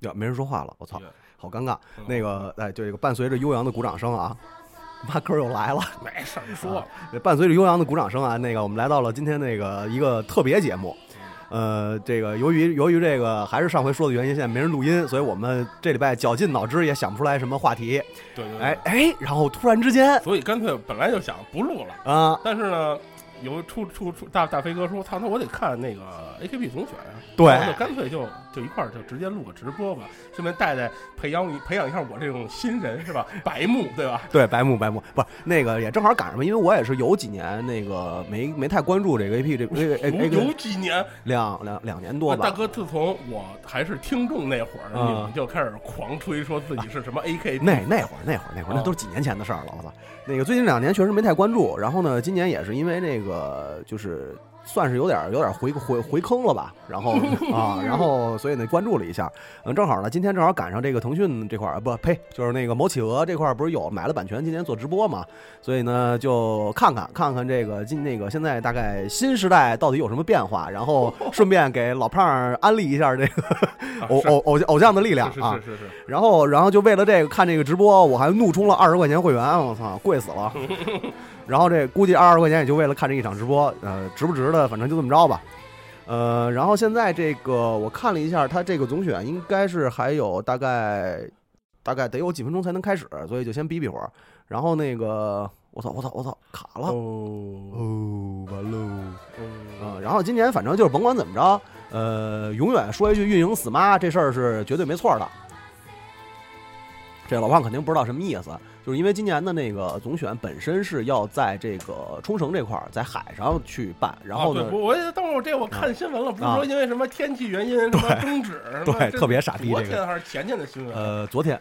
呀，没人说话了，我操，好尴尬。嗯那个，哎，就这个伴随着悠扬的鼓掌声啊， 马哥又来了。没事儿，你说吧。伴随着悠扬的鼓掌声啊，那个我们来到了今天那个一个特别节目。嗯呃，这个由于由于这个还是上回说的原因，现在没人录音，所以我们这礼拜绞尽脑汁也想不出来什么话题。对对对，哎哎，然后突然之间所以干脆本来就想不录了，啊，但是呢，有出出出大大飞哥说，操，那我得看那个 AKB 总选啊，对那我就干脆就就一块儿就直接录个直播吧，顺便带带培养培养一下我这种新人是吧？白目对吧？对，白木白木不是那个也正好赶上吧，因为我也是有几年那个没没太关注这个 A P 这个 A 有 A 有 A 几年，两两两年多那哎吧。大哥，自从我还是听众那会儿，啊你们就开始狂吹说自己是什么 AKB，那那会儿，那会儿，那会儿，那哦都是几年前的事儿了。我操，那个最近两年确实没太关注。然后呢，今年也是因为那个，就是算是有点有点回回回坑了吧。然 后啊，然后所以呢关注了一下。嗯，正好呢，今天正好赶上这个腾讯这块儿，不呸，就是那个某企鹅这块儿不是有买了版权，今年做直播嘛。所以呢，就看看看看这个今那个现在大概新时代到底有什么变化，然后顺便给老胖儿安利一下这个 啊偶是偶偶偶像的力量是啊是。是是是，然后，然后就为了这个看这个直播，我还怒充了二十块钱会员，我操，贵死了。然后这估计二十块钱也就为了看这一场直播，呃，值不值的，反正就这么着吧。呃，然后现在这个我看了一下，它这个总选应该是还有大概大概得有几分钟才能开始，所以就先逼逼会儿。然后那个，我操，我操，我操，卡了。哦，哦，完喽，啊、然后今年反正就是甭管怎么着，呃，永远说一句运营死妈这事儿是绝对没错的。这老胖肯定不知道什么意思，就是因为今年的那个总选本身是要在这个冲绳这块儿，在海上去办，然后啊呢啊对，我我也等会儿这我看新闻了，不是说因为什么天气原因什么终止，什么对这特别傻逼昨这个天还是前天的新闻，呃，昨天，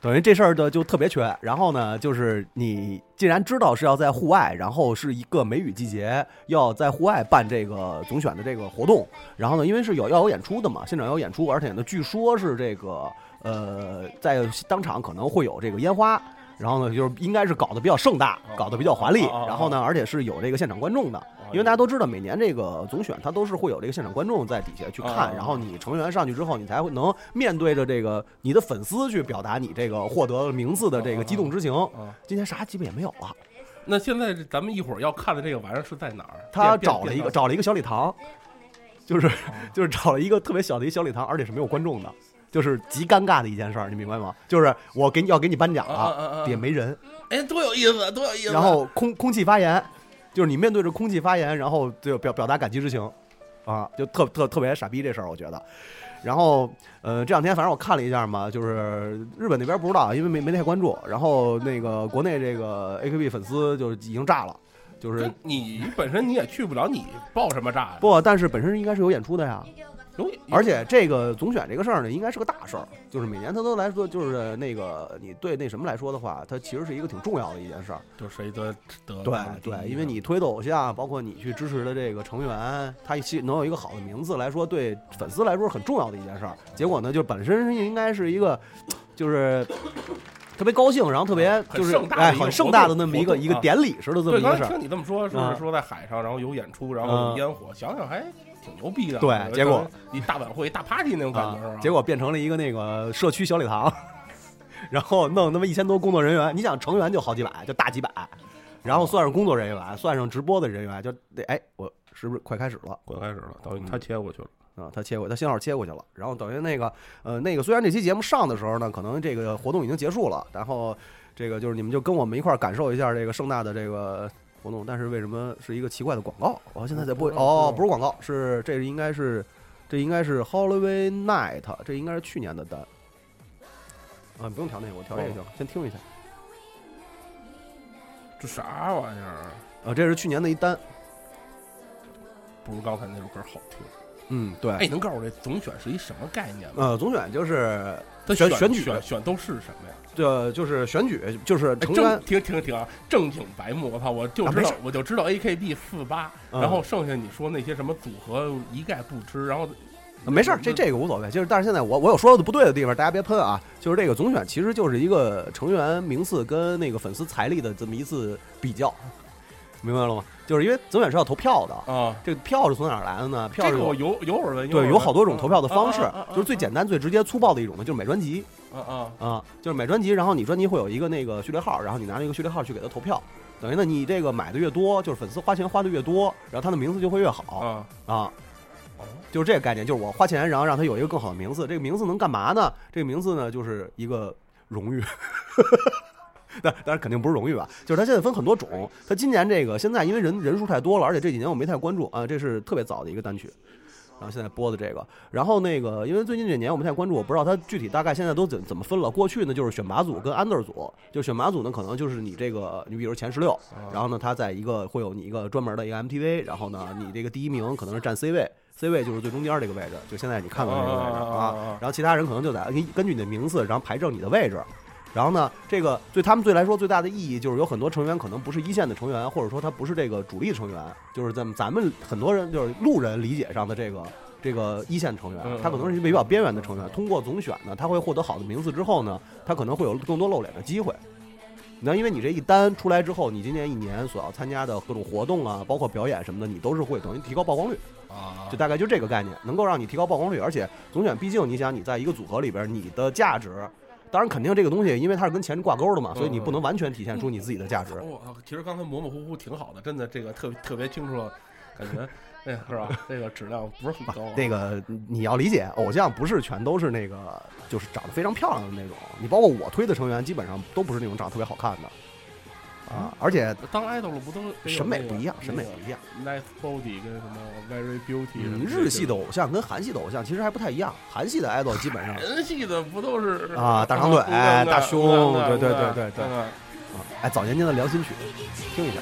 等于这事儿的就特别缺。然后呢，就是你既然知道是要在户外，然后是一个梅雨季节，要在户外办这个总选的这个活动，然后呢，因为是有要有演出的嘛，现场要有演出，而且呢，据说是这个呃，在当场可能会有这个烟花。然后呢，就是应该是搞得比较盛大，搞得比较华丽。哦哦哦然后呢，而且是有这个现场观众的，啊因为大家都知道，每年这个总选它都是会有这个现场观众在底下去啊看，然后你成员上去之后，你才会能面对着这个你的粉丝去表达你这个获得名次的这个激动之情。啊，今天啥基本也没有了，那现在咱们一会儿要看的这个玩意儿是在哪儿？他电找了一个，找了一个小礼堂，啊就是 就是找了一个特别小的一小礼堂，而且是没有观众的，就是极尴尬的一件事儿，你明白吗？就是我给你要给你颁奖啊了，啊啊！也没人，哎，多有意思，多有意思。然后空空气发言，就是你面对着空气发言，然后就表表达感激之情，啊，就特特特别傻逼这事儿，我觉得。然后，呃，这两天反正我看了一下嘛，就是日本那边不知道，啊因为没没太关注。然后那个国内这个 AKB 粉丝就已经炸了，就是跟你本身你也去不了，你爆什么炸呀？不，但是本身应该是有演出的呀。有，而且这个总选这个事儿呢，应该是个大事儿，就是每年它都来说，就是那个你对那什么来说的话，它其实是一个挺重要的一件事儿。就谁得得对对，因为你推的偶像，包括你去支持的这个成员，他其能有一个好的名字来说，对粉丝来说是很重要的一件事儿。结果呢，就本身应该是一个，就是特别高兴，然后特别啊很就是盛大的哎一个很盛活大动的那么活一个动一个啊典礼似的这么对，一刚个事才儿。听你这么说，是嗯说在海上，然后有演出，然后有嗯烟火，想想还挺牛逼的。啊对就是结果一大晚会、大 party 那种感啊觉是吧？，结果变成了一个那个社区小礼堂，然后弄那么一千多工作人员，你想成员就好几百，就大几百，然后算上工作人员，算上直播的人员，就得哎，我是不是快开始了？嗯滚开始了，导演他切过去了。啊，他切过，他信号切过去了。然后等于那个呃那个，虽然这期节目上的时候呢，可能这个活动已经结束了，然后这个就是你们就跟我们一块儿感受一下这个盛大的这个活动，但是为什么是一个奇怪的广告？我、现在在播哦，嗯不是广告，是这应该是这应该是 Holloway Night，这应该是去年的单。啊，你不用调那个，我调这个哦行，先听一下。这啥玩意儿？啊，这是去年的一单。不如刚才那首歌好听。嗯，对。哎，能告诉我这总选是一什么概念吗？呃，总选就是他选选举选选都是什么呀？这就是选举，就是哎承正担。停停停啊！正经白目，我操！我就啊知没道事，我就知道 AKB 四八，嗯然后剩下你说那些什么组合一概不知，然后啊没事儿，嗯这这个无所谓。就是，但是现在我我有说的不对的地方，大家别喷啊。就是这个总选其实就是一个成员名次跟那个粉丝财力的这么一次比较，明白了吗？就是因为总选是要投票的，啊，这个票是从哪儿来的呢？票这是个我有有有耳闻，对有好多种投票的方式啊啊啊啊，啊就是最简单、最直接、粗暴的一种呢，就是买专辑啊啊，啊，就是买专辑，然后你专辑会有一个那个序列号，然后你拿那个序列号去给他投票。等于呢，你这个买的越多，就是粉丝花钱花的越多，然后他的名次就会越好。啊啊，就是这个概念，就是我花钱，然后让他有一个更好的名字。这个名字能干嘛呢？这个名字呢，就是一个荣誉。 但当然肯定不是荣誉吧，就是它现在分很多种。它今年这个现在因为人人数太多了，而且这几年我没太关注啊，这是特别早的一个单曲，然后现在播的这个。然后那个因为最近这年我没太关注，我不知道它具体大概现在都怎怎么分了。过去呢就是选拔组跟安德组，就选拔组呢可能就是你这个你比如前十六，然后呢它在一个会有你一个专门的一个 MTV，然后呢你这个第一名可能是占 C 位。C 位就是最中间这个位置，就现在你看到的这个位置啊啊啊啊啊，然后其他人可能就在根根据你的名次，然后排正你的位置，然后呢，这个对他们对来说最大的意义就是有很多成员可能不是一线的成员，或者说他不是这个主力成员，就是咱们咱们很多人就是路人理解上的这个这个一线成员嗯，他可能是一个比较边缘的成员。通过总选呢，他会获得好的名次之后呢，他可能会有更多露脸的机会。那因为你这一单出来之后，你今年一年所要参加的各种活动啊，包括表演什么的，你都是会等于提高曝光率。啊就大概就这个概念，能够让你提高曝光率，而且总选，毕竟你想你在一个组合里边，你的价值，当然肯定这个东西，因为它是跟钱挂钩的嘛，所以你不能完全体现出你自己的价值。我靠，哦其实刚才模模糊糊挺好的，真的这个特别特别清楚了，感觉那个是吧？这个质量不是很高啊。那个你要理解，偶像不是全都是那个，就是长得非常漂亮的那种。你包括我推的成员，基本上都不是那种长得特别好看的，啊，而且当 idol 不都得有审美那个不一样，审美不一样。那个 nice body 跟什么 very beauty 什嗯，么日系的偶像跟韩系的偶像其实还不太一样，韩系的 idol 基本上人系的不都是啊大长腿嗯大胸嗯嗯对对对嗯对对嗯啊，哎，早年间的良心曲，听一下。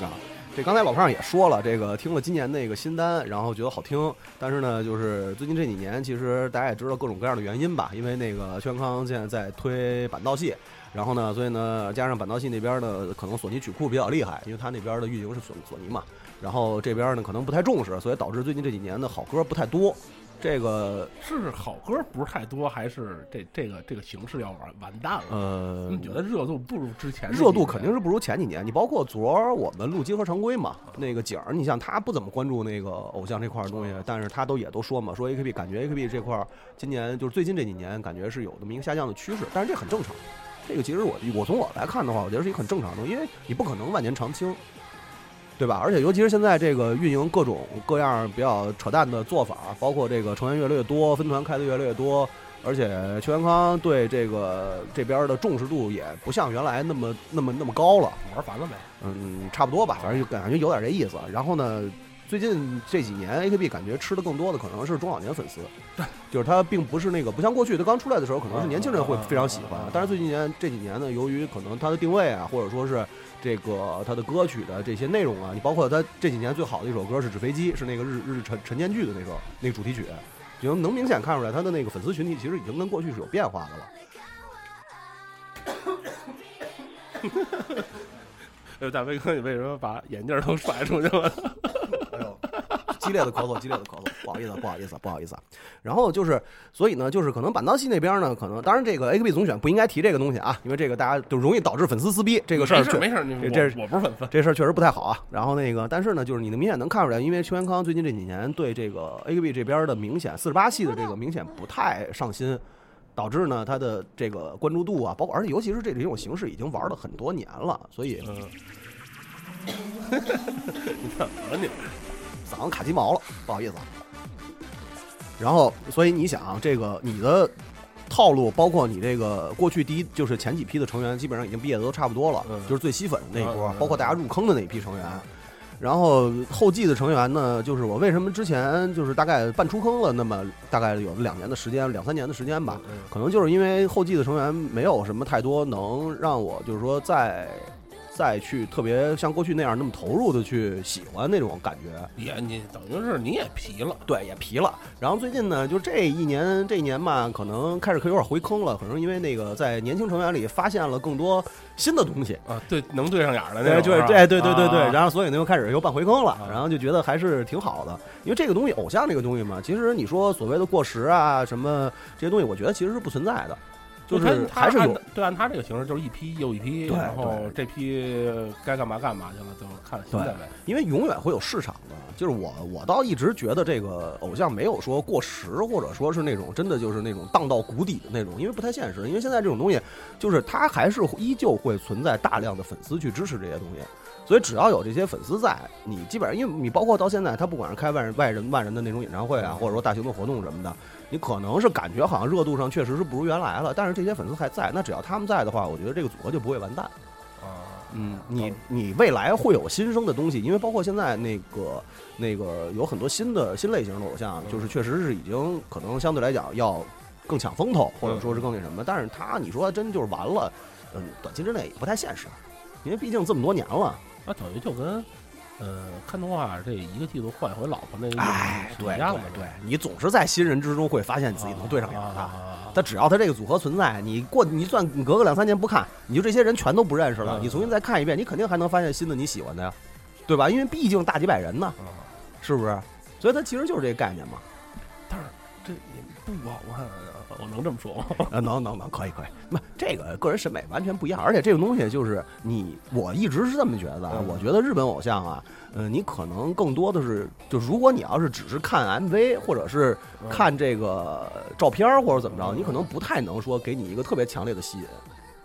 啊，这刚才老胖也说了，这个听了今年那个新单，然后觉得好听，但是呢，就是最近这几年，其实大家也知道各种各样的原因吧，因为那个宣康现在在推板道系，然后呢，所以呢，加上板道系那边呢，可能索尼曲库比较厉害，因为他那边的运营是索索尼嘛，然后这边呢可能不太重视，所以导致最近这几年的好歌不太多。这个是好歌不是太多，还是这这个这个形式要完完蛋了？呃，你觉得热度不如之前？嗯热度肯定是不如前几年。你包括昨儿我们录《集合常规》嘛，那个景儿，你像他不怎么关注那个偶像这块儿东西，但是他都也都说嘛，说 AKB 感觉 AKB 这块儿今年就是最近这几年感觉是有那么一个下降的趋势，但是这很正常。这个其实我我从我来看的话，我觉得是一个很正常的东西，因为你不可能万年长青，对吧？而且尤其是现在这个运营各种各样比较扯淡的做法，包括这个成员越来越多，分团开的越来越多，而且邱元康对这个这边的重视度也不像原来那么那么那么高了。玩烦了 哎呗。嗯，差不多吧，反正就感觉有点这意思。然后呢，最近这几年 AKB 感觉吃的更多的可能是中老年粉丝，就是他并不是那个不像过去他刚出来的时候，可能是年轻人会非常喜欢。但是最近年这几年呢，由于可能他的定位啊，或者说是这个他的歌曲的这些内容啊，你包括他这几年最好的一首歌是《纸飞机》，是那个日日陈陈建剧的那首那个主题曲，就能明显看出来他的那个粉丝群体其实已经跟过去是有变化的了。哎，大飞哥，你为什么把眼镜都甩出去了？哎呦，激烈的咳嗽，激烈的咳嗽，不好意思，不好意思，不好意思啊。然后就是，所以呢，就是可能板道系那边呢，可能当然这个 AKB 总选不应该提这个东西啊，因为这个大家就容易导致粉丝撕 逼，这个事儿没事确没事，你这这我我不是粉丝。这事儿确实不太好啊。然后那个，但是呢，就是你能明显能看出来，因为邱元康最近这几年对这个 AKB 这边的明显四十八系的这个明显不太上心。导致呢它的这个关注度啊，包括而且尤其是这种形式已经玩了很多年了，所以嗯， 你怎么了你？嗓子卡鸡毛了，不好意思啊。然后，所以你想啊，这个你的套路，包括你这个过去第一就是前几批的成员，基本上已经毕业的都差不多了，嗯就是最吸粉的那一波，嗯嗯包括大家入坑的那一批成员。然后后继的成员呢，就是我为什么之前就是大概半出坑了，那么大概有两年的时间，两三年的时间吧，嗯可能就是因为后继的成员没有什么太多能让我就是说再再去特别像过去那样那么投入的去喜欢那种感觉，也你等于是你也皮了，对，也皮了。然后最近呢，就这一年这一年吧，可能开始可有点回坑了，可能因为那个在年轻成员里发现了更多新的东西。啊，对，能对上眼儿的那种，哎就是吧对对对对对，啊然后所以呢又开始又办回坑了啊，然后就觉得还是挺好的，因为这个东西，偶像这个东西嘛，其实你说所谓的过时啊什么这些东西，我觉得其实是不存在的，就他是他还是按有他对按他这个形式，就是一批又一批，对然后这批该干嘛干嘛去了，就看现在呗。因为永远会有市场的。就是我，我倒一直觉得这个偶像没有说过时，或者说是那种真的就是那种荡到谷底的那种，因为不太现实。因为现在这种东西，就是它还是依旧会存在大量的粉丝去支持这些东西。所以只要有这些粉丝在，你基本上，因为你包括到现在，他不管是开外人外人万人的那种演唱会啊，或者说大型的活动什么的，你可能是感觉好像热度上确实是不如原来了，但是这些粉丝还在，那只要他们在的话，我觉得这个组合就不会完蛋。啊，嗯，你你未来会有新生的东西，因为包括现在那个那个有很多新的新类型的偶像，就是嗯确实是已经可能相对来讲要更抢风头，或者嗯说是更那什么。但是他你说真就是完了，嗯，短期之内也不太现实，因为毕竟这么多年了。那等于就跟呃看动画这一个季度换一回老婆那个哎，对一对样的，对，你总是在新人之中会发现啊自己能对上眼啊啊的。啊但只要他这个组合存在，你过你算你隔个两三年不看，你就这些人全都不认识了。嗯你重新再看一遍，你肯定还能发现新的你喜欢的呀，对吧？因为毕竟大几百人呢。啊是不是？所以它其实就是这个概念嘛。这也不好看啊，我能这么说吗？ 啊，能能能，可以可以。那这个个人审美完全不一样，而且这种东西就是你，我一直是这么觉得啊。嗯我觉得日本偶像啊，呃，你可能更多的是，就如果你要是只是看 MV 或者是嗯看这个照片儿或者怎么着，你可能不太能说给你一个特别强烈的吸引。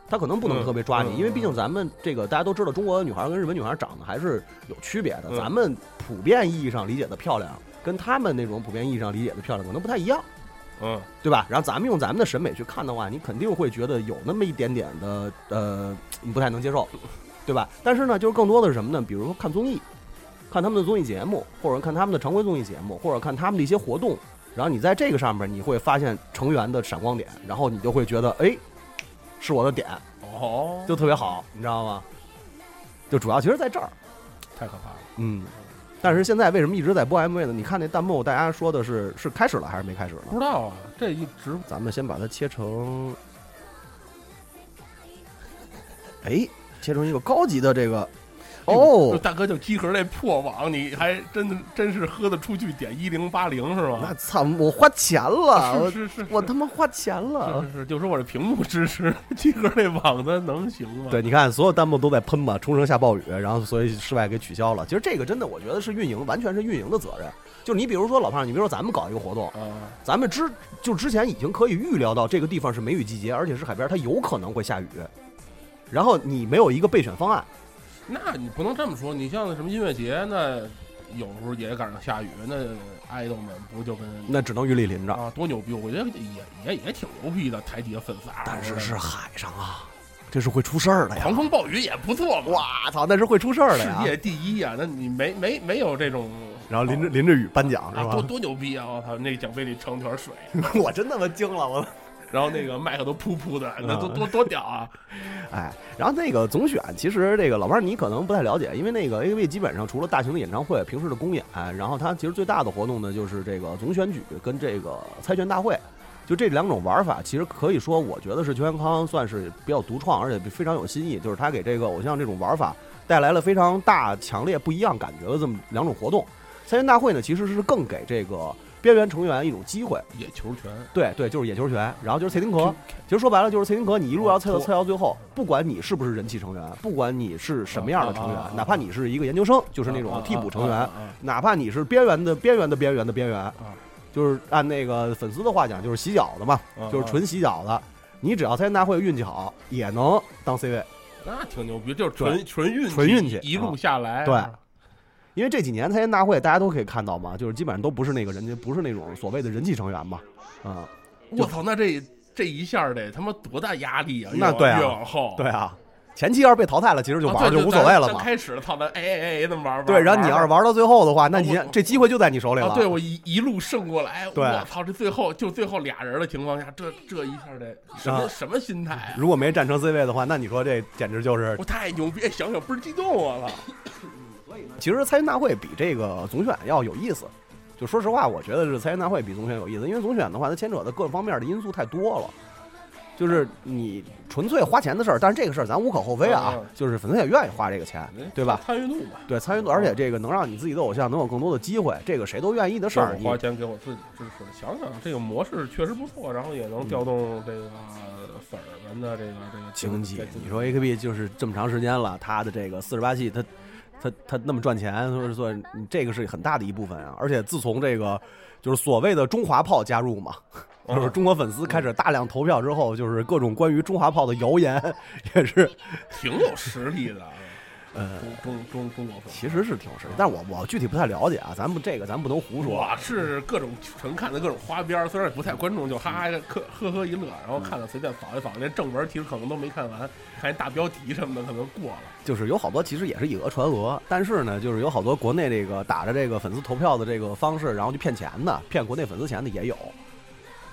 他可能不能特别抓你，嗯因为毕竟咱们这个大家都知道，中国女孩跟日本女孩长得还是有区别的。嗯咱们普遍意义上理解的漂亮，跟他们那种普遍意义上理解的漂亮可能不太一样。嗯，对吧？然后咱们用咱们的审美去看的话，你肯定会觉得有那么一点点的呃，你不太能接受，对吧？但是呢，就是更多的是什么呢？比如说看综艺，看他们的综艺节目，或者看他们的常规综艺节目，或者看他们的一些活动，然后你在这个上面你会发现成员的闪光点，然后你就会觉得哎，是我的点，哦，就特别好，你知道吗？就主要其实在这儿，太可怕了。嗯。但是现在为什么一直在播 MV 呢？你看那弹幕，大家说的是是开始了还是没开始呢？不知道啊，这一直咱们先把它切成，哎，切成一个高级的这个，就哦，大哥就集合那破网，你还真的真是喝得出去点一零八零是那吗？操，我花钱了，我 是是是，我他妈花钱了是。是是，就说我这屏幕支持 集合那网的能行吗？对，你看，所有弹幕都在喷嘛，冲绳下暴雨，然后所以室外给取消了。其实这个真的，我觉得是运营，完全是运营的责任。就你比如说老胖，你比如说咱们搞一个活动，啊，咱们之就之前已经可以预料到这个地方是梅雨季节，而且是海边，它有可能会下雨。然后你没有一个备选方案，那你不能这么说，你像什么音乐节，那有时候也赶上下雨，那爱豆们不就跟那只能雨里淋着。啊多牛逼？我觉得也也也挺牛逼的，台底下粉丝啊，但是是海上啊，这是会出事儿的呀！狂风暴雨也不错嘛，哇操，那是会出事儿的世呀！界第一啊呀、那你没没没有这种然后淋着淋着雨哦颁奖啊，多是多牛逼啊！我操，那奖杯里盛全是水，吧？我真他妈惊了，我然后那个麦克都噗噗的，那多啊多多屌 啊！哎，然后那个总选，其实这个老伴你可能不太了解，因为那个 AKB 基本上除了大型的演唱会、平时的公演，然后它其实最大的活动呢就是这个总选举跟这个猜拳大会，就这两种玩法，其实可以说我觉得是邱元康算是比较独创，而且非常有新意，就是他给这个偶像这种玩法带来了非常大、强烈不一样感觉的这么两种活动。猜拳大会呢，其实是更给这个边缘成员一种机会，野球拳，对对，就是野球拳，然后就是蔡丁壳。其实说白了就是蔡丁壳，你一路要测到测到最后，不管你是不是人气成员，不管你是什么样的成啊啊啊员，啊哪怕你是一个研究生，就是那种替补成啊员啊，啊啊哪怕你是边缘的边缘的边缘的边缘，就是按那个粉丝的话讲，就是洗脚的嘛，嗯就是纯洗脚的。你只要参加大会运气好，也能当 C 位，那挺牛逼，就是纯纯运气纯运气啊一路下来。对因为这几年参加大会，大家都可以看到嘛，就是基本上都不是那个人家不是那种所谓的人气成员嘛，啊、我操，那这这一下得他妈多大压力啊！那对啊越往后对啊，前期要是被淘汰了，其实就啊玩儿对就无所谓了咱嘛。开始了，操，咱哎哎哎，那么玩玩。对，然后你要是玩到最后的话，那你啊我这机会就在你手里啊了。，对我一一路胜过来，对我操，这最后就最后俩人的情况下，这这一下得什么啊什么心态啊？如果没站成 C 位的话，那你说这简直就是我太牛逼，哎想想倍儿激动，我操！其实参与大会比这个总选要有意思。就说实话，我觉得是参与大会比总选有意思，因为总选的话，它牵扯的各方面的因素太多了。就是你纯粹花钱的事儿，但是这个事儿咱无可厚非啊嗯，就是粉丝也愿意花这个钱， 对吧？参与度嘛，对，参与度，而嗯且这个能让你自己的偶像能有更多的机会，这个谁都愿意的事是儿。我你花钱给我自己支持的。想想这个模式确实不错，然后也能调动这个粉儿们的这个这个嗯经济，你说 AKB 就是这么长时间了，他的这个四十八系，他他他那么赚钱，所以说这个是很大的一部分啊。而且自从这个就是所谓的中华炮加入嘛，啊就是中国粉丝开始大量投票之后，就是各种关于中华炮的谣言也是，挺有实力的，啊呃，中中中中国粉儿。其实是挺实。但我我具体不太了解啊，咱们这个咱不能胡说。啊我是各种纯看的各种花边儿，虽然也不太关注，就哈哈呵呵呵一乐，然嗯后看了随便扫一扫，连正文其实可能都没看完，看一大标题什么的可能过了。就是有好多其实也是以讹传讹，但是呢，就是有好多国内这个打着这个粉丝投票的这个方式，然后去骗钱的，骗国内粉丝钱的也有。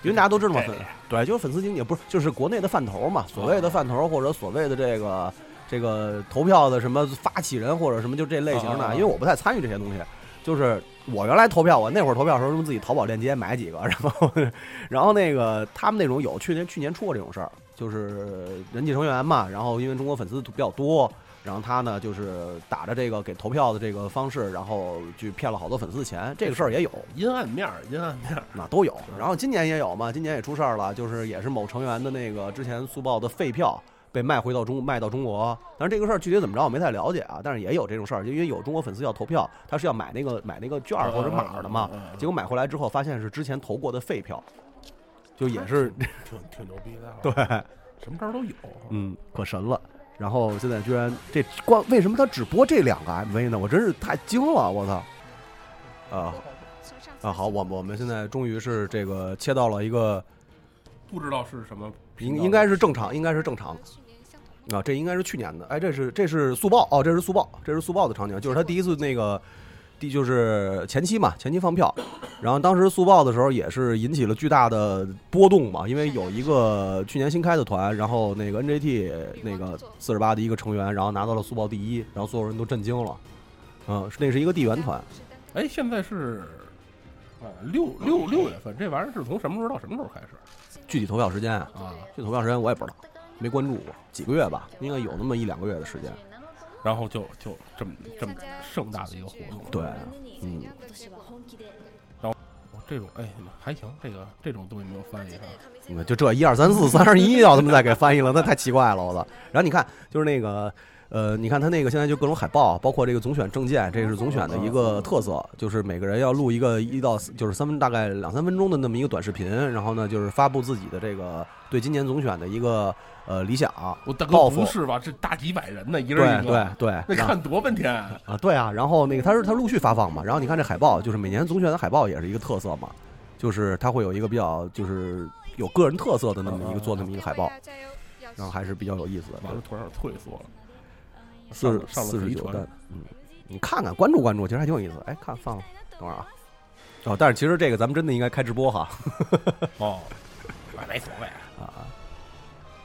因为大家都知道嘛，粉对，就是粉丝经济不是就是国内的饭头嘛，所谓的饭头或者所谓的这个这个投票的什么发起人或者什么就这类型啊啊啊的，因为我不太参与这些东西。就是我原来投票，我那会儿投票的时候用自己淘宝链接买几个，然后 然后那个他们那种有去年去年出过这种事儿，就是人气成员嘛，然后因为中国粉丝比较多，然后他呢就是打着这个给投票的这个方式，然后去骗了好多粉丝钱，这个事儿也有，阴暗面儿，阴暗面儿，那都有。然后今年也有嘛，今年也出事儿了，就是也是某成员的那个之前速报的废票被卖回到中卖到中国，但是这个事儿具体怎么着我没太了解啊，但是也有这种事儿，就因为有中国粉丝要投票，他是要买那个买那个券儿或者码儿的嘛，嗯嗯嗯结果买回来之后发现是之前投过的废票，就也是挺挺牛逼的，啊对，嗯 什么招儿都有。啊嗯，可神了。然后现在居然这光为什么他只播这两个 MV 呢？我真是太惊了，我操！啊啊，好，我们我们现在终于是这个切到了一个不知道是什么频应道，应该是正常，应该是正常。啊，这应该是去年的。哎，这是这是速报哦，这是速报，这是速报的场景，就是他第一次那个，第就是前期嘛，前期放票，然后当时速报的时候也是引起了巨大的波动嘛，因为有一个去年新开的团，然后那个 NJT 那个四十八的一个成员，然后拿到了速报第一，然后所有人都震惊了。嗯，那是一个地缘团，哎，现在是啊六六六月份，这玩意儿是从什么时候到什么时候开始具体投票时间啊，啊？具体投票时间我也不知道，没关注过，几个月吧，应该有那么一两个月的时间。然后就就这么这么盛大的一个活动，对，嗯，哦这种哎还行，这个这种东西没有翻译啊。嗯就这一二三四三二一，要他们再给翻译了，那太奇怪了，我操！然后你看，就是那个，呃，你看他那个现在就各种海报，包括这个总选证件，这是总选的一个特色，就是每个人要录一个一到四就是三分大概两三分钟的那么一个短视频，然后呢，就是发布自己的这个对今年总选的一个呃理想，我大哥报复不是吧？这大几百人呢，一对人一对个，啊对，那然后看多半天。啊，对啊，然后那个它是它陆续发放嘛，然后你看这海报，就是每年总选的海报也是一个特色嘛，就是它会有一个比较就是有个人特色的那嗯么一个做那么一个海报，然后还是比较有意思的。完了，突然有点退嗯缩了。四上十了上了四十一九团弹，嗯，你看看关注关注，其实还挺有意思。哎，看放了，等会儿啊。哦，但是其实这个咱们真的应该开直播哈， 哦，哎没所谓，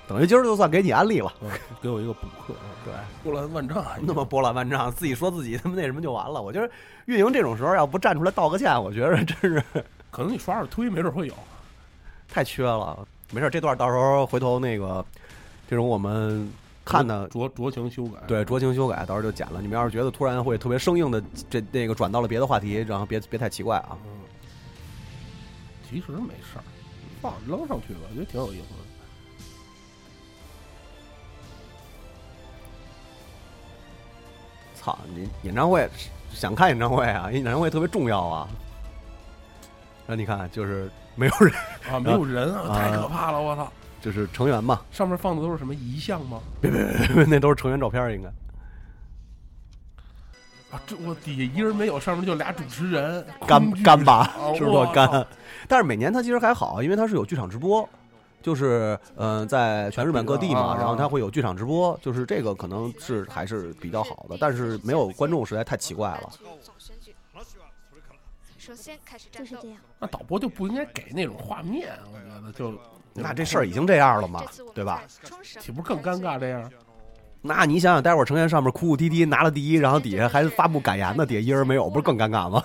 等于今儿就算给你安利了，嗯给我一个补课啊。对，波澜万丈，那么波澜万丈，自己说自己他妈那什么就完了。我觉得运营这种时候要不站出来道个歉，我觉得真是可能你刷刷推，没准会有。太缺了。没事，这段到时候回头那个这种我们看的酌酌情修改，呃对酌情修改，到时候就剪了。你们要是觉得突然会特别生硬的，这那个转到了别的话题，然后别别太奇怪啊。嗯，其实没事儿，放扔上去吧，我觉得挺有意思的。操，你演唱会想看演唱会啊？因为演唱会特别重要啊。那你看，就是没有人，啊，没有人啊，啊太可怕了！我操，就是成员嘛， 上面放的都是什么遗像吗？那都是成员照片儿应该。啊，这我底下一人没有，上面就俩主持人，干工具干 吧啊，是不我操干？但是每年它其实还好，因为它是有剧场直播，就是嗯、呃在全日本各地啊啊嘛，啊然后它会有剧场直播，就是这个可能是还是比较好的，但是没有观众实在太奇怪了。就是这样。那导播就不应该给那种画面，啊我觉得就那这事儿已经这样了嘛，对吧？岂不是更尴尬？这样，那你想想，待会儿成员上面哭哭啼啼拿了第一，然后底下还发布感言呢，底下一人没有，不是更尴尬吗？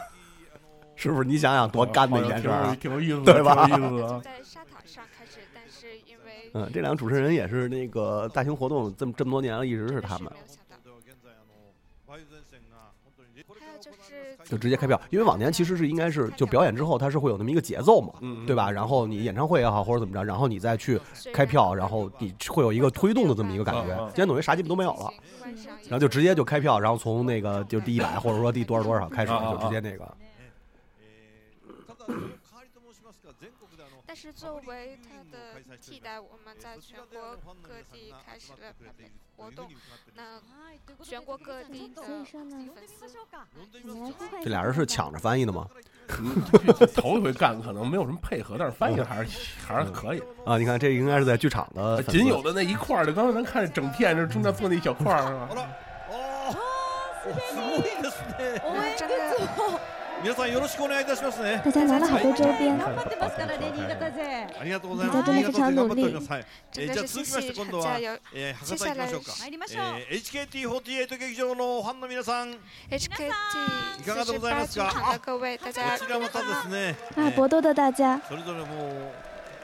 是不是？你想想多干的一件事儿啊！挺有意思的，对吧挺有意思的。啊在沙岛上开始，但是因为嗯，这两个主持人也是那个大型活动这么这么多年了，一直是他们。没有想到。还有就是就直接开票，因为往年其实是应该是就表演之后，它是会有那么一个节奏嘛，嗯嗯对吧？然后你演唱会也好或者怎么着，然后你再去开票，然后你会有一个推动的这么一个感觉嗯嗯。今天等于啥基本都没有了，嗯然后就直接就开票，然后从那个就第一百或者说第多少多少开始，嗯嗯就嗯直接那个。但是作为他的替代，我们在全国各地开始了排练活动。那全国各地的所以说呢，粉丝你来呼唤这俩人是抢着翻译的吗？嗯头一回干可能没有什么配合，但是翻译还是还是可以。呃啊，你看这应该是在剧场的粉丝，啊仅有的那一块儿，就刚才咱看整片，就是中间做那一小块儿，是吧？真的大家拿了好多周嗯边，在真的非常努力。真的是信息很加油。接下来是いかがでござい HKT ま48す剧か场的各位，大家こちらもたですね、啊，博多的大家，それぞれもう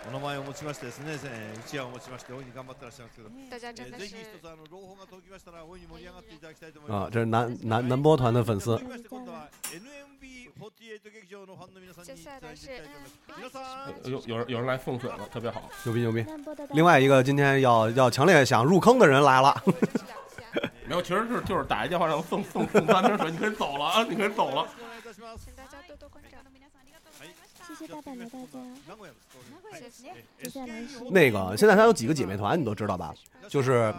お名前を持ちましてですね、えー一夜を持ちまして大いに頑張ってらっしゃいますけど、大家真えー的ぜひ是一つあの朗報が届きましたら大いに盛り上がっていただきたいと思い啊ま，す。这是男男男波团的粉丝続。きまして今度は NMB48 劇場のファンの皆さんに接伝下来えていきたい是と思います。皆さん。有有有人有人来送水了，特别好。牛逼牛逼！那波多的另外一个今天要要强烈想入坑的人来了，没有，其实是就是打一电话让送送送三瓶水，你可以走了啊，你可以走了。请大家多多关照。谢谢大阪的名大家，古屋です。谢谢。就在南市。那个现在他有几个姐妹团，你都知道吧？就是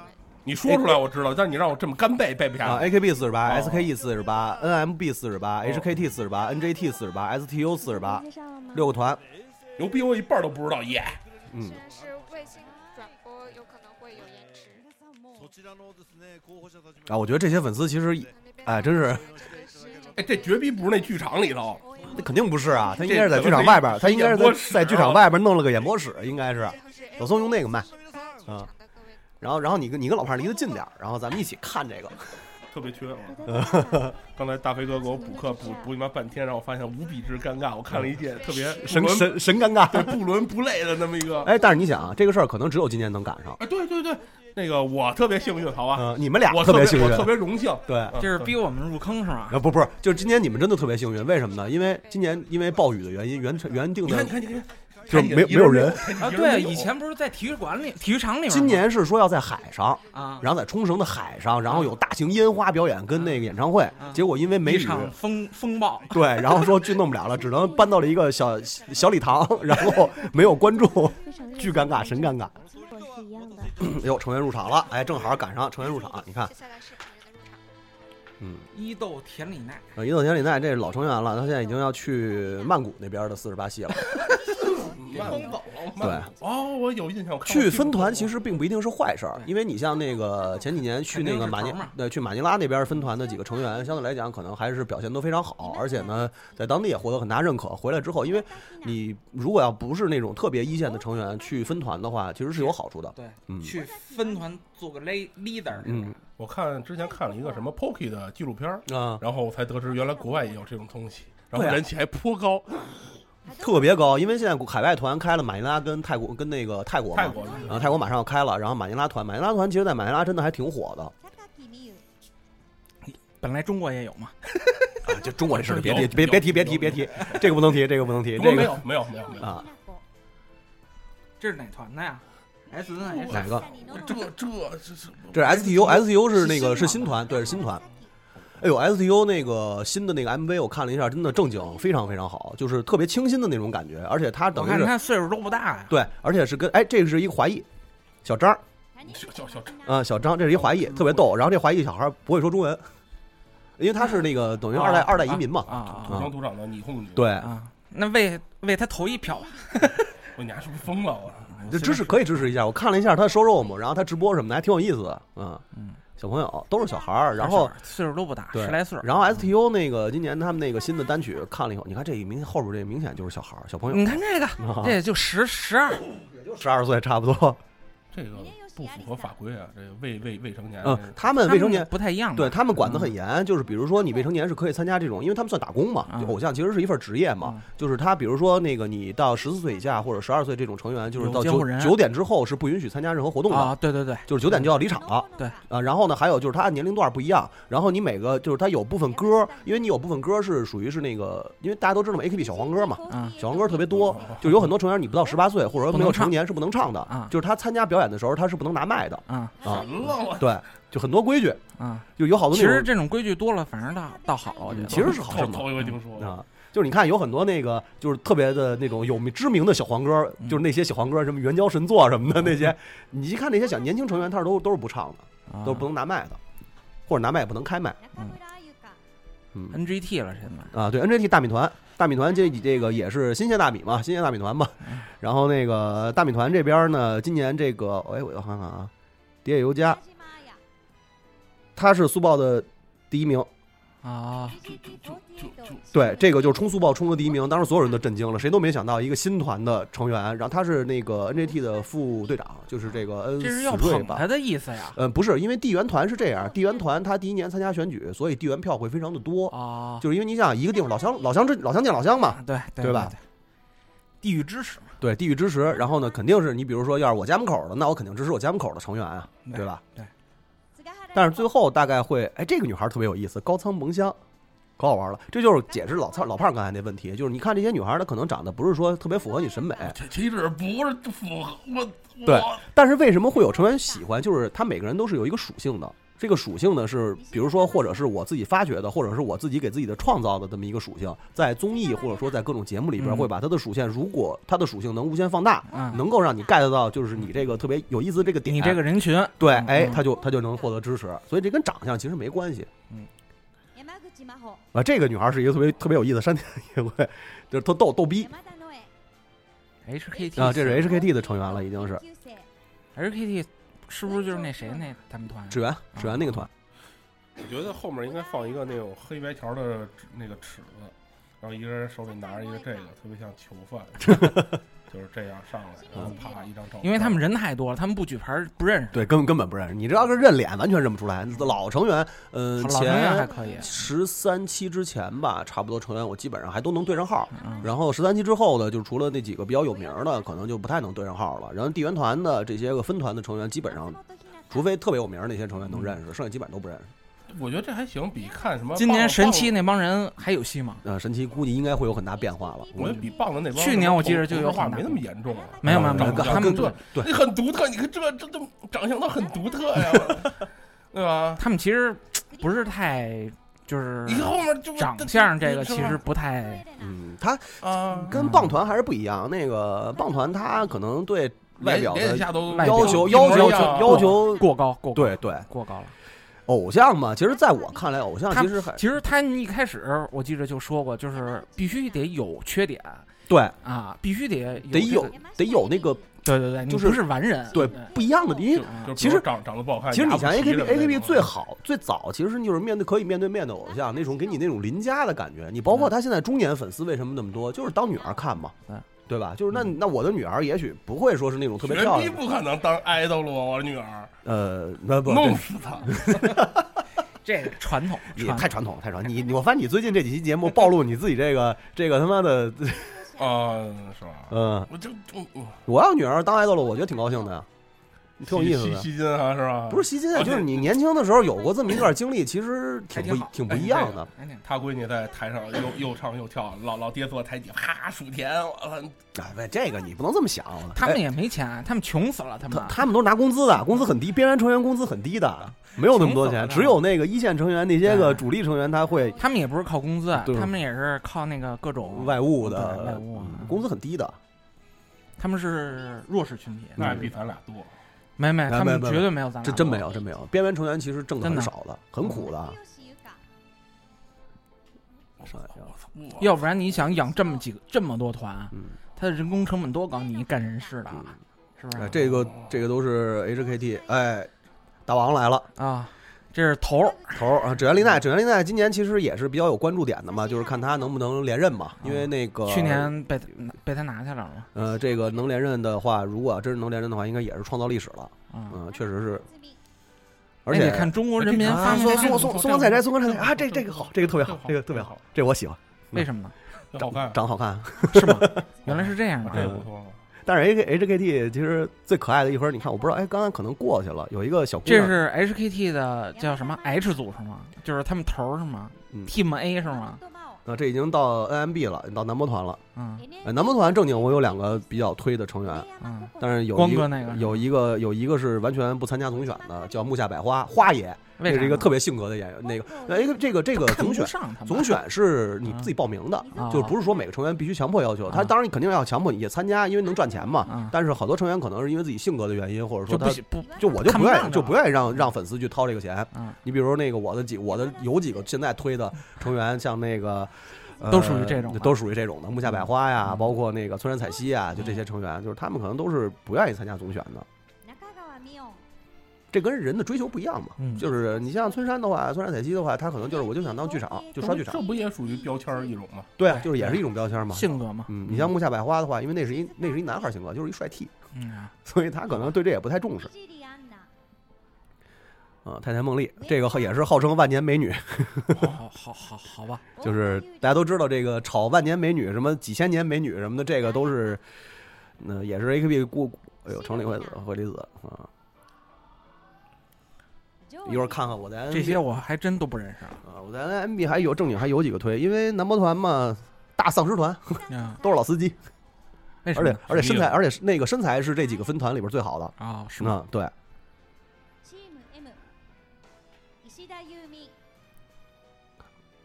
你说出来我知道，但是你让我这么干背背不下啊来。 ，AKB 四十八、哦 SKE 四十八、NMB 四十八、HKT 四十八、NJT 四十八、STU 四十八介，绍了吗？六个团。牛逼，我一半都不知道耶。嗯虽，然是卫星转播有可能会有延迟，そちらのですね候補者たち啊，我觉得这些粉丝其实那那边哎真是特别是哎，这绝逼不是那剧场里头，那肯定不是啊，他应该是在剧场外边儿，他应该是在啊在剧场外边儿弄了个演播室，应该是。老宋用那个麦啊，然后然后你跟你跟老胖离得近点儿，然后咱们一起看这个。特别缺。啊我在大阪刚才大飞哥给我补课补补你妈半天，让我发现无比之尴尬。我看了一件特别神不伦神神尴尬。对不伦不类的那么一个。哎，但是你想啊，这个事儿可能只有今年能赶上。哎，对对对，那个我特别幸运，好吧，嗯，你们俩啊我特别别幸我特运，别荣幸。对。嗯这是逼我们入坑是吗？啊不不是，就是今年你们真的特别幸运，为什么呢？因为今年因为暴雨的原因，原原定你的看你看你看，就是没有没有人。啊，对，以前不是在体育馆里、体育场里面吗。今年是说要在海上，啊，然后在冲绳的海上，然后有大型烟花表演跟那个演唱会，嗯啊结果因为没一雨，场风风暴，对，然后说就弄不了了，只能搬到了一个小小礼堂，然后没有观众，非常热情巨尴尬，神尴尬。我是一样的。哟，成员入场了，哎，正好赶上成员入场，啊你看接，下来是成员的入场，嗯，伊豆田里奈，呃伊豆田里奈这是老成员了，他现在已经要去曼谷那边的四十八系 了，风走了，慢对。哦，我有印象，我看过去分团其纪录片实并不一定是坏事儿，因为你像那个前几年去那个马尼肯定是头嘛对去马尼拉那边分团的几个成员，相对来讲可能还是表现都非常好，而且呢，在当地也获得很大认可。回来之后，因为你如果要不是那种特别一线的成员去分团的话，其实是有好处的。对，嗯去分团做个 le- leader，嗯我看之前看了一个什么 Pokey 的纪录片儿，啊，然后我才得知原来国外也有这种东西，然后对啊人气还颇高。特别高，因为现在海外团开了马尼拉跟泰国跟那个泰国嘛，泰国的然后泰国马上要开了，然后马尼拉团，马尼拉团其实，在马尼拉真的还挺火啊的。本来中国也有嘛，啊，就中国这 事儿就别提，有别别提，别提，有别提，这个不能提，这个不能提，不过这没个有没有没有没有，啊，这是哪团的呀？S N S 哪个？这这这这这是 STU，STU 是那个哦是是新新团，对，是新团。哎呦，STU 那个新的那个 MV 我看了一下，真的正经非常非常好，就是特别清新的那种感觉，而且他等我于看是他岁数都不大呀，对，而且是跟哎，这是一个华裔小张儿小小小啊、小张，这是一华裔，特嗯别逗。然后这华裔小孩儿不会说中文，因为他是那个等于二代、啊二代移民嘛，嗯啊土生土长的你控制，对，那为为他投一票吧。我你还是不是疯了？我嗯就支持可以支持一下。我看了一下他的收肉嘛，然后他直播什么的还挺有意思的，嗯小朋友都是小孩儿，嗯然后岁数都不大，对十来岁儿。然后 STU 那个今年他们那个新的单曲看了以后，你看这明后边这明显就是小孩儿小朋友，啊你看这个，这也就十十二，十二岁差不多，这个不符合法规啊，这个未未未成年人嗯，他们未成年不太一样吧。对他们管得很严，就是比如说你未成年是可以参加这种，因为他们算打工嘛，嗯就偶像其实是一份职业嘛，就是他比如说那个你到十四岁以下或者十二岁这种成员，就是有到监护九人九点之后是不允许参加任何活动啊，嗯的。对对对，就是九点就要离场了，对啊，然后呢，还有就是他按年龄段不一样，然后你每个就是他有部分歌，因为你有部分歌是属于是那个，因为大家都知道嘛，AKB 小黄歌嘛，啊小黄歌特别多，就有很多成员你不到十八岁或者说没有成年是不能唱的，啊就是他参加表演的时候他是不能拿麦的，啊啊，了我对，就很多规矩，啊。就有好多其哦那种实这种规矩多了，反而倒倒好了，嗯我觉得。其实是好事头嘛头一回听说，啊，就是你看有很多那个就是特别的那种有名知名的小黄歌，就是那些小黄歌什么援交神作什么的那些，你一看那些小年轻成员，他是都都是不唱啊的，都是不能拿麦的，或者拿麦也不能开麦嗯 NGT 了，现在啊。对，NJT 大米团，大米团这这个也是新鲜大米嘛，新鲜大米团嘛。然后那个大米团这边呢，今年这个哎，我要看看啊，蝶野游家，他是速报的第一名，啊，对，这个就是冲速报冲了第一名，当时所有人都震惊了，谁都没想到一个新团的成员，然后他是那个 NJT 的副队长，就是这个恩这是死要瑞捧吧他？的意思呀？嗯，不是，因为地缘团是这样，地缘团他第一年参加选举，所以地缘票会非常的多，啊，就是因为你想一个地方老乡老乡这老乡见老乡嘛，对对对吧？地域支持嘛，对地域支持，然后呢，肯定是你比如说要是我家门口的，那我肯定支持我家门口的成员啊，对吧？对。但是最后大概会，哎，这个女孩特别有意思，高仓萌香，可好玩了。这就是解释老仓老胖刚才那问题，就是你看这些女孩，她可能长得不是说特别符合你审美，嗯这岂止不是符合我对我。但是为什么会有成员喜欢？就是她每个人都是有一个属性的，这个属性呢是，比如说或者是我自己发掘的，或者是我自己给自己的创造的这么一个属性，在综艺或者说在各种节目里边嗯会把它的属性，如果它的属性能无限放大，嗯能够让你 get 到就是你这个特别有意思的这个点，你这个嗯人群，对，哎，他就他就能获得支持，所以这跟长相其实没关系。啊，这个女孩是一个特别特别有意思的山田也会，就是特逗逗逼 HKT 啊，这是 HKT 的成员了，已经是 HKT 是不是就是那谁那他们团？啊指原指原那个团，我觉得后面应该放一个那种黑白条的尺那个尺子，然后一个人手里拿着一个这个，特别像囚 犯，就是这样上来，然后啪一张照片。因为他们人太多了，他们不举牌不认识。对，根本根本不认识。你这要是认脸，完全认不出来。老成员，嗯、老成员还前可以，十三期之前吧，差不多成员我基本上还都能对上号。嗯然后十三期之后呢，就除了那几个比较有名的，可能就不太能对上号了。然后地缘团的这些个分团的成员，基本上除非特别有名的那些成员能认识，剩下基本都不认识。我觉得这还行，比看什么今年棒神奇，那帮人还有戏吗？呃，神奇估计应该会有很大变化了。棒我觉得比棒的那帮去年我记着就有同同化很大没那么严重啊。没有没有没有，长相他们这对 你很独特，你看这这这长相都很独特呀，对吧？他们其实不是太就是哎你看后面就长相这个其实不太嗯，他啊，跟棒团还是不一样。那个棒团他可能对外表连的一下都外表要求一模要求一样啊要求，过高过高对对，过高了。偶像嘛，其实在我看来，偶像他其实还其实他一开始我记着就说过，就是必须得有缺点对啊，必须得得有有这个得有那个对对对，你就是不是完人对不一样的，因就为就其实长长得不好看。其实你像牙不齐 AKB 什么的啊 AKB 最好最早，其实就是面对可以面对面的偶像那种给你那种邻家的感觉。你包嗯括他现在中年粉丝为什么那么多，就是当女儿看嘛嗯，对吧？就是那那我的女儿也许不会说是那种特别绝漂逼亮的，不可能当 idol 了，我女儿呃，那不弄死她。这个传统你传太传统了，太传统。你你我发现你最近这几期节目暴露你自己这个这个他妈的，啊，是吧？嗯，我就我我嗯我要女儿当爱豆了，我觉得挺高兴的呀。挺有意思吸的。吸金啊，是吧？不是吸金啊，就是你年轻的时候有过这么一段经历，其实挺不挺不一样的。他闺女在台上又又唱又跳，老老爹坐台底啪数钱，我操！哎，喂，这个你不能这么想。他们哎也没钱，他们穷死了，他们他们都是拿工资的，工资很低，边缘成员工资很低的，没有那么多钱，只有那个一线成员那些个主力成员他会他们也不是靠工资，啊对他们也是靠那个各种外务对外的嗯物啊，工资很低的。他们是弱势群体。那嗯也比咱俩多。没没，他们绝对没有咱俩这多，真没有，真没有。边缘成员其实挣的很少嗯的，很苦的。嗯哎要不然你想养这么几个这么多团，嗯他的人工成本多高？你干人事的，是不哎，是？这个这个都是 HKT，哎，大王来了啊！这是头儿头儿啊，指原丽奈，指原丽奈今年其实也是比较有关注点的嘛，就是看他能不能连任嘛，因为那个去年被被他拿下来了呃，这个能连任的话，如果真是能连任的话，应该也是创造历史了。啊！嗯，确实是。哎而且你看中国人民啊发明宋发明宋不宋错宋光采摘，宋光采摘啊，这这个好，这个特别好，这个特别好，这我喜欢。为什么呢？这好看，长好嗯看，是 吗？原来是这样啊的，这不错。但是 H K H K T 其实最可爱的一会儿，你看，我不知道，哎，刚刚可能过去了，有一个小姑这娘，是 HKT 的叫什么 H 组是吗？就是他们头儿是吗嗯？Team A 是吗？啊，这已经到 N M B 了，到男模团了。嗯呃男模团正经我有两个比较推的成员，嗯，但是有光一哥那个是有一个有一个是完全不参加总选的，叫木下百花花爷，为这啥是一个呢特别性格的演员。那个那一个这个这个看总不选上他们总选是你自己报名的，啊就不是说每个成员必须强迫要求。他当然肯定要强迫你也参加，因为能赚钱嘛。但是好多成员可能是因为自己性格的原因，或者说啊就不他喜不就我就看不不愿上意这就不愿意让让粉丝去掏这个钱嗯。你比如那个我的几我的有几个现在推的成员，像那个。呃都属于这种的嗯都属于这种的，木下百花呀，包括那个村山彩希啊，就这些成员，就是他们可能都是不愿意参加总选的。这跟人的追求不一样嘛。嗯就是你像村山的话，村山彩希的话，他可能就是我就想当剧场，就刷剧场嗯这。不也属于标签儿一种吗？对，就是也是一种标签嘛。性格嘛，嗯，你像木下百花的话，因为那是一那是一男孩性格，就是一帅 T，嗯，所以他可能对这也不太重视。啊，太太梦丽这个也是号称万年美女，好好好好吧，就是大家都知道这个炒万年美女，什么几千年美女什么的，这个都是，嗯、也是 AKB 故，哎呦，城里惠子惠里子啊。一会儿看看我在这些我还真都不认识了啊，我在 MB 还有正经还有几个推，因为男模团嘛，大丧尸团啊 都是老司机，为而什么且呢而且身材，而且是那个身材是这几个分团里边最好的啊，是吗？嗯，对，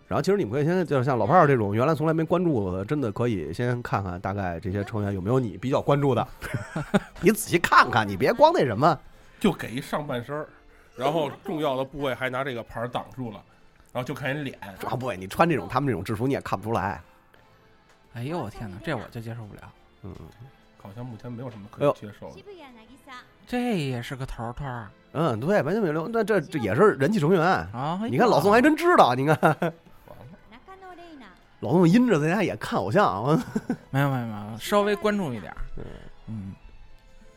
然后其实你们可以先就是像老炮儿这种原来从来没关注过的，真的可以先看看大概这些成员有没有你比较关 注的，你仔细看看，你别光那什么。就给一上半身儿，然后重要的部位还拿这个牌儿挡住了，然后就看人脸。主要不会，你穿嗯这种他们这种制服你也看不出来。哎呦我天哪，这我就接受不了，嗯，好像目前没有什么哎可呦以接受的。这也是个头头儿嗯，对，完全没有。那这这也是人气成员。啊！哎哎呦你看老宋还真知道，你看老宋阴着在家也看偶像。我没有没有没有，稍微关注一点儿，嗯，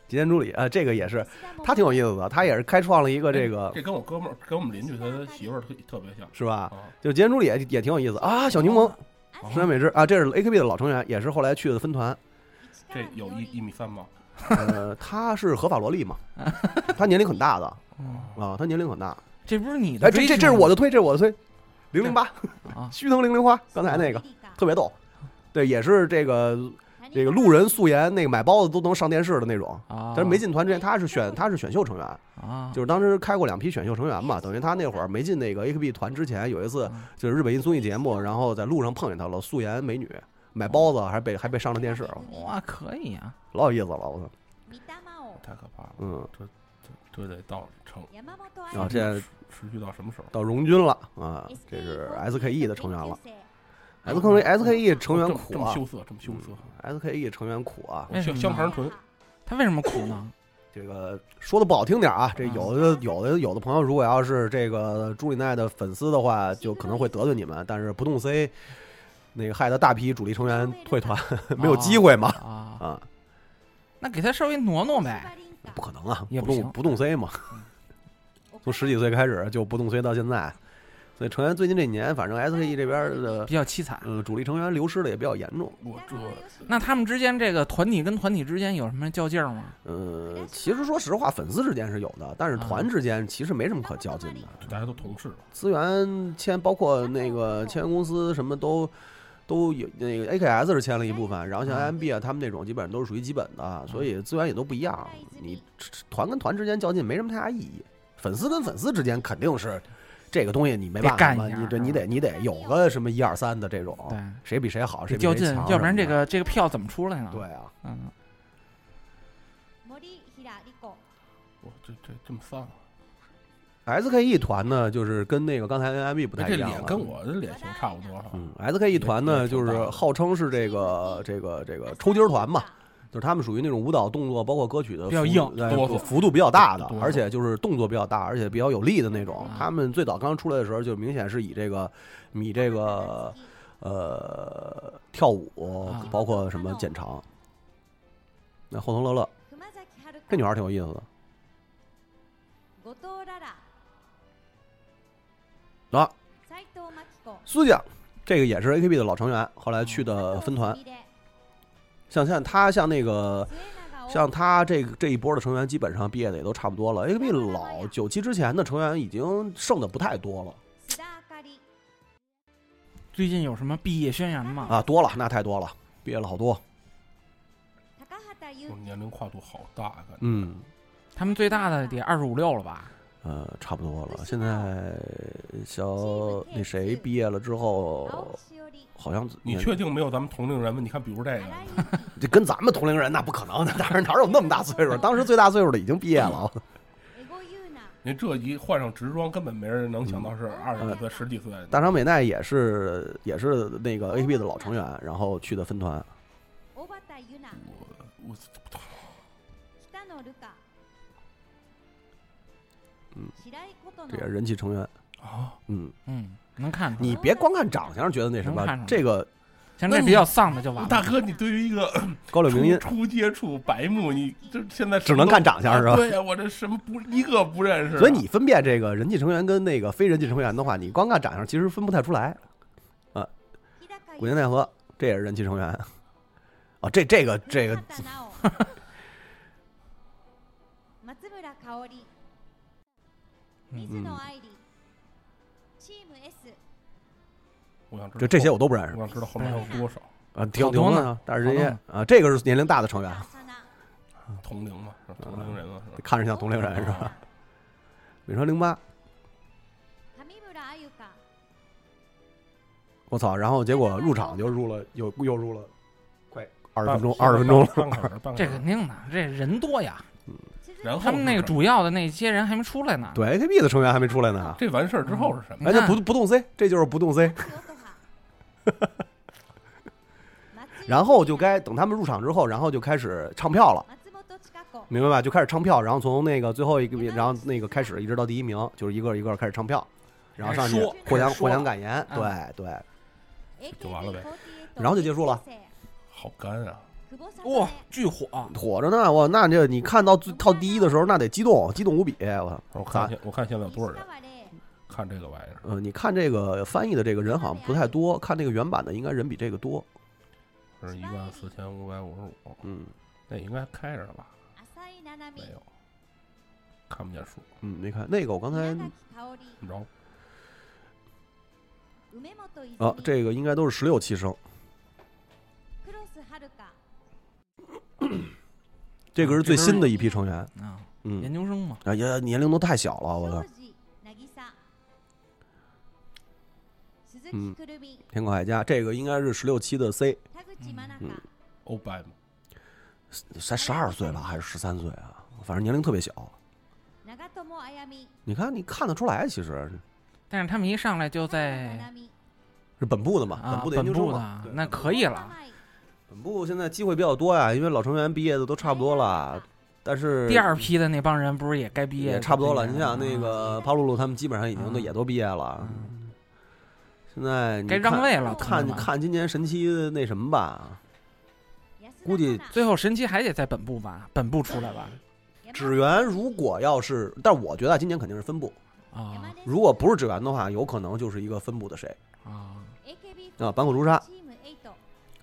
吉田助理啊，呃这个也是，他挺有 意思的，他也是开创了一个这个，哎这跟我哥们儿，跟我们邻居他的媳妇儿特特别像。是吧哦啊？就吉田助理也也挺有意思啊，小柠檬，石原美智啊，这是 AKB 的老成员，也是后来去的分团，这有一一米三吗？呃，他是合法萝莉 嘛，他年龄很大的啊，他年龄很大，嗯这不是你的哎，这追这求这是吗我的推，这是我的推，零零八啊，须藤零零花，刚才那个特别逗，对，也是这个这个路人素颜，那个买包子都能上电视的那种，啊但是没进团之前他是选他是选秀成员，啊，就是当时开过两批选秀成员嘛，等于他那会儿没进那个 AKB 团之前，有一次就是日本一综艺节目，然后在路上碰见她了，素颜美女，买包子还被还被上了电视，哇，可以啊，老有意思了，我操！太可怕了，嗯，这这这得到成啊，现在持续到什么时候？到荣军了啊，这是 SKE 的成员了，SKE 嗯 SKE 成员这么这苦么啊羞涩，这么羞涩。 ，SKE 成员苦啊，为什香么香呢肠唇，他为什么哭呢？这个说的不好听点儿啊，这嗯有的有的有的朋友，如果要是这个朱里奈的粉丝的话，就可能会得罪你们。但是不动 C，那个害得大批主力成员退团， 哦没有机会嘛啊啊，那给他稍微挪挪呗，不可能啊，也不不行动不动 C 嘛，从十几岁开始就不动 C 到现在，所以成员最近这几年，反正 SKE 这边的比较凄惨，嗯，主力成员流失的也比较严重。我这，那他们之间这个团体跟团体之间有什么较劲儿吗？呃，其实说实话，粉丝之间是有的，但是嗯团之间其实没什么可较劲的。大家都同事嘛，资源签，包括那个签约公司什么都都有，那个 AKS 是签了一部分，然后嗯像 IMB 啊他们这种基本上都是属于基本的，所以资源也都不一样。啊你团跟团之间较劲没什么太大意义，粉丝跟粉丝之间肯定是这个东西你没办得干法一嘛，下你这你得你得有个什么一二三的这种对，谁比谁好，谁得比谁较劲强，要不什然么的这个这个票怎么出来呢？对啊，嗯，我这这这么丧啊， SKE E 团呢，就是跟那个刚才 NMB 不太哎这一样了脸跟我的脸型差不多哈。嗯，SKE 团呢，就是号称是这个这个这个抽筋儿团嘛，就是他们属于那种舞蹈动作，包括歌曲的比较幅硬呃哆嗦幅度比较大的哆，嗦而且就是动作比较大，而且比较有力的那啊种。他们最早刚出来的时候，就明显是以这个以这个呃跳舞，啊包括什么剪长。那后藤乐乐，这女孩儿挺有意思的。啊，苏酱，这个也是 AKB 的老成员，后来去的呃分团。像像他像那个，像他这个这一波的成员，基本上毕业的也都差不多了。AKB 老九七之前的成员已经剩的不太多了最近有什么毕业宣言吗？啊，多了那太多了，毕业了好多。我年龄跨度好大啊，感觉嗯，他们最大的得二十五六了吧？呃，差不多了。现在小那谁毕业了之后，好像你确定没有咱们同龄人吗？你看，比如这个，这跟咱们同龄人那不可能，那当然哪有那么大岁数？当时最大岁数的已经毕业了。您这一换上直装，根本没人能想到是二十几岁、十几岁。嗯大长美奈也是也是那个 AKB 的老成员，然后去的分团。我嗯，这也人气成员啊，嗯嗯，能看出来。你别光看长相觉得那什么能看出，来这个像那这你比较丧的就完了。大哥，你对于一个高柳明音初初接触白目，你这现在什么只能都看长相是吧啊对呀，我这什么不一个不认识。啊所以你分辨这个人气成员跟那个非人气成员的话，你光看长相其实分不太出来。啊，哎古田奈和这也是人气成员，啊，这这个这个， 嗯，我想知道这这些我都不认识我想知道后面还有多少啊，挺好挺多呢的啊，但是这好些多呢啊，这个是年龄大的成员，同龄嘛，是吧同龄人嘛，是吧？啊看着像嗯同龄人是吧？美川零八，我操！然后结果入场就入了，又又入了快二十分钟，二十分钟半个小时了。半个这小时肯定的，这人多呀。然后他们那个是什么主要的那些人还没出来呢。对 AKB 的成员还没出来呢，啊这完事儿之嗯后是什么？哎，这不不动 C，这就是不动 C。然后就该等他们入场之后，然后就开始唱票了，明白吧？就开始唱票，然后从那个最后一个，然后那个开始一直到第一名，就是一个一个开始唱票，然后上去开始说获奖开始说获奖感言，对嗯对，就完了呗，然后就结束了，好干啊！哇、巨火！火着呢，哇，那这你看到最到第一的时候，那得激动，激动无比，我操！我看咱现我看现在有多少人看这个玩意儿？呃，你看这个翻译的这个人好像不太多，看这个原版的应该人比这个多，是一万四千五百五十五，嗯，那应该开着了吧？没有，看不见数，嗯，没看那个我刚才怎么着？啊，这个应该都是十六期生，这个是最新的一批成员，啊，嗯，研究生嘛，啊，也年龄都太小了，我操，嗯，天口海家这个应该是十六期的 C，嗯，欧巴嘛，才十二岁吧，还是十三岁啊？反正年龄特别小，你看你看得出来，其实但是他们一上来就在是本部的嘛，啊部的本研究生部嘛，的对，那可以了。本部现在机会比较多呀，因为老成员毕业的都差不多了，但是嗯第二批的那帮人不是也该毕业啊也了差不多了。吗你想那个帕露露他们基本上已经都也都毕业了，现在你嗯该看让位了看朋友们看今年神奇的那什么吧，估计最后神奇还得在本部吧，本部出来吧。纸原如果要是，但我觉得今年肯定是分部。啊如果不是指纹的话，有可能就是一个分部的谁啊啊，板斧朱砂，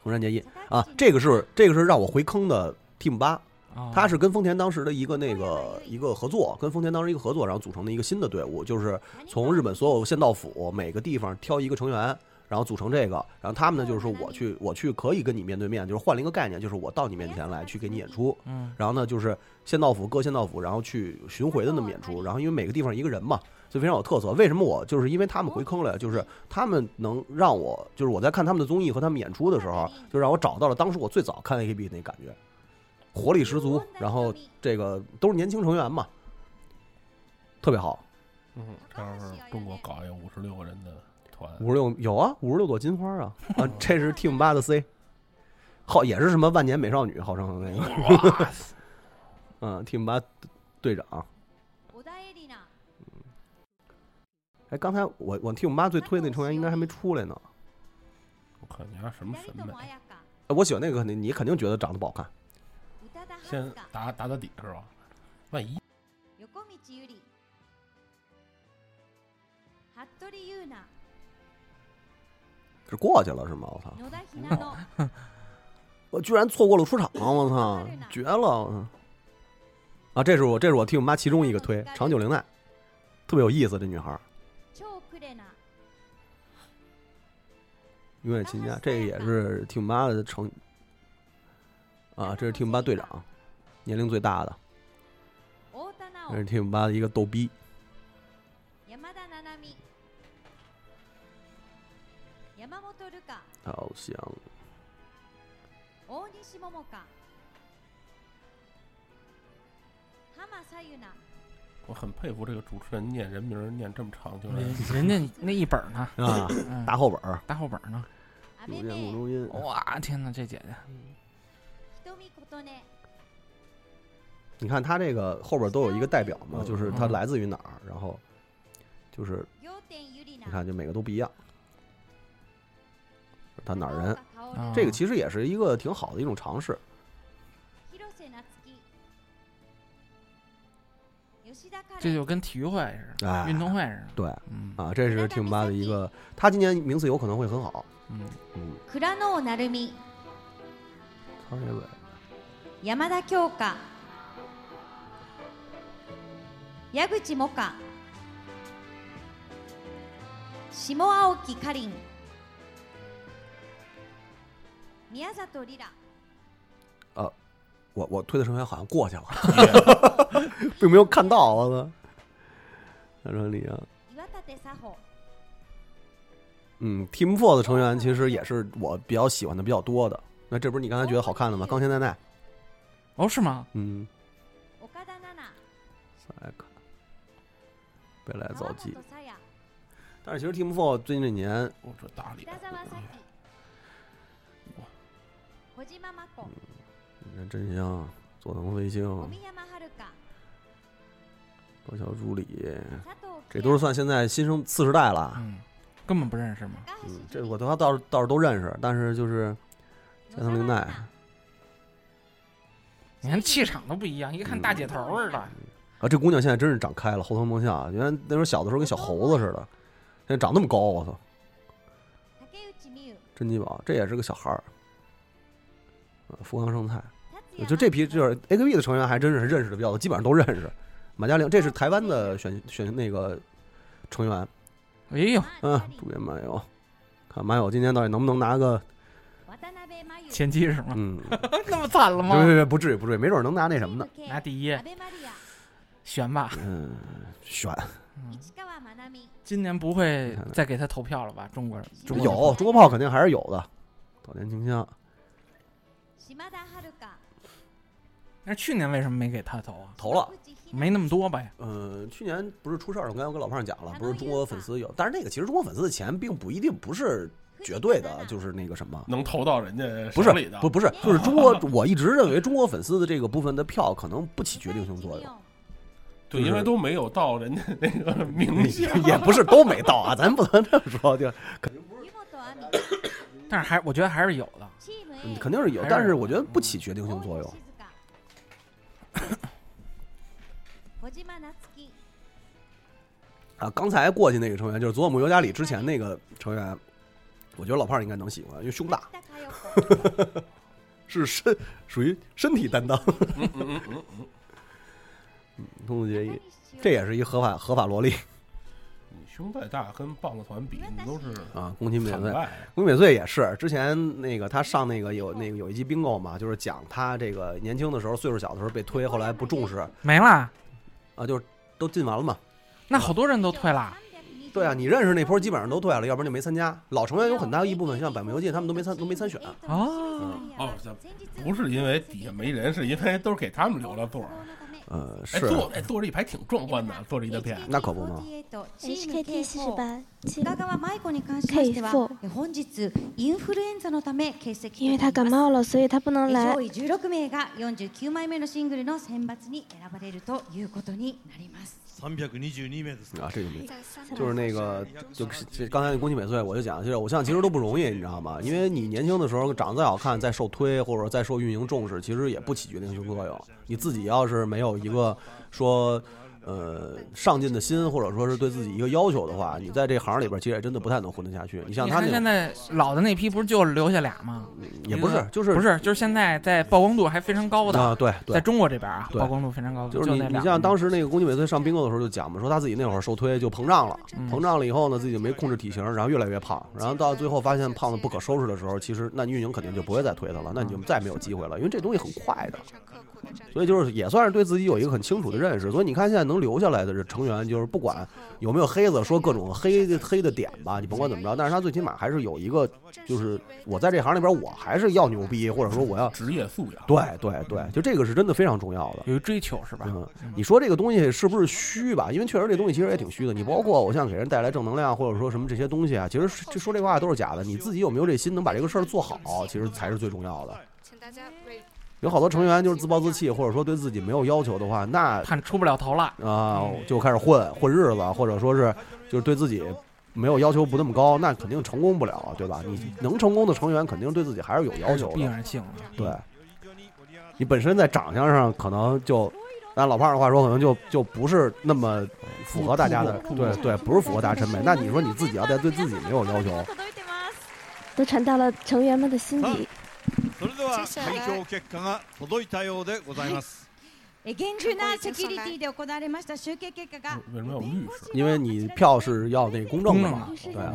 红山结衣啊，嗯这个是这个是让我回坑的 Team 八，哦啊他是跟丰田当时的一个那个一个合作，跟丰田当时一个合作，然后组成的一个新的队伍，就是从日本所有县道府每个地方挑一个成员，然后组成这个，然后他们呢就是说我去我去可以跟你面对面，就是换了一个概念，就是我到你面前来去给你演出，嗯然后呢就是县道府各县道府，然后去巡回的那么演出，然后因为每个地方一个人嘛。所以非常有特色。为什么我就是因为他们回坑了，就是他们能让我，就是我在看他们的综艺和他们演出的时候，啊就让我找到了当时我最早看 AKB 那感觉，活力十足，然后这个都是年轻成员嘛，特别好。嗯，这要是中国搞一个五十六个人的团，五十六有啊，五十六朵金花啊啊， 这是 Team 八的 C，号也是什么万年美少女，号称那个， 嗯，Team 八队长。哎，刚才我我 Team 八最推那成员应该还没出来呢。我靠，你还什么审美？哎我喜欢那个，肯定你肯定觉得长得不好看。先打打打底是吧？万一是过去了是吗？我操！我居然错过了出场，啊我操，绝了！我操啊，这是我这是我 Team 八其中一个推长久玲奈，特别有意思，这女孩儿永远亲家，这个也是 Team 八的成啊，这是 Team 八队长，年龄最大的，这是 Team 八的一个逗逼。哦好像我很佩服这个主持人念人名儿念这么长，就是嗯 人人家那一本儿呢啊嗯大厚本儿大厚本儿呢。有见过中音哇，天哪，这姐姐你看他这个后边都有一个代表嘛，嗯就是他来自于哪儿，然后就是你看，就每个都不一样。他哪儿哦人？Oh. 啊这个其实也是一个挺好的一种尝试。这就跟体育会似哎的，运动会似的。嗯对，啊，这是 Team 八的一个，他今年名次有可能会很好。嗯嗯，苍野尾，山田京香矢口萌香下青花凛宮里里奈呃，我我推的成员好像过去了， 并没有看到我操。他说李阳，岩立沙穂嗯，Team Four 的成员其实也是我比较喜欢的比较多的。那这不是你刚才觉得好看的吗？冈田奈奈。哦，是吗？嗯，岡田奈々再来看，北来早纪。川沙耶但是其实 Team Four 最近这年，我这大北沢咲希小島真子你看真香，佐藤飞星、小宮山遥高桥朱里，这都是算现在新生次时代了。嗯，根本不认识吗？嗯，这我倒倒是倒是都认识，但是就是加藤绫奈，你看气场都不一样，一看大姐头儿似的。啊，这姑娘现在真是长开了，后藤梦夏，原来那时候小的时候跟小猴子似的，现在长那么高，我操！真鸡宝，这也是个小孩儿，呃福冈胜菜，就这批就是 AKB 的成员还真是认识的比较多，基本上都认识。马嘉玲，这是台湾的选选那个成员，哎呦，嗯，祝愿马友，看马友今年到底能不能拿个前期是吗？ 嗯，那么惨了吗？别别别，不至于不至于，没准能拿那什么呢？拿第一，悬吧。嗯，选嗯今年不会再给他投票了吧？中国人，中国人有中国炮肯定还是有的，早田清香。島田遥香那去年为什么没给他投啊？投了，没那么多吧？嗯，去年不是出事儿了，我刚才我跟老胖讲了，不是中国粉丝有，但是那个其实中国粉丝的钱并不一定不是绝对的，就是那个什么。能投到人家不手是里的，不不是，就是中国，我一直认为中国粉丝的这个部分的票可能不起决定性作用，对，就是，因为都没有到人家那个名校也不是都没到啊，咱不能这么说，就但是还我觉得还是有的。嗯肯定是有，但是我觉得不起决定性作嗯用。小島夏希啊，刚才过去那个成员就是佐佐木尤加里之前那个成员，我觉得老炮儿应该能喜欢，因为胸大，是身属于身体担当。嗯嗯嗯嗯， 嗯，通俗结义，这也是一合法合法萝莉你胸再大跟棒子团比，你都是啊。宫崎惨免罪败，宫崎免罪也是之前那个他上那个有那个有一集 bingo 嘛，就是讲他这个年轻的时候岁数小的时候被推，后来不重视没了，啊，就是都进完了嘛。那好多人都退了。对啊，你认识那波基本上都退了，要不然就没参加。老成员有很大一部分像百名游记他们都没参都没参选哦哦，这不是因为底下没人，是因为都是给他们留了座儿。呃，哎，是坐哎坐这一排挺壮观的，坐这一大片。那可不嘛。 HKT 四十八香川舞子に関しましては K4 本日インフルエンザのため欠席と因为他感冒了，所以他不能来上。位16名が49枚目のシングルの選抜に選ばれるということになります三百二十二名です啊，这个没，就是那个，就是这刚才那宫崎美穗，我就讲，就是偶像其实都不容易，你知道吗？因为你年轻的时候长得再好看，再受推或者再受运营重视，其实也不起决定性作用。你自己要是没有一个说，呃，上进的心，或者说是对自己一个要求的话，你在这行里边其实也真的不太能混得下去。你像你他看那现种，在老的那批不是就留下俩吗？也不是，就是不是就是现在在曝光度还非常高的啊对对在中国这边啊，对曝光度非常高的，就是你那你俩像当时那个宫崎美穗上 bingo 的时候就讲嘛，说他自己那会儿受推就膨胀了，嗯膨胀了以后呢，自己就没控制体型，然后越来越胖，然后到最后发现胖的不可收拾的时候，其实那运营肯定就不会再推他了，那你嗯就再没有机会了，因为这东西很快的。所以就是也算是对自己有一个很清楚的认识，所以你看现在能留下来的这成员，就是不管有没有黑子说各种黑黑的点吧，你甭管怎么着，但是他最起码还是有一个，就是我在这行里边，我还是要牛逼，或者说我要职业素养。对对对，就这个是真的非常重要的，有追求是吧？嗯，你说这个东西是不是虚吧？因为确实这东西其实也挺虚的。你包括偶像给人带来正能量，或者说什么这些东西啊，其实是就说这话都是假的。你自己有没有这心，能把这个事儿做好，其实才是最重要的。有好多成员就是自暴自弃，或者说对自己没有要求的话，那看出不了头了啊、就开始混混日子，或者说是就是对自己没有要求不那么高，那肯定成功不了啊，对吧？你能成功的成员，肯定对自己还是有要求的，必然性了嗯对，你本身在长相上可能就，按老胖的话说，可能就就不是那么符合大家的出，众对对，不是符合大家审美。那你说你自己要在对自己没有要求，都传到了成员们的心里。それでは開票結果が届いたようでございます。え厳重なセキュリティで行われました集計結果が为什么要有律师？啊因为你票是要那公正的嘛，公正对的啊，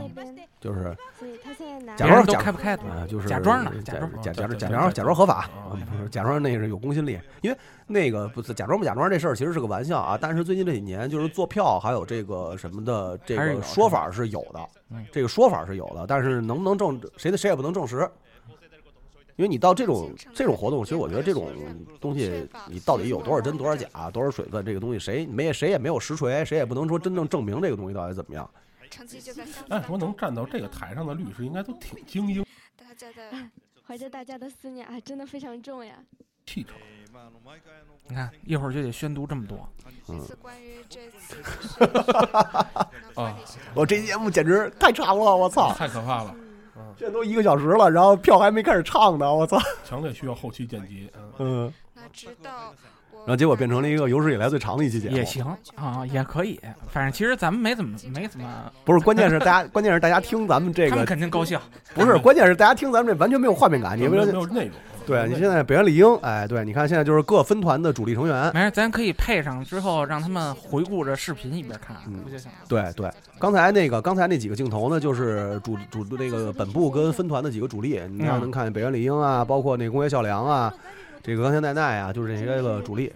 就是所以他现在拿假装都假开不开的啊，就是假装呢假假装假假假哦假假装装假装合法啊哦，不是假装那是有公信力，因为那个不是假装不假装这事儿其实是个玩笑啊。但是最近这几年就是做票还有这个什么的这还是有嗯个说法是有的，这个说法是有的，但是能不能证谁的谁也不能证实。因为你到这种这种活动，其实我觉得这种东西，你到底有多少真多少假，多少水分，这个东西谁没谁也没有实锤，谁也不能说真正证明这个东西到底怎么样。成绩就在上按哎说能站到这个台上的律师，应该都挺精英大家的怀着大家的思念啊，真的非常重呀。气场。你看一会儿就得宣读这么多，嗯，关于这次嗯啊，我这期节目简直太长了，我操！太可怕了。嗯现在都一个小时了，然后票还没开始唱呢，我操！强烈需要后期剪辑。嗯嗯，然后结果变成了一个有史以来最长的一期节目，也行啊，也可以。反正其实咱们没怎么没怎么，不是，关键是大家，关键是大家听咱们这他们个肯定 高兴。不是，关键是大家听咱们这完全没有画面感，你没有们没有啊内容。对你现在北原理英，哎，对，你看现在就是各分团的主力成员，没事，咱可以配上之后让他们回顾着视频一边看，嗯不就行了？对对，刚才那个刚才那几个镜头呢，就是主主那个本部跟分团的几个主力，你看能看见北原理英啊，包括那个宫野孝良啊，这个冈田奈奈啊，就是这些个主力。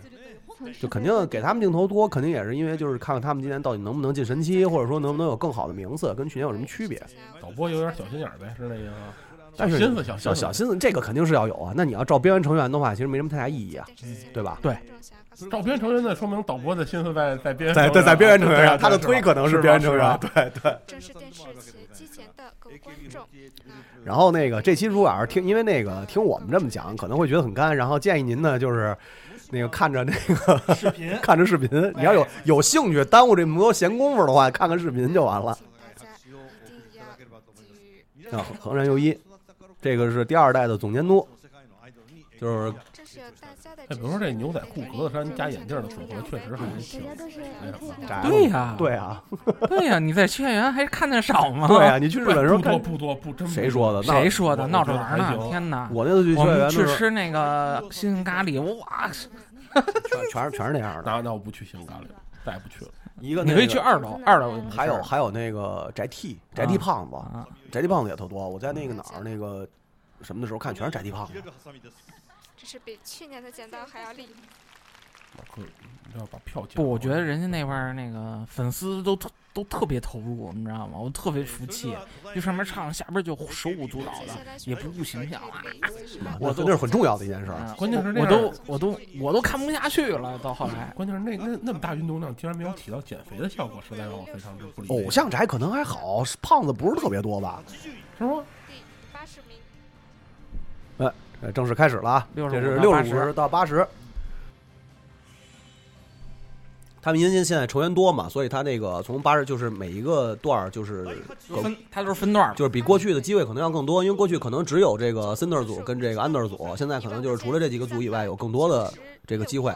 就肯定给他们镜头多，肯定也是因为就是看看他们今年到底能不能进神七，或者说能不能有更好的名次，跟去年有什么区别。导播有点小心眼儿呗，是那意思啊吗？但是小心思，小小心小心思，这个肯定是要有啊。那你要照边缘成员的话，其实没什么太大意义啊，嗯对吧？对，嗯思。照边成员那说明导播的心思在在边缘在成员对在边缘成员对上，啊他的对推吧可能是吧边缘成员，吧对对。正式电视及机前的各位观众，然后那个这期如果要是听，因为那个听我们这么讲，可能会觉得很干，然后建议您呢就是。那个看着那个视频， 看着视频，你要有有兴趣，耽误这么多闲工夫的话，看看视频就完了。啊，横山由一，这个是第二代的总监督，就是哎，比如说这牛仔裤、格子衫加眼镜的组合，确实啊很哎秀。对呀，嗯对呀，对呀，你在庆元还看得少吗？对呀，啊你去日本的时候不多看不多不真谁说的？谁说的？闹着玩呢呢！天哪！我那次去校我园们的去时候吃那个新咖喱，哇！全全是全是那样的。那那我不去新咖喱，再也不去了。一个啊你那可以个去啊二楼二楼有还有啊还有那个宅 T 啊宅 T 胖子，宅 T 胖子也特多。我在那个哪儿那个什么的时候看，全是宅 T 胖子。嗯这是比去年的剪刀还要利。你要把票不，我觉得人家那块儿那个粉丝都特都特别投入，你知道吗？我特别服气，就上面唱，下边就手舞足蹈的，也不顾形象啊。我都那是很重要的一件事儿啊关键是那我样都我都我都看不下去了，到后 来。关键是那那那么大运动量，竟然没有起到减肥的效果，实在让我非常之不理解。偶像宅可能还好，胖子不是特别多吧？是吗？哎，呃正式开始了啊！ 65这是到六80十五到八十。他们因为现在成员多嘛，所以他那个从八十就是每一个段儿就是更分，他都是分段儿嘛就是比过去的机会可能要更多，因为过去可能只有这个 Cinder 组跟这个 Under 组，现在可能就是除了这几个组以外，有更多的这个机会。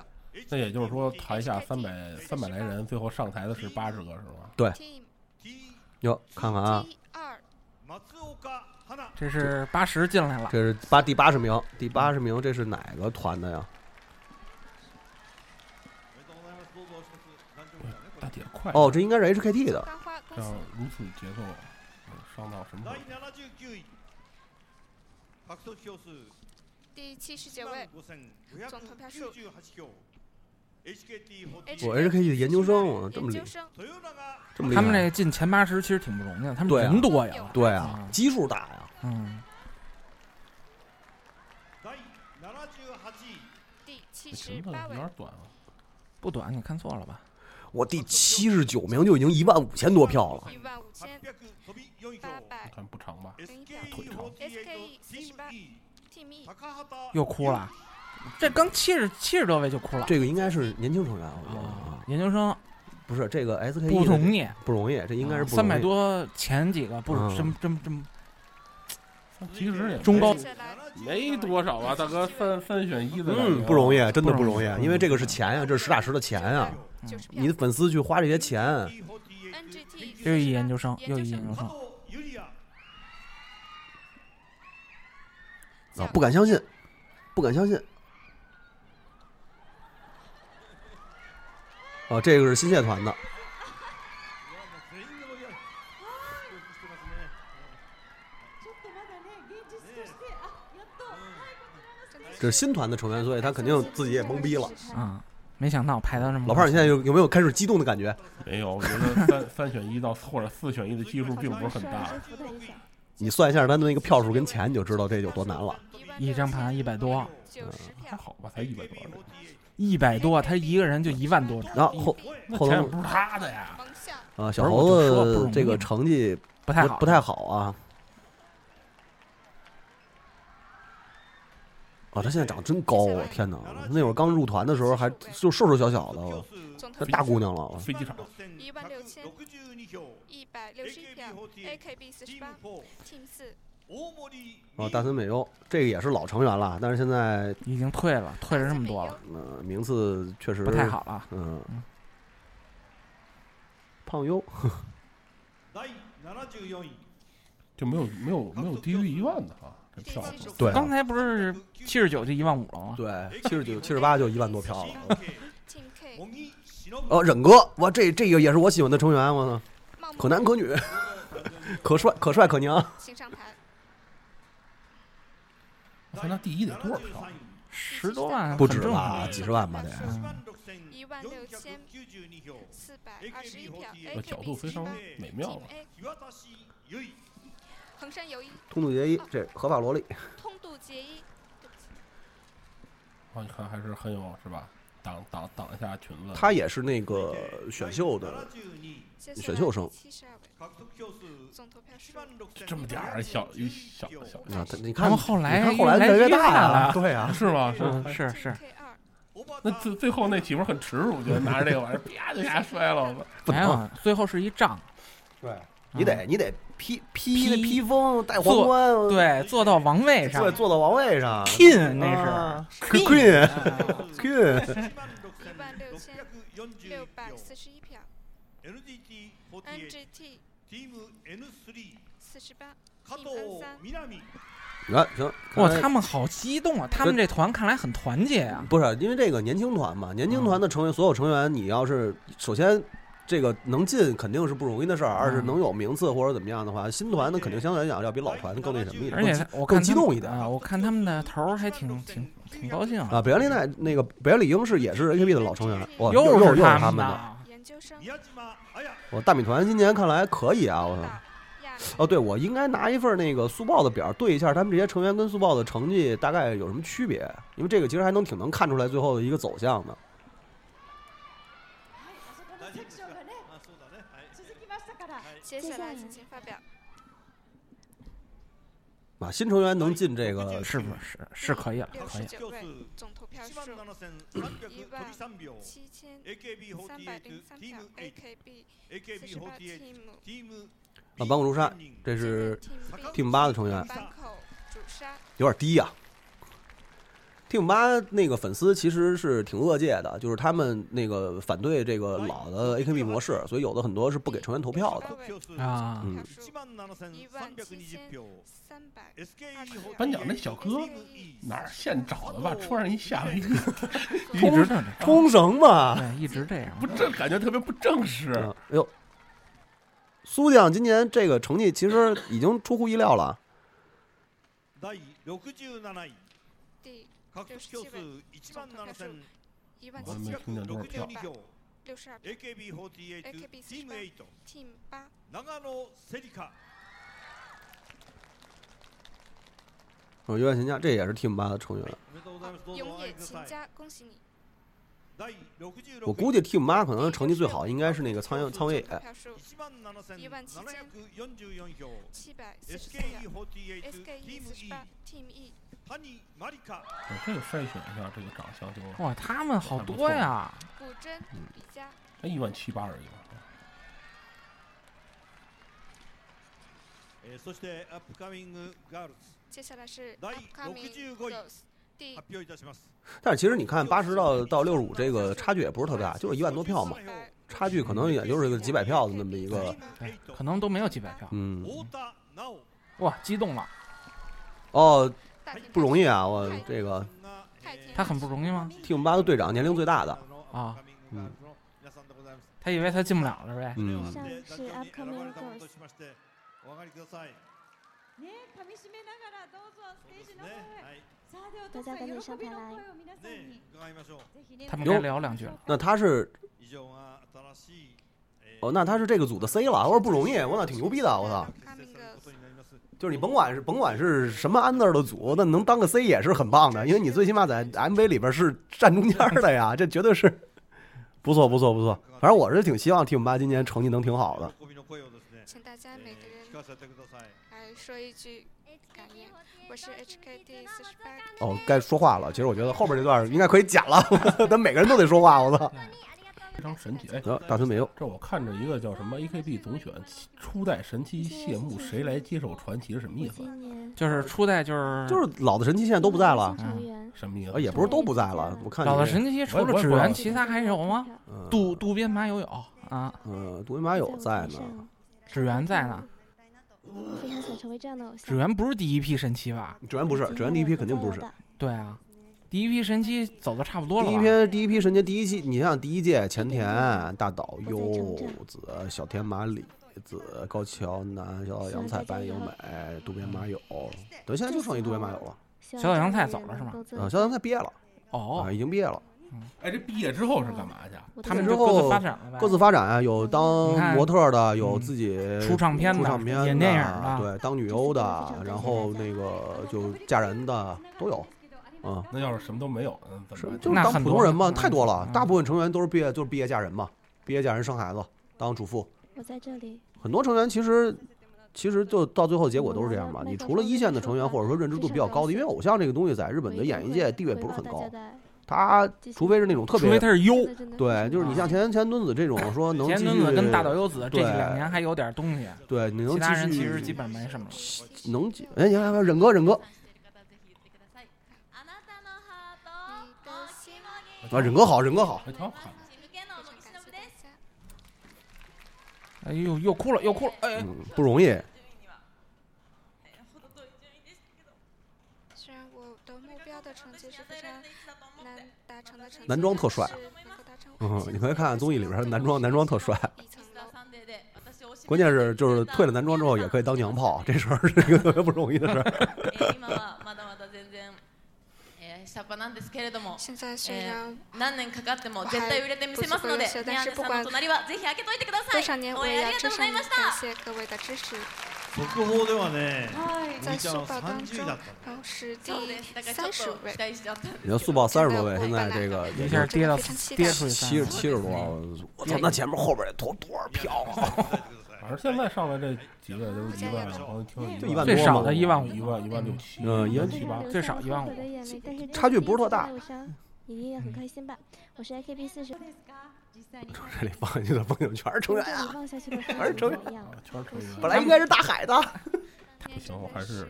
那也就是说，台下三百三百来人，最后上台的是八十个，是吗？对，哟，看看啊，这是八十进来了，这是八第八十名，第八十名这是哪个团的呀？大姐快哦，这应该是 HKT 的。要如此节奏，上到什么程度？獲得票数第七十九位，总投票数。我 HKT 的研究生，我这么厉究生这么厉害。他们这进前八十其实挺不容易的，他们对啊人多呀。对啊，基数大呀。嗯，第七行十吧，八有位，点短啊。不短，你看错了吧？我第七十九名就已经一万五千多票了。一万五千八百看不长吧？零一票。SKE 四十八，TME 又哭了，这刚七十七十多位就哭了。嗯这个应该是年轻成员，我觉得啊，研究生不是这个 SKE 不容易啊的这不容易，这应该是不容三易百。多前几个，不嗯是真真真其实也没中高没多少啊，大哥三三选一的感觉嗯，啊不容易，真的不容易易，因为这嗯个是钱呀，这是实打实的钱呀。你的粉丝去花这些钱，又一研究生，又一研究生，啊，不敢相信，不敢相信。啊，这个是新界团的，这是新团的成员，所以他肯定自己也懵逼了。啊，没想到排到这么老胖，你现在有有没有开始激动的感觉？没有，我觉得三三选一到或者四选一的基数并不是很大。啊你算一下他的那个票数跟钱，你就知道这有多难了。一张盘一百多，还好吧，才一百多呢。一百多，他一个人就一万多张，然后后那后钱也来不是他的呀。啊，小不是猴我就说不容子这易个成绩不太好不太好啊。啊，他现在长真高啊！天哪，那会儿刚入团的时候还就瘦瘦小小的，那大姑娘了。啊飞机场一万六千一百六十一票，AKB 四十八，Team 四。啊，大森美优这个也是老成员了，但是现在已经退了，退了这么多了，嗯、名次确实不太好了嗯，胖优，就没有没有没有低于一万的哈，这票对啊刚才不是七十九就一万五了吗？对，七十九、七十八就一万多票啊了。 Team K，哦，忍哥，哇，这这个也是我喜欢的成员，我操，可男可女，可帅可帅可娘。新上台，我操，那第一得多少票？十多万嗯不止很正吧，常几十万吧得。一万六千四百二十一票呃角度，AKB 四非十常八美妙，Team 啊 A，横山友一，通渡结衣，这合法萝莉，通渡结衣，对不起啊，你看还是很有是吧？挡挡挡一下裙子。他也是那个选秀的接下选来秀生七十二位，总投票数这么点儿小一小小啊。他你他看，们后来你看后来越来越大呀，对啊呀，是吗？是吗嗯是是， 那最最后那岂不是哎很耻辱？我觉得拿着这个玩意儿啪就给他摔了，我操没有，最后是一仗，嗯对，你得你得披披那披风，戴皇坐冠，对，坐到王位上坐，坐到王位上 King 那是啊 Queen Queen Queen 一万六千六百四十一票。NGT 四十八，一分三。啊行， 哇，看来他们好激动啊！他们这团看来很团结啊呀、不是因为这个年轻团嘛，年轻团的成员、所有成员，你要是首先这个能进肯定是不容易的事儿，二嗯是能有名次或者怎么样的话，新团呢肯定相对来讲要比老团更那什么一点，而且更他我更看激他们动一点。啊，我看他们的头儿还哦挺挺挺高兴啊，北原里奈那个北原里英是也是 AKB 的老成员，哇，又又又是他他们们的啊的。研究生。我大米团今年看来可以啊，我哎操！哦，对，我应该拿一份那个速报的表对一下他们这些成员跟速报的成绩大概有什么区别，因为这个其实还能挺能看出来最后的一个走向的。 아, 接下来请请发表。啊，新成员能进这个是不是是可以了六可十以九位，总投票数一그万七千三百零三票，AKB 四十八 team 啊，板骨朱砂，这是 Team 八的成员，坂口主杀，有点低呀、Team 八那个粉丝其实是挺恶界的，就是他们那个反对这个老的 AKB 模式，所以有的很多是不给成员投票的啊嗯，一万七千三百二十颁奖那小哥哪儿现找的吧？穿上一夏威夷，一直这样冲啊绳嘛，对，一直这样。不这感觉特别不正式。嗯哎呦，苏酱今年这个成绩其实已经出乎意料了。第67位第獲得票数1万7000一万我七也没千听见多少票62票六十二票 AKB48 ，AKB 四十 Team 八8 ，Team 八，長野セリカ嗯，有点评价，这也是 Team 八的成员。おめでとうございますどうぞ永お上野げくだ琴さい佳，恭喜你！第66我估计 Team 八可能成绩最好应该是那个苍月苍月野。票数一万七千17,744票七百四十四票 SKE48 ，SKE 四十 Team 八，Team E ハニーマリカ我哎这个筛选一下这个长相就哇，他们好多呀！古筝比嘉，哎，一万七八而已吧。えーそしてアップカミングガールズ接下来是第 Upcoming 65位 Girls 第発表いたします但是其实你看，八十到到六十五这个呃差距也不是特大，就是一万多票嘛，差距可能也就是个几百票的那么一个。哎可能都没有几百票。嗯，哇，激动了，哦，不容易啊！我这个他很不容易吗？ Team 八的队长年龄最大的，啊，嗯他以为他进不了了呗。嗯上是 Upcoming Girls，お上がりくださいね噛み締めながらどうぞステージの方へ。さあでは大家赶紧上喜び台の来。声を皆さんに。伺いましょうぜひね他们该聊两句了。那他是以上が新しい哦，那他是这个组的 C 了，我说不容易，我操，挺牛逼的，我操！就是你甭管是甭管是什么 under 的组，那能当个 C 也是很棒的，因为你最起码在 MV 里边是站中间的呀，这绝对是不错不错不错。反正我是挺希望 Team 八今年成绩能挺好的。喜びの声をですね请大家每个人聞かせてください来说一句感言。我是 HKT 四十八，哦，该说话了。其实我觉得后边这段应该可以剪了， 咱每个人都得说话，我操！非常神奇。哎，大村没有。这我看着一个叫什么 AKB 总选初代神奇谢幕，谁来接手传奇是什么意思？啊就是初代就是嗯就是老的神奇现在都不在了，什么意啊，思？也不是都不在了。我看老的神奇，奇除了纸鸢，其他还有吗？嗯渡渡边麻友有啊，呃，独云马友在呢，纸鸢在呢。非常想成为这样的偶像。纸鸢不是第一批神奇吧？纸鸢不是，纸鸢第一批肯定不是。对啊，第一批神奇走的差不多了第一吧。篇第一批神奇，第一期，你像第一届前田、大岛优子、小田麻里子、高桥南、小岛洋菜、板野友美、渡边麻友，等于现在就剩一渡边麻友了。小岛洋菜走了是吗？啊，小岛洋菜毕业了，哦啊，已经毕业了。哎，这毕业之后是干嘛去？啊他们之就各后自发展了呗各自发展啊，有当你看嗯模特儿的，有自己出唱片的呃出唱片啊演电影啊的对，当女优的，然后那个就嫁人的都有，啊，那要是什么都没有呢？怎么办就是当普通人嘛，太多嗯了，大部分成员都是毕业就是毕业嫁人嘛，毕业嫁人生孩子，当主妇，我在这里。很多成员其实其实就到最后结果都是这样吧。你除了一线的成员，或者说认知度比较高的，因为偶像这个东西在日本的演艺界地位不是很高，啊他除非是那种特别，除非他是优对，就是你像前前敦子这种说能前继敦子续跟大岛优子这对两年还有点东西，对你能其他人继其续实基本没什么了。能继哎，你看忍哥忍哥啊，忍哥好忍哥好，哎呦，又哭了又哭了，哎，嗯不容易，虽然我的目标的成绩是非常难达成的成绩，男装特帅但是能够达成嗯，你可以看看综艺里边男装男装特帅，一层 楼。关键是就是退了男装之后也可以当娘炮，这事儿是一个特别不容易的事 儿。现在哎虽然何年かかっても絶対売れてみせますので、不是不是宮根さんの隣はぜひ開けといてくだ多少さい。年応我也援あ要りがと追うござい上你，ました。感谢各位的支持。速報ではね、はい哎在みーちゃんは速报当30位中だった。，然后是第三十位。你要速报三十多位，现在这个一下跌到跌出去三七十十七十多，我操！那前面后边得投多少票 啊？反正现在上来这几位都是一万，然后就一万多最少的一一万五，一万一万六七，嗯一万七八，最少一万五。差距不是特大。你也很开心吧？我是 AKB 四十。这里 放下去的风景全是成员跟啊你，望下去的 全是成员。样全是成员。嗯本来应该是大海的， 不行，我还是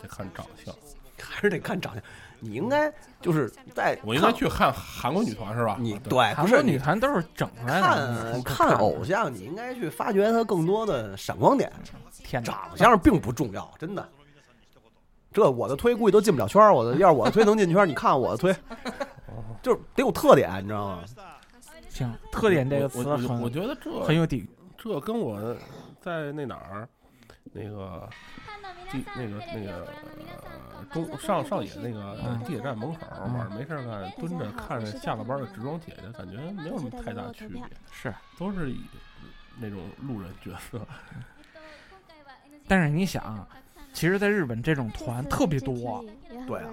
得看长相。 还是得看长相。你应啊该就是在我应该去看韩国女团是吧？啊你对哎不韩是国女团都是整出来的看，看偶像，你应该去发掘他更多的闪光 点。天哪长相并不重要，真的。这我的推估计都进不了圈儿，我的要是我的推能进圈儿，你看我的 推，就是得有特点，你知道吗？行，特点这个词我我很，我觉得这很有底蕴。这跟我在那哪儿，那个地那个那个呃中上上野那个嗯地铁站门口儿晚上没事儿干，蹲着看着下了班儿的职装姐姐，感觉没有什么太大区别，是都是以那种路人角色。但是你想，啊其实，在日本这种团特别多，对啊，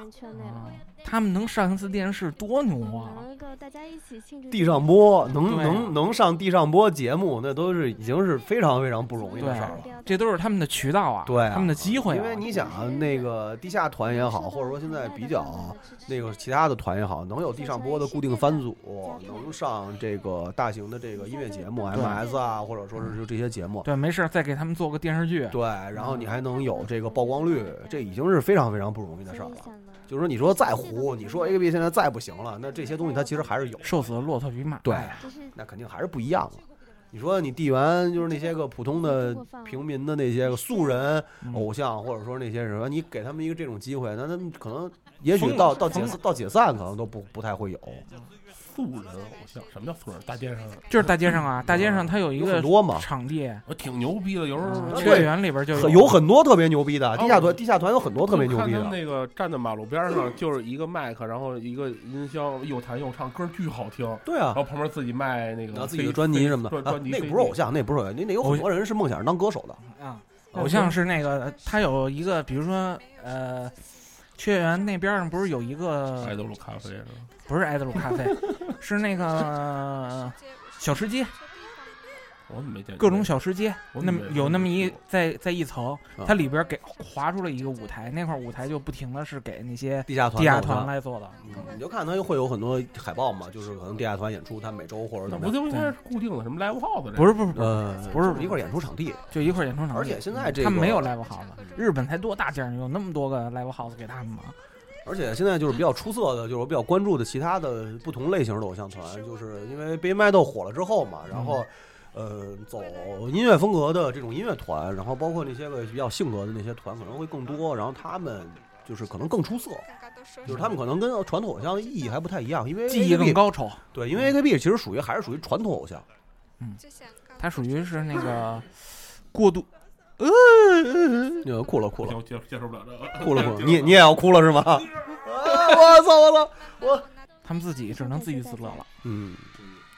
他们能上一次电视多牛啊！能够大家一起庆祝地上播能对啊能能上地上播节目，那都是已经是非常非常不容易的事儿了。嗯对，这都是他们的渠道啊，对啊他们的机会、啊。因为你想啊，那个地下团也好，或者说现在比较啊那个其他的团也好，能有地上播的固定番组，能上这个大型的这个音乐节目对 MS 啊，或者说是就这些节目，对，没事儿，再给他们做个电视剧。对，然后你还能有这个曝光率，这已经是非常非常不容易的事儿了。就是说，你说再糊，你说 A B 现在再不行了，那这些东西它其实还是有。瘦死的骆驼比马。对，那肯定还是不一样了。你说你地缘就是那些个普通的嗯平民的那些个素人嗯偶像，或者说那些人，你给他们一个这种机会，那他们可能也许到到解散到解散可能都不不太会有。素人偶像，什么叫素人？大街上就是大街上啊，大街上它有一有个很多嘛场地，嗯我挺牛逼的，有时嗯候乐园里边就很有很多特别牛逼的地下哦团，地下团有很多特别牛逼啊我看他的。们那个站在马路边儿上，就是一个麦克，然后一个音箱，又弹又唱，歌巨好听。对啊哦然后旁边自己卖那然后个自己的专辑什么的，专啊专辑那 CD 不是偶像，那不是偶像，那那有很多人是梦想是当歌手的。啊，偶像是那个，他有一个，比如说呃，雀园那边上不是有一个爱豆路咖啡哎啊是吧？不是爱德鲁 咖啡，是那个小吃街，我怎么没见过各种小吃街，我那怎么么没有那么一在在一层啊，它里边给划出了一个舞台，那块舞台就不停的是给那些地下团地的下偶嗯像团来做的，嗯你就看他会有很多海报嘛，就是可能地下团演出，他每周或者那怎么样。不就应该是固定的什么 live house 这不是不是不是呃，嗯不是一块演出场地，就一块演出场地，嗯而且现在这他们没有个 live house，日本才多大劲儿，有那么多个 live house 给他们吗？而且现在就是比较出色的，就是我比较关注的其他的不同类型的偶像团，就是因为被麦豆火了之后嘛，然后。呃，走音乐风格的这种音乐团，然后包括那些个比较性格的那些团可能会更多，然后他们就是可能更出色，就是他们可能跟传统偶像的意义还不太一样，因为技艺更 AKB 高超，对，因为 AKB 其实属于还是属于传统偶像，它属于是那 个过度，呃，嗯那个呃哭了哭了我接接受不了这个，哭了哭了，你你也要哭了 是吗？啊我操我操我，他们自己只能自娱自乐了，嗯，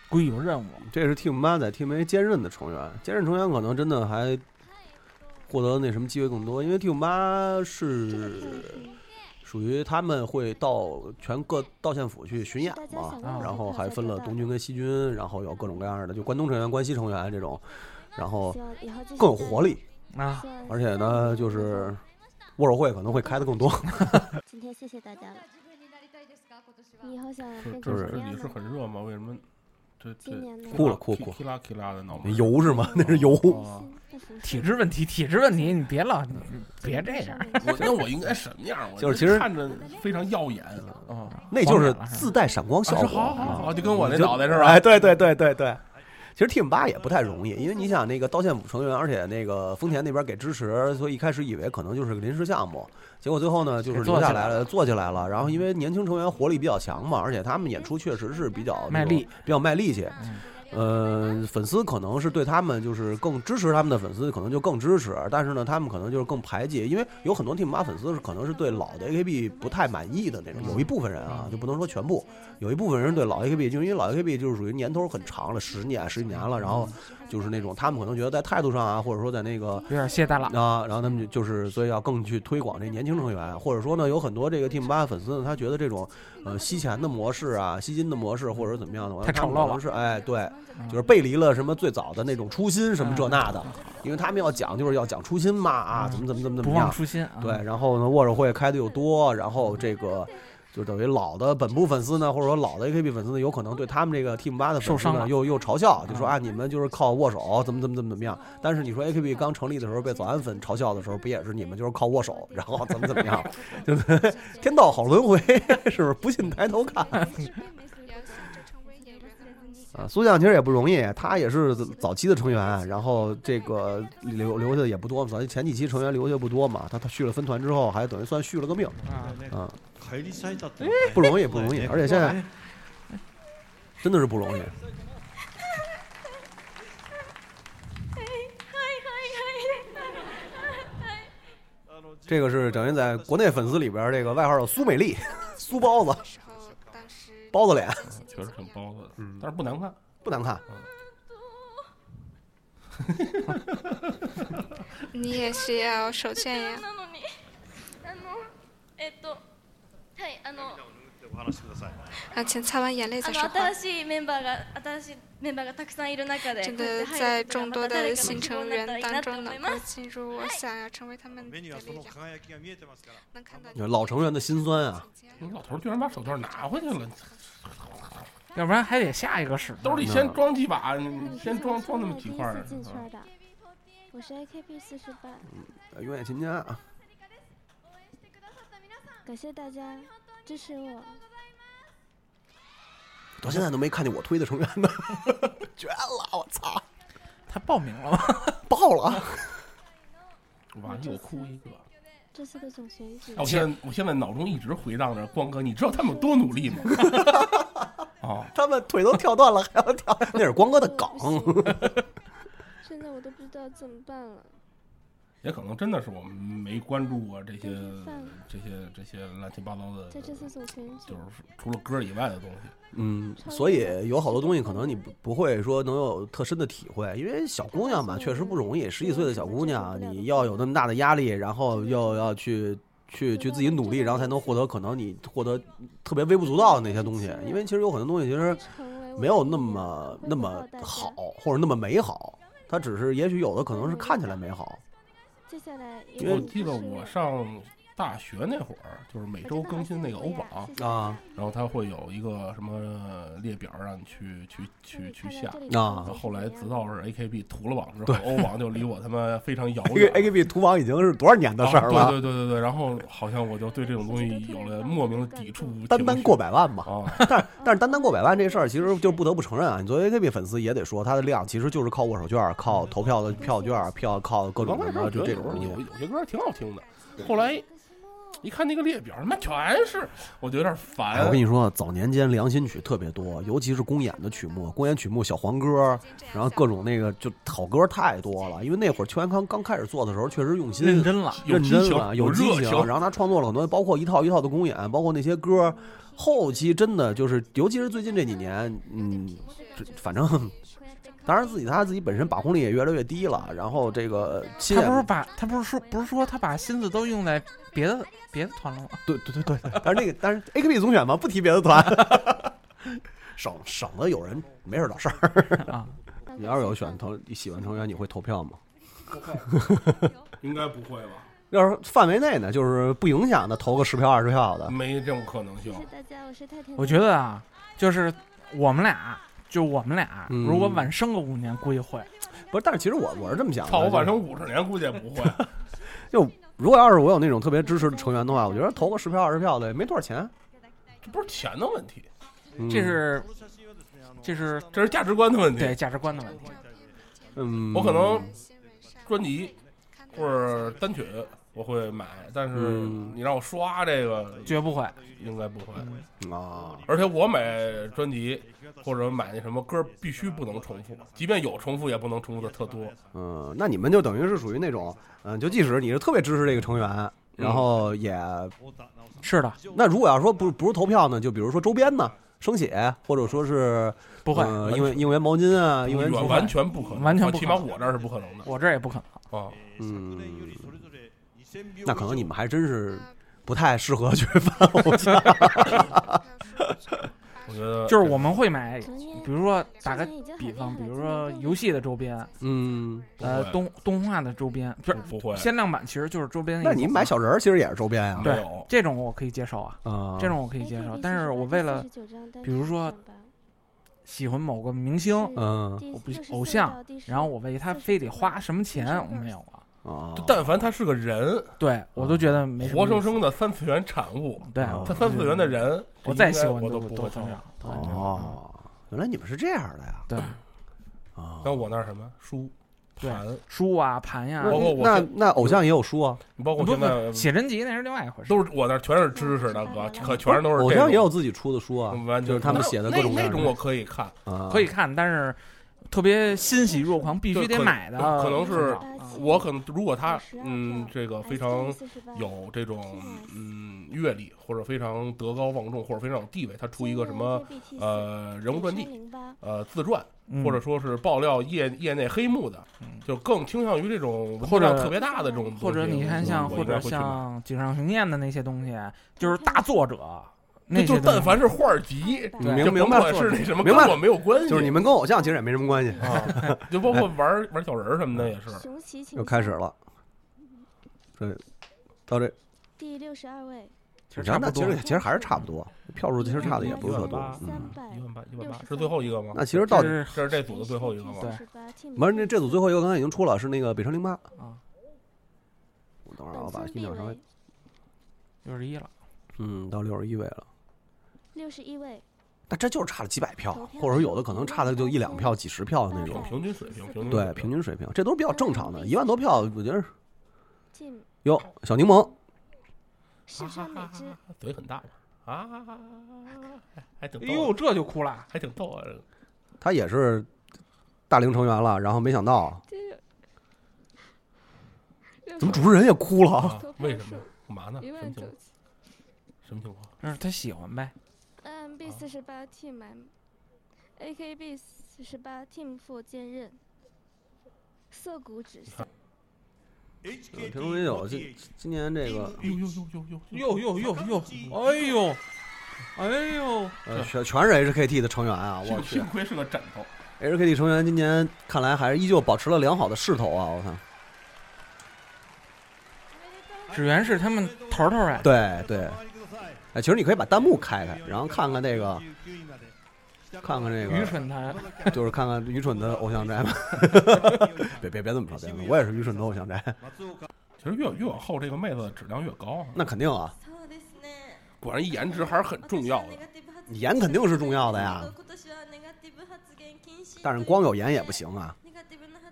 归有任务，这是 Team 妈在 Team A 兼任的成员，兼任成员可能真的还获得那什么机会更多，因为 Team 妈是属于他们会到全各道县府去巡演嘛，嗯啊然后还分了东军跟西军，然后有各种各样的，就关东成员、关西成员这种，然后更有活力啊，而且呢就是握手会可能会开的更多。今天谢谢大家了。你以后想是变这成什是么样你是呢？很热吗？为什么这这今年呢哭了啊哭哭提拉提拉的脑门油是吗？那 是油。哦体质问题，体质问题，你别老你别这样。我那我应该什么样？我就是其实嗯看着非常耀眼啊，那就是自带闪光效啊果。是好好好嗯就跟我那你就脑袋是吧哎，对对对对对。其实 Team 八也不太容易，因为你想那个刀剑五成员，而且那个丰田那边给支持，所以一开始以为可能就是个临时项目，结果最后呢就是给做留下起来来了，做起来了。嗯然后因为年轻成员活力比较强嘛，而且他们演出确实是比较那嗯卖种力，嗯比较卖力气。呃，粉丝可能是对他们就是更支持他们的粉丝，可能就更支持，但是呢，他们可能就是更排挤，因为有很多 Team 八粉丝是可能是对老的 AKB 不太满意的那嗯种，有一部分人啊，就不能说全部，有一部分人对老 AKB 就因为老 AKB 就是属于年头很长了，十年十几年了，然后就是那种他们可能觉得在态度上啊，或者说在那个有点懈怠了啊，然后他们就就是所以要更去推广这年轻成员，或者说呢，有很多这个 Team 八粉丝呢，他觉得这种呃吸钱的模式啊、吸金的模式或者怎么样的，嗯太他们丑陋可能了是哎对，就是背离了什么最早的那种初心什么这那的，嗯因为他们要讲就是要讲初心嘛啊，怎么怎么怎么怎不么忘样，初心啊对，然后呢，握手会开的又多，然后这个。就等于老的本部粉丝呢，或者说老的 AKB 粉丝呢，有可能对他们这个 Team 八的粉受丝伤呢了又又嘲笑，就说啊，你们就是靠握手，怎么怎么怎么怎么样。但是你说 AKB 刚成立的时候被早安粉嘲笑的时候，不也是你们就是靠握手，然后怎么怎么样？ 就是天道好轮回，是不是？不信抬头看。啊，苏酱其实也不容易，他也是早期的成员，然后这个留留下的也不多嘛，咱前几期成员留下不多嘛，他他续了分团之后，还等于算续了个命嗯嗯啊，帰り咲いたって嗯不容易不容易，哎而且现在真的是不容易。这个是等于在国内粉丝里边儿这个外号叫苏美丽、 苏包子、包子脸，确实挺包子的，嗯但是不难看，不难看。你也是要手绢呀。あのえっとはいあのお話しください啊，请擦完眼あ泪再说の话新。しいメンバーが呃新しいメンバーがたくさんいる中で真こうやって的入在ることがま众多た的誰かの新希望に成なったらい员いな当と思中，い能ま够す。进入我想要成为他们的力啊量。能看到老成员的辛酸啊！你老头居然把手绢拿回去了，要不然还得下一个使呢。兜里先装几把，你先装装那么几块儿。啊进圈的，我是 AKB 四十八，永远亲家啊，感谢大家支持我。到现在都没看见我推的成员呢， 绝了！我操，他报名了吗？爆了！完了，我哭一个。这次的总选举哎，我现在我现在脑中一直回荡着光哥，你知道哦他们有多努力 吗？哦，他们腿都跳断了，还要跳， 那是光哥的 梗。现在我都不知道怎么办了。也可能真的是我们没关注过这些这些这些乱七八糟的，在这次总选举，就是除了歌以外的东西。嗯，所以有好多东西可能你不不会说能有特深的体会，因为小姑娘嘛，确实不容易。十几岁的小姑娘，你要有那么大的压力，然后又要去去去自己努力，然后才能获得可能你获得特别微不足道的那些东西。因为其实有很多东西其实没有那么那么好，或者那么美好，它只是也许有的可能是看起来美好。接下来有我请记得支持我上大学那会儿，就是每周更新那个欧榜啊，然后它会有一个什么列表让你去去去去下啊后来直到是 AKB 屠了网之后，欧榜就离我他妈非常遥这远个。AKB 图王已经是多少年的事儿了？啊对对对对对，然后好像我就对这种东西有了莫名的抵触。啊单单过百万嘛。但是但是单单过百万这事儿，其实嗯就不得不承认啊，你作为 AKB 粉丝也得说，它的量其实就是靠握手券、靠投票的票券、票靠各种刚开什始我么觉就这得有种时候东西有。有些歌挺好听的，后来一看那个列表，他妈全是，我就有点哎，烦。我跟你说，早年间良心曲特别多，尤其是公演的曲目，公演曲目小黄歌，然后各种那个就好歌太多了。因为那会儿邱元康刚开始做的时候，确实用心、认真了认真了，有激激情情有热情然后他创作了很多，包括一套一套的公演，包括那些歌。后期真的就是，尤其是最近这几年，嗯，这反正。当然，自己他自己本身把控力也越来越低了，然后这个新他不是人把他不是说不是说他把心思都用在别的别的团 了吗？对对对对，但是那个但是 AKB 总选嘛，不提别的团， 省省得有人没事儿找事儿啊。你要是有选投喜欢成员，你会投票吗？应该不会吧？要是范围内呢，就是不影响的，投个十票二十票的。没这种可能性。我觉得啊，就是我们俩，就我们俩，嗯如果晚生个五年，估计会。不是，但是其实我我是这么想的。操，我就晚上五十年估计 也不会。就如果要是我有那种特别支持的成员的话，我觉得投个十票二十票的也没多少钱。这不是钱的问题，嗯这是，啊这是，这是价值观的问题。对价值观的问题。嗯，我可能专辑嗯或者单曲我会买，但是嗯你让我刷这个绝不会，应该不会。啊，而且我买专辑或者买那什么歌必须不能重复，即便有重复也不能重复的特多。嗯，那你们就等于是属于那种，嗯，就即使你是特别支持这个成嗯员，然后也是的。那如果要说不不是投票呢，就比如说周边呢，生写或者说是不会呃应援应援毛巾啊，应援完竹完全不可能，完全不可起能码我这儿是不可能的。我这儿也不可能啊。嗯，那可能你们还真是不太适合去 翻偶像。 我觉呃得就是我们会哎买，比如说打个比方，比如说游戏的周边，嗯，呃，动动画的周边，不是不会限量版其实就是周边的一部那分。你买小人儿其实也是周边呀、对这种我可以接受啊，啊这种我可以哎接受，但是我为了比如说喜欢某个明星，嗯我不偶像，然后我为他非得花什么钱，我没有啊，啊，但凡他是个人，对我都觉得没什么活意思生生的三次元产物。对他三次元的人，我再喜这应欢该我都都不都会分投上。哦，原来你们是这样的呀？啊对，那我那儿什么书、盘，书啊盘呀，包括我那那偶像也有书啊，包括不现在不写真集那是另外一回事，都是我那儿全是知识的哥，可全都是这种偶像也有自己出的书啊，完全就是他们写的各种各那那样的种我嗯可以看，啊可以看，但是特别欣喜若狂，必就须得可买的，可能很是少我可能如果他嗯这个非常有这种嗯阅历，或者非常德高望重，或者非常有地位，他出一个什么呃人物传记、呃自传，嗯或者说是爆料业业内黑幕的，就更倾向于这种文或者章特别大的这种东西，或者你看像我或应该者会去买像井上雄彦的那些东西，就是大作者那那些就东西，但凡是画儿集，明就明甭白管是那什么，明跟白我没有关系。就是你们跟偶像其实也没什么关系啊，就包括玩儿玩小人儿什么的也是。又开始了，这到这，第六十二位，你看那其实其实还是差不多，票数其实差的也不是特多。嗯，一万八，一万八是最后一个吗？那其实到底这是这是这组的最后一个吗？对不是那这组最后一个刚才已经出了，是那个北上零八啊。我等会儿啊我把音响稍微，六十一了，嗯，到六十一位了。六十一位，但这就是差了几百票，或者说有的可能差的就一两票、几十票那种。平均水平，平均对平均水平，这都是比较正常的，一万多票，我觉得是。进哟，小柠檬，世上美之嘴很大嘛啊，还挺哎逗呦，这就哭了，还挺逗啊。他也是大龄成员了，然后没想到怎么主持人也哭了啊？为什么？干嘛呢？一什万么九情况？什么情况？但是他喜欢呗，嗯啊 B 四十八 Team M，A K B 四十八 Team Four 兼任，涩谷指向。田中真有今今年这个呦呦呦呦，哎呦，哎呦，呃全全是 HKT 的成员啊，我幸去幸亏是个枕头， ，HKT 成员今年看来还是依旧保持了良好的势头啊，我看。指原是他们头头哎，对对，哎，其实你可以把弹幕开开，然后看看这个，看看这个愚蠢男，就是看看愚蠢的偶像宅嘛。 别别别这么说，别这么说，我也是愚蠢的偶像宅， 其实越越往后这个妹子的质量越高啊，那肯定啊，果然颜值还是很重要的。颜肯定是重要的呀，但是光有颜也不行啊。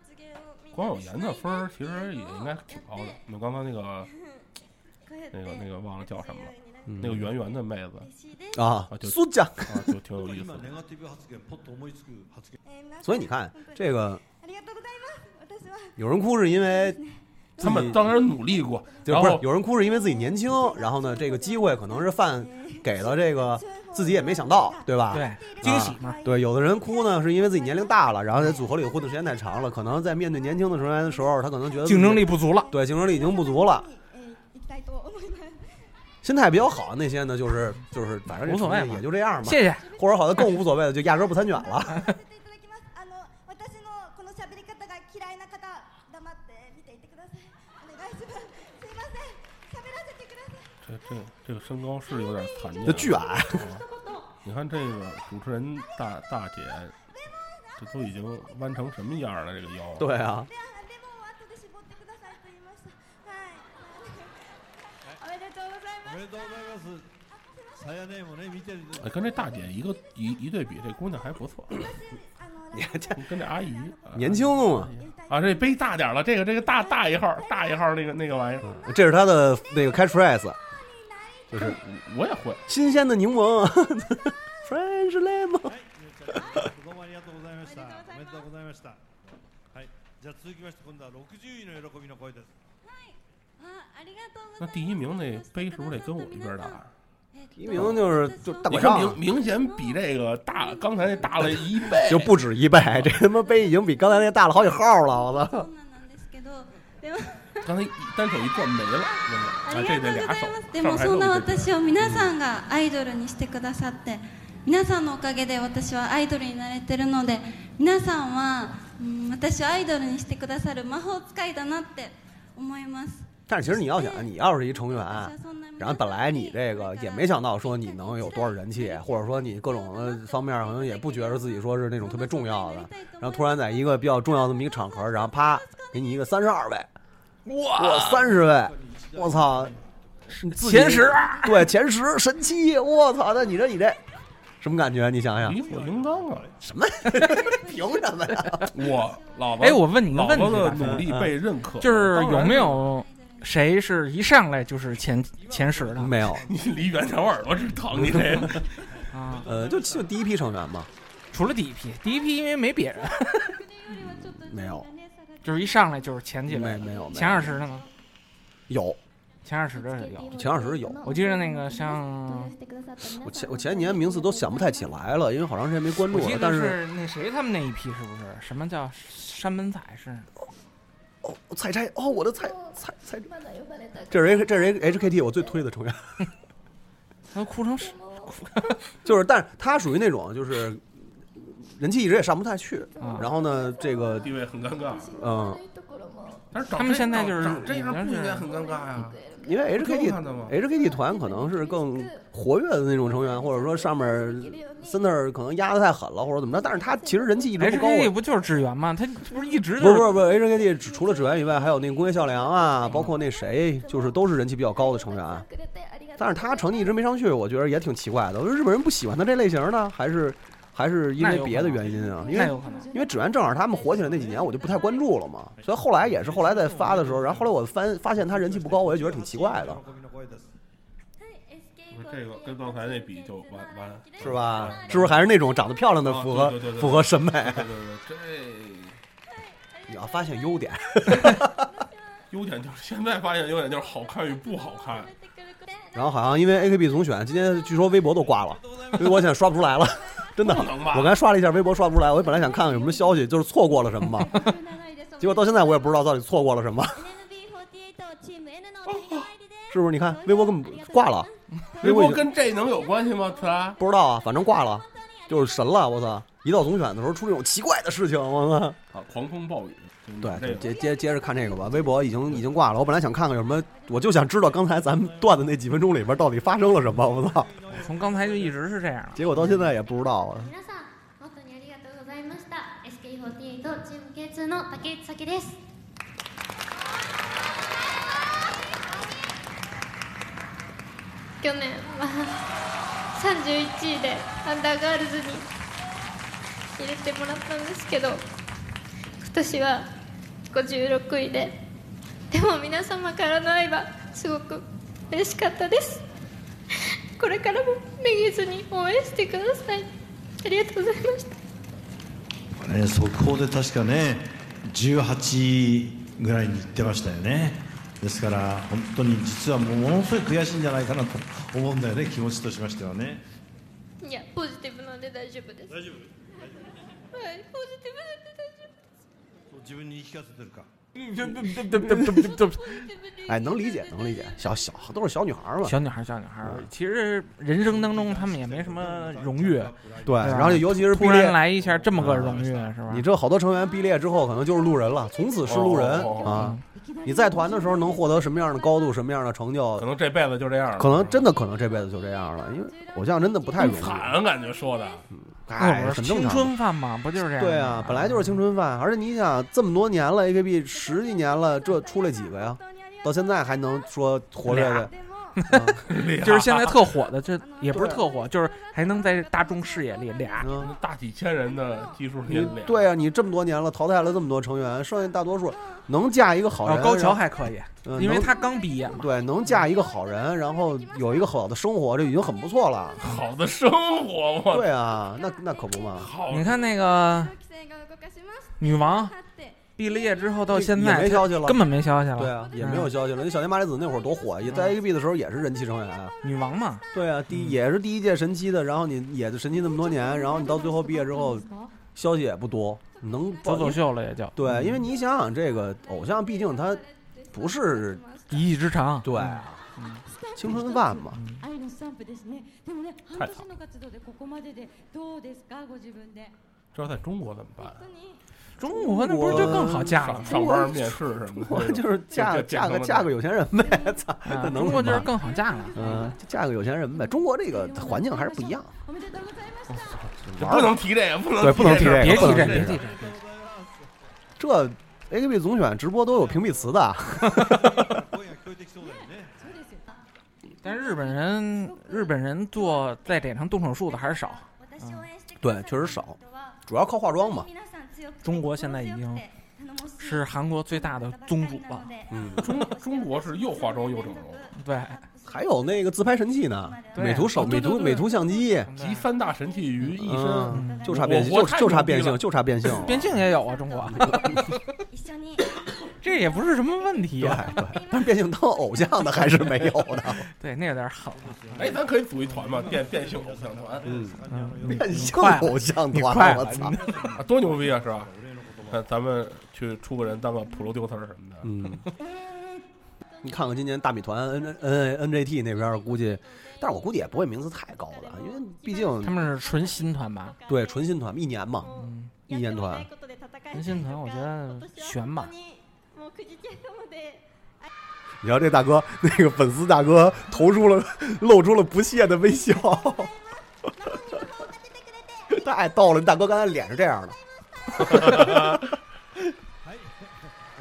光有颜的分儿其实也应该挺高的。你刚才那个那个那个忘了叫什么了，嗯那个圆圆的妹子啊就苏酱啊，就挺有意思的。 所以你看，这个有人哭是因为他们当然努力过，嗯 就然不是后有人哭是因为自己年轻，然后呢，这个机会可能是饭给了这个自己也没想到，对吧？对啊惊喜嘛对，有的人哭呢是因为自己年龄大了，然后在组合里混的时间太长了，可能在面对年轻的成员的时候，他可能觉得竞争力不足了，对，竞争力已经不足了。心态比较好的那些呢，就是就是反正这无所谓成绩嘛也就这样嘛，谢谢。 或者好像更无所谓的，就压根儿不参选了。嫌いな方黙って見ていてくださいお願いしますすいません喋らせてください这这这个身高是有点残念，这巨矮啊你看这个主持人大大姐，这都已经弯成什么样了？这个腰。对啊。レモンを後で絞ってくださいと言いましたはいおめでとうございますおめでとうございますさやねもね見てる哎，跟这大姐一个一一对比，这姑娘还不错。你看这跟这阿姨年轻嘛，啊，这杯大点了，这个这个大大一号，大一号那个那个玩意儿，这是他的那个 catchphrase，就是我也会新鲜的柠檬 ，French lemon。どうもありがとうございましたおめでとうございましたはいじゃあ続きまして今度は60位の喜びの声ですありがとう那第一名那杯是不是得跟我一边大？啊第一名就是就大你拐看杖明明显比这个大，刚才那大了一倍，就不止一倍，这他妈杯已经比刚才那大了好几号了，我操！刚才一单手一转没了，真的。啊，这得俩手，で上も还そんな弄一私を皆さんがアイドルにしてくださって皆さんのおかげで私はアイドルになれてるので皆さんは、うん私をアイドルにしてくださる魔法使いだなって思います但是其实你要想，你要是一成员，然后本来你这个啊也没想到说你能有多少人气，或者说你各种的方面好像也不觉得自己说是那种特别重要的，然后突然在一 个比较重要这么一个场合，然后啪给你一个三十二位，哇，三十位，我操，自己前十啊对前十神器，我操，那你这你这什么感觉？啊你想想，理所应当啊，什么凭什么呀？我老婆，哎，我问你个问老婆题的吧，努力被认哦可，就是当有然没有谁是一上来就是前前十的？没有， 你离远点，我耳朵直疼，你这个。啊，呃，就就第一批成员嘛，除了第一批，第一批因为没别人，没有，就是一上来就是前几位，没没有没有前二十的呢？有，前二十的是有，前二十有我记得那个像，我前我前几年名字都想不太起来了，因为好长时间没关注我记了，得但是那谁他们那一批是不是？什么叫山本彩是？采摘哦，我的采采采，这是 H 这是 H K T 我最推的成员，他哭成是就是，但是他属于那种就是人气一直也上不太去，然后呢，这个地位很尴尬，嗯，但是长他们这现在长就是长这样已经不应该是很尴尬呀？因为 H K 不 T 更看的吗 H K T 团可能是更活跃的那种成员，或者说上面 center 可能压的太狠了，或者怎么着，但是他其实人气一直不高。啊 HKT 不啊就是支援吗？他不是一直不都是不是不是，HKT 除了指原以外，还有那个工业孝良啊，包括那谁，就是都是人气比较高的成员。但是他成绩一直没上去，我觉得也挺奇怪的。我说日本人不喜欢他这类型呢，还是还是因为别的原因啊？因那为有可能因为指原正好他们火起来那几年，我就不太关注了嘛。所以后来也是后来在发的时候，然后后来我翻发现他人气不高，我也觉得挺奇怪的，不是这个跟刚才那比就完完，是吧？是不是还是那种长得漂亮的啊符合对对对对符合审美？对对对，这你要发现优点，优点就是现在发现优点就是好看与不好看。然后好像因为 AKB 总选，今天据说微博都挂了，微博现在刷不出来了， 真的。我刚才刷了一下微博，刷不出来。我本来想看看有什么消息，就是错过了什么嘛， 结果到现在我也不知道到底错过了什 么，是不是？你看微博根本挂了，微博已博经跟这能有关系吗？他不知道啊，反正挂了，就是神了。我操！一到总选的时候出这种奇怪的事情，我操！啊，狂风暴雨，对，对接接接着看这个吧。微博已经已经挂了，我本来想看看有什么，我就想知道刚才咱们断的那几分钟里边到底发生了什么，我 操！从刚才就一直是这样。结果到现在也不知道啊。皆さん本当にありがとうございました SK48 チーム K2 の竹内咲です去年は31位でアンダーガールズに入れてもらったんですけど今年は56位ででも皆様からの愛はすごく嬉しかったですこれからもめげずに応援してくださいありがとうございましたね、速報で確かね18位ぐらいに行ってましたよねですから本当に実はものすごい悔しいんじゃないかなと思うんだよね気持ちとしましてはねいやポジティブなんで大丈夫です大丈夫はいポジティブなんで大丈夫です自分に言い聞かせて るか哎，能理解，能理解。小小都是小女孩嘛， 小女孩，小女孩。嗯其实人生当中他们也没什么荣誉，对，啊吧哎然后尤其是突毕业啊然来一下这么个荣誉，是吧？你这好多成员毕业之后可能就是路人了，从此是路人哦哦哦啊。你在团的时候能获得什么样的高度，什么样的成就，可能这辈子就这样了，可能真的可能这辈子就这样了，因为偶像真的不太 很容易。惨，啊感觉说 的，哎，很正常。青春饭嘛，不就是这样？对啊，，本来就是青春饭，而且你想这么多年了，AKB 十几年了，这出来几个呀？到现在还能说活下来？就是现在特火 的，这啊也不是特火，就是还能在大众视野里俩大几千人的基数也你脸，啊嗯对啊，你这么多年了，淘汰了这么多成员，剩下大多数能嫁一个好人，哦高桥然后还可以嗯因为能他刚毕业嘛对，能嫁一个好人，然后有一个好的生活，这已经很不错了。好的生活嘛，对啊，那那可不嘛。你看那个女王毕了业之后到现也在，没消息了，根本没消息了。对啊，也没有嗯。消息了。那小天麻里子那会儿多火，也在 AKB 的时候也是人气成员啊，女王嘛。对啊，第一也是第一届神七的，然后你也神七那么多年，然后你到最后毕业之后，消息也不多，能走走秀了也就对，嗯因为你想想这个偶像，毕竟他不是一技之长，对 啊，青春饭嘛。愛のスタンプですね。でもね、は半い年の活動でここまででどうですか、ご自分で。这要在中国怎么办？中国那不是就更好嫁了吗？上上班面试什么 的，就是嫁嫁个嫁个有钱人呗，操， 那能嗯中国就是什么更好嫁了。嗯，就嫁个有钱人呗。中国这个哎环境还是不一样。这不能提这个，不能对，不能提这个，别不能这，提这个。这 AKB 总选直播都有屏蔽词的，但日本人日本人做在脸上动手术的还是少，对，确实少，主要靠化妆嘛。中国现在已经是韩国最大的宗主了。嗯，中 中国是又化妆又整容，对，还有那个自拍神器呢，对美图手、哦对美对图、对美图相机，集三大神器于一嗯身，就差变性，就就差变性，就差变性。变性也有啊，中国。 这也不是什么问题啊。但变性当偶像的还是没有 的。对，那有点狠。哎，咱可以组一团嘛，变变性偶像团，变性偶像团，我操！啊多牛逼啊，是吧？看咱们去出个人当个 producer 什么的，嗯，你看看今年大米团 N N N J T 那边，估计，但是我估计也不会名次太高的，因为毕竟他们是纯新团吧？对啊纯啊新团一年嘛，哦一年团。纯新团，我觉得悬 吧。你瞧这大哥， 那个粉丝大哥投出了露出了不屑的微笑， 太逗了！大哥刚才脸是这样的，お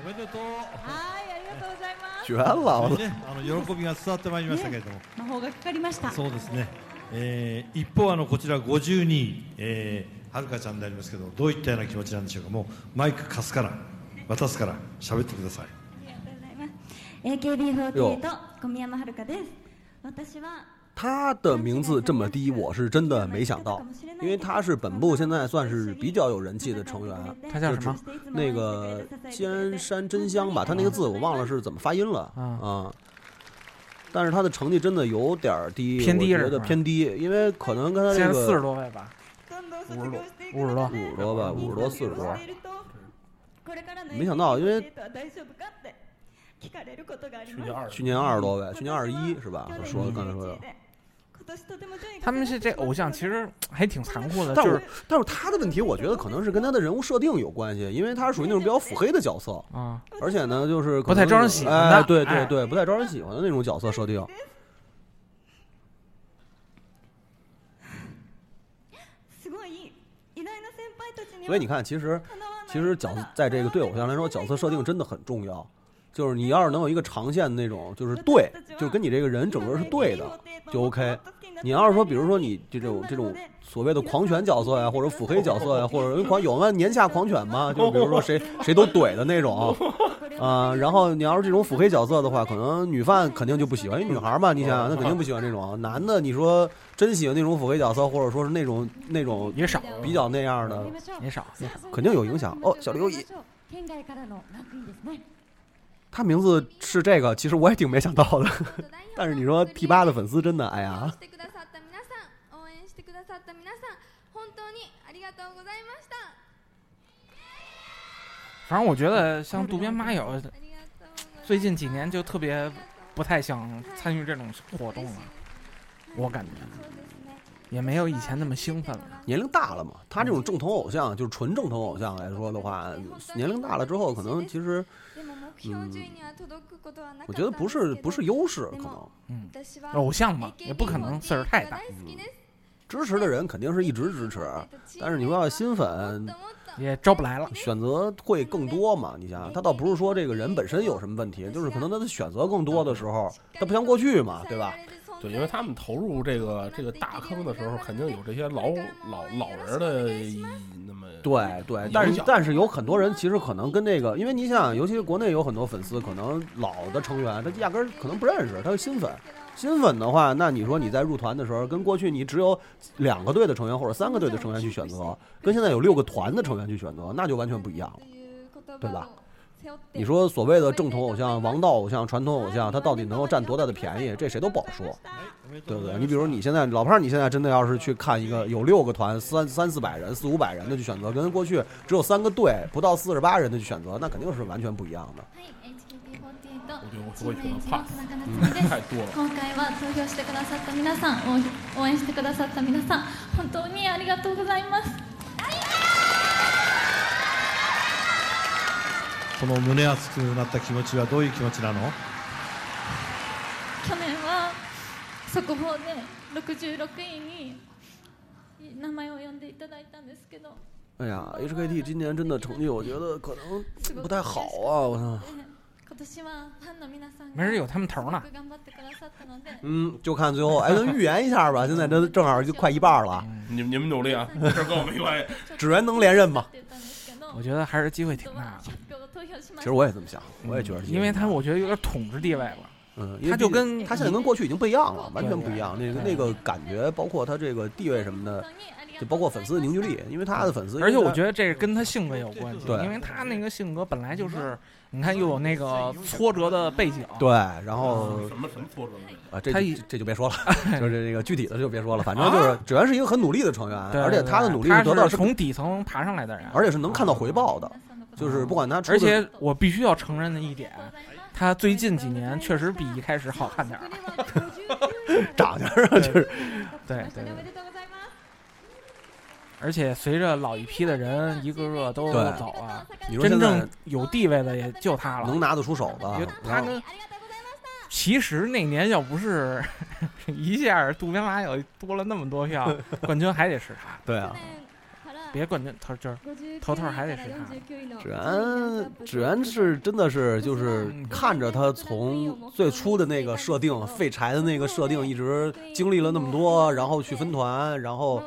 めでとう绝了！我ね、あの喜びが伝わってまいりましたけれども、魔法がかかりました。そうですね、えー一方あのこちら52位、えーはるかちゃんでありますけどどういったような気持ちなんでしょうかもうマイク貸すから渡すから喋ってください哟 AKB48 小宮山遥です。私は 他的名字这么低，我是真的没想到，因为他是本部现在算是比较有人气的成员。啊他叫什么？那个尖山真香吧，他那个字我忘了是怎么发音了啊啊。但是他的成绩真的有点儿低，偏低我觉是得吧偏低，因为可能跟他现那在个四十多位吧，五十多，五十多，五十多吧，五十多四十多。没想到，因为去年二十多位，去年二十一是吧？我嗯说刚才说的，他们是这偶像其实还挺残酷的，但就是是但是他的问题，我觉得可能是跟他的人物设定有关系，因为他是属于那种比较腹黑的角色啊，而且呢，就是可不太能招人喜欢哎的对哎对对，不太招人喜欢的那种角色设定。すごい偉大な先輩たちに所以你看，其实其实角在这个对偶像来说，角色设定真的很重要。就是你要是能有一个长线的那种，就是对，就是跟你这个人整个是对的，就 OK。你要是说，比如说你这种这种所谓的狂犬角色呀，或者腹黑角色呀，或者有狂有吗？年下狂犬嘛，就比如说谁谁都怼的那种啊、然后你要是这种腹黑角色的话，可能女犯肯定就不喜欢，因为女孩嘛，你想想，那肯定不喜欢这种。男的，你说真喜欢那种腹黑角色，或者说是那种那种也少比较那样的，也少，也少肯定有影响哦。小刘一，県外からのランクインですね。他名字是这个，其实我也挺没想到的。 但是你说 T 八的粉丝真的，哎啊呀，来てくださった皆さん応援してくださった皆さん本当にありがとうございました反正我觉得像渡边麻友，最近几年就特别不太想参与这种活动了，我感觉也没有以前那么兴奋了。年龄大了嘛，他这种正统偶像，就是纯正统偶像来说的话，年龄大了之后，可能其实，嗯，我觉得不是不是优势，可能嗯，偶像嘛，也不可能岁数太大。嗯支持的人肯定是一直支持，但是你说要新粉也招不来了，选择会更多嘛？你想想，他倒不是说这个人本身有什么问题，就是可能他的选择更多的时候，他不像过去嘛，对吧？对，因为他们投入这个这个大坑的时候，肯定有这些老老老人的那么对对，但是但是有很多人其实可能跟这个，因为你想想，尤其是国内有很多粉丝，可能老的成员他压根儿可能不认识，他是新粉。新粉的话，那你说你在入团的时候，跟过去你只有两个队的成员或者三个队的成员去选择，跟现在有六个团的成员去选择，那就完全不一样了，对吧？你说所谓的正统偶像、王道偶像、传统偶像，他到底能够占多大的便宜？这谁都不好说，对不对？你比如你现在老胖，你现在真的要是去看一个有六个团、三三四百人、四五百人的去选择，跟过去只有三个队、不到四十八人的去选择，那肯定是完全不一样的。我觉得我会觉得 pass，嗯太多了。今回は投票してくださった皆さん、応応援してくださった皆さん、本当にありがとうございます。この胸熱くなった気持ちはどういう気持ちなの去年は速報で66位に名前を呼んでいただいたんですけど、哎呀，HKT 今年真的成绩，我觉得可能不太好啊！我操，今年はファンの皆さんが没人有他们头呢。頑張ってくださったので、嗯，就看最后，哎，咱预言一下吧，现在这正好就快一半了，嗯你们你们努力啊，这事儿跟我没关系。指原能连任吗？我觉得还是机会挺大的，嗯其实我也这么想，我也觉得是，因为他我觉得有点统治地位了。嗯，他就跟他现在跟过去已经不一样了，完全不一样。那个那个感觉，包括他这个地位什么的，就包括粉丝的凝聚力，因为他的粉丝，而且我觉得这是跟他性格有关系，对因为他那个性格本来就是，你看又有那个挫折的背景，对，然后嗯嗯什么什么挫折？啊，这他一啊这这就别 说了，就是这个具体的就别说了，反正就是只原是一个很努力的成员，对而且他的努力他得到是从底层爬上来的人，而且是能看到回报的，就是不管他出的而且我必须要承认的一点，他最近几年确实比一开始好看点儿， 长点 儿啊，就是对对对。而且随着老一批的人一个个都对走了，你说真现在正有地位的也就他了。能拿得出手的我觉得，他然后跟其实那年要不是 一下渡边麻友多了那么多 票，冠军还得是他。对啊，别冠军头就是头头还得是他。芷然，芷然是真的是就是看着他从最初的那个设定废柴的那个设定，一直经历了那么多，然后去分团，然后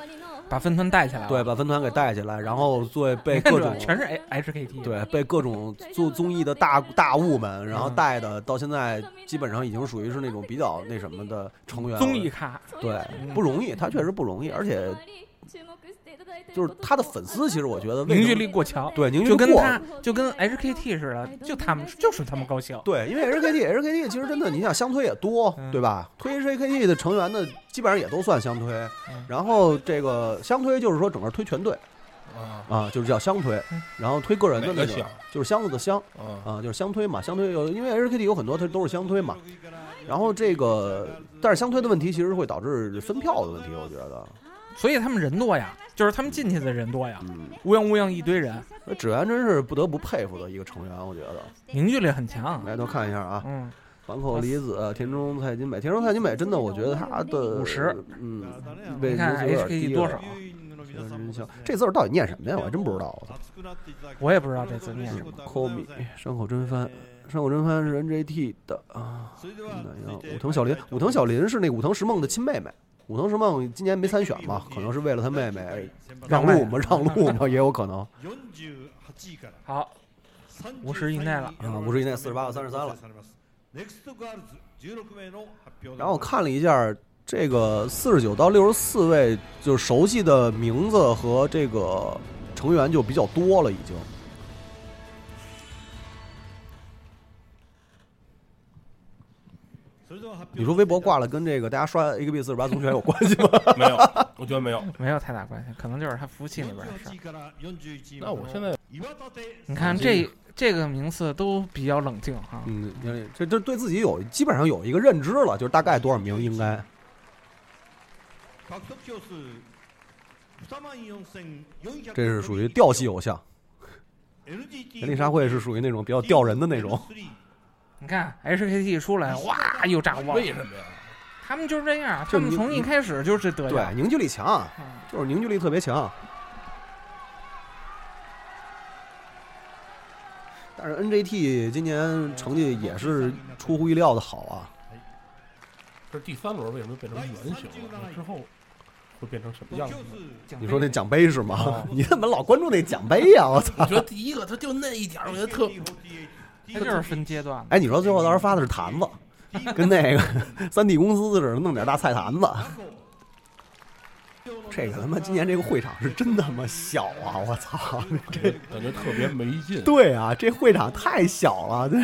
把分团带起来了对，把分团给带起来，然后最被啊你看各这种全是 H K T，对，被各种做综艺的嗯大大物们，然后带的，到现在基本上已经属于是那种比较那什么的成员，综艺咖，对，不容易，他确实不容易，而且就是他的粉丝，其实我觉得为凝什聚么力过强，对凝聚力就跟过他就跟 H K T 似的，就他们就是他们高兴。对，因为 HKT HKT 其实真的，你想乡推也多，嗯对吧？推 HKT 的成员呢，基本上也都算乡推。嗯然后这个乡推就是说整个推全队啊啊，就是叫乡推。嗯然后推个人的那哪个种乡，就是箱子的箱啊，就是乡推嘛。乡推有，因为 HKT 有很多它都是乡推嘛。然后这个，但是乡推的问题其实会导致分票的问题，我觉得。所以他们人多呀，就是他们进去的人多呀，乌泱乌泱一堆人，嗯那芷原真是不得不佩服的一个成员，我觉得凝聚力很强。来，都看一下啊。嗯，坂口梨子、田中菜津美，田中菜津美真的，我觉得她的50，嗯，位置你看有点 HKT 低多了少？真像这字儿到底念什么呀？我还真不知道。我也不知道这字念什么。 Komi 山口真帆，山口真帆是 NJT 的啊。南阳武藤小林，武藤小林是那个武藤石梦的亲妹妹。武藤石梦今年没参选嘛，可能是为了她妹妹让路嘛，让路嘛，也有可能。好，五十以内了啊，五十以内，四十八到三十三了。ネクストガールズ16名の発表然后我看了一下这个四十九到六十四位，就是熟悉的名字和这个成员就比较多了，已经。你说微博挂了，跟这个大家刷 A K B 四十八总选有关系吗？ 没有，我觉得没有。没有太大关系，可能就是他服务器里边的事儿。 41那我现在你看这这个名次都比较冷静哈。嗯，这这对自己有基本上有一个认知了，就是大概多少名应该。这是属于调戏偶像。人力沙会是属于那种比较吊人的那种。你看 HKT 出来，哇，又炸窝了。为什么呀？他们就是这样，就他们从一开始就是德啊对，凝聚力强，啊就是凝聚力特别强。但是 NJT 今年成绩也是出乎意料的好啊！这第三轮为什么变成圆形了？那之后会变成什么样子呢？你说那奖杯是吗？ 你怎么老关注那奖杯呀？我操！ 我觉得第一个他就那一点儿，我觉得特，它就是分阶段。哎，你说最后到时候发的是坛子，跟那个三 D 公司似的，弄点大菜坛子。这个他妈今年这个会场是真他妈小啊！我操， 这感觉特别没劲。对啊，这会场太小了， 这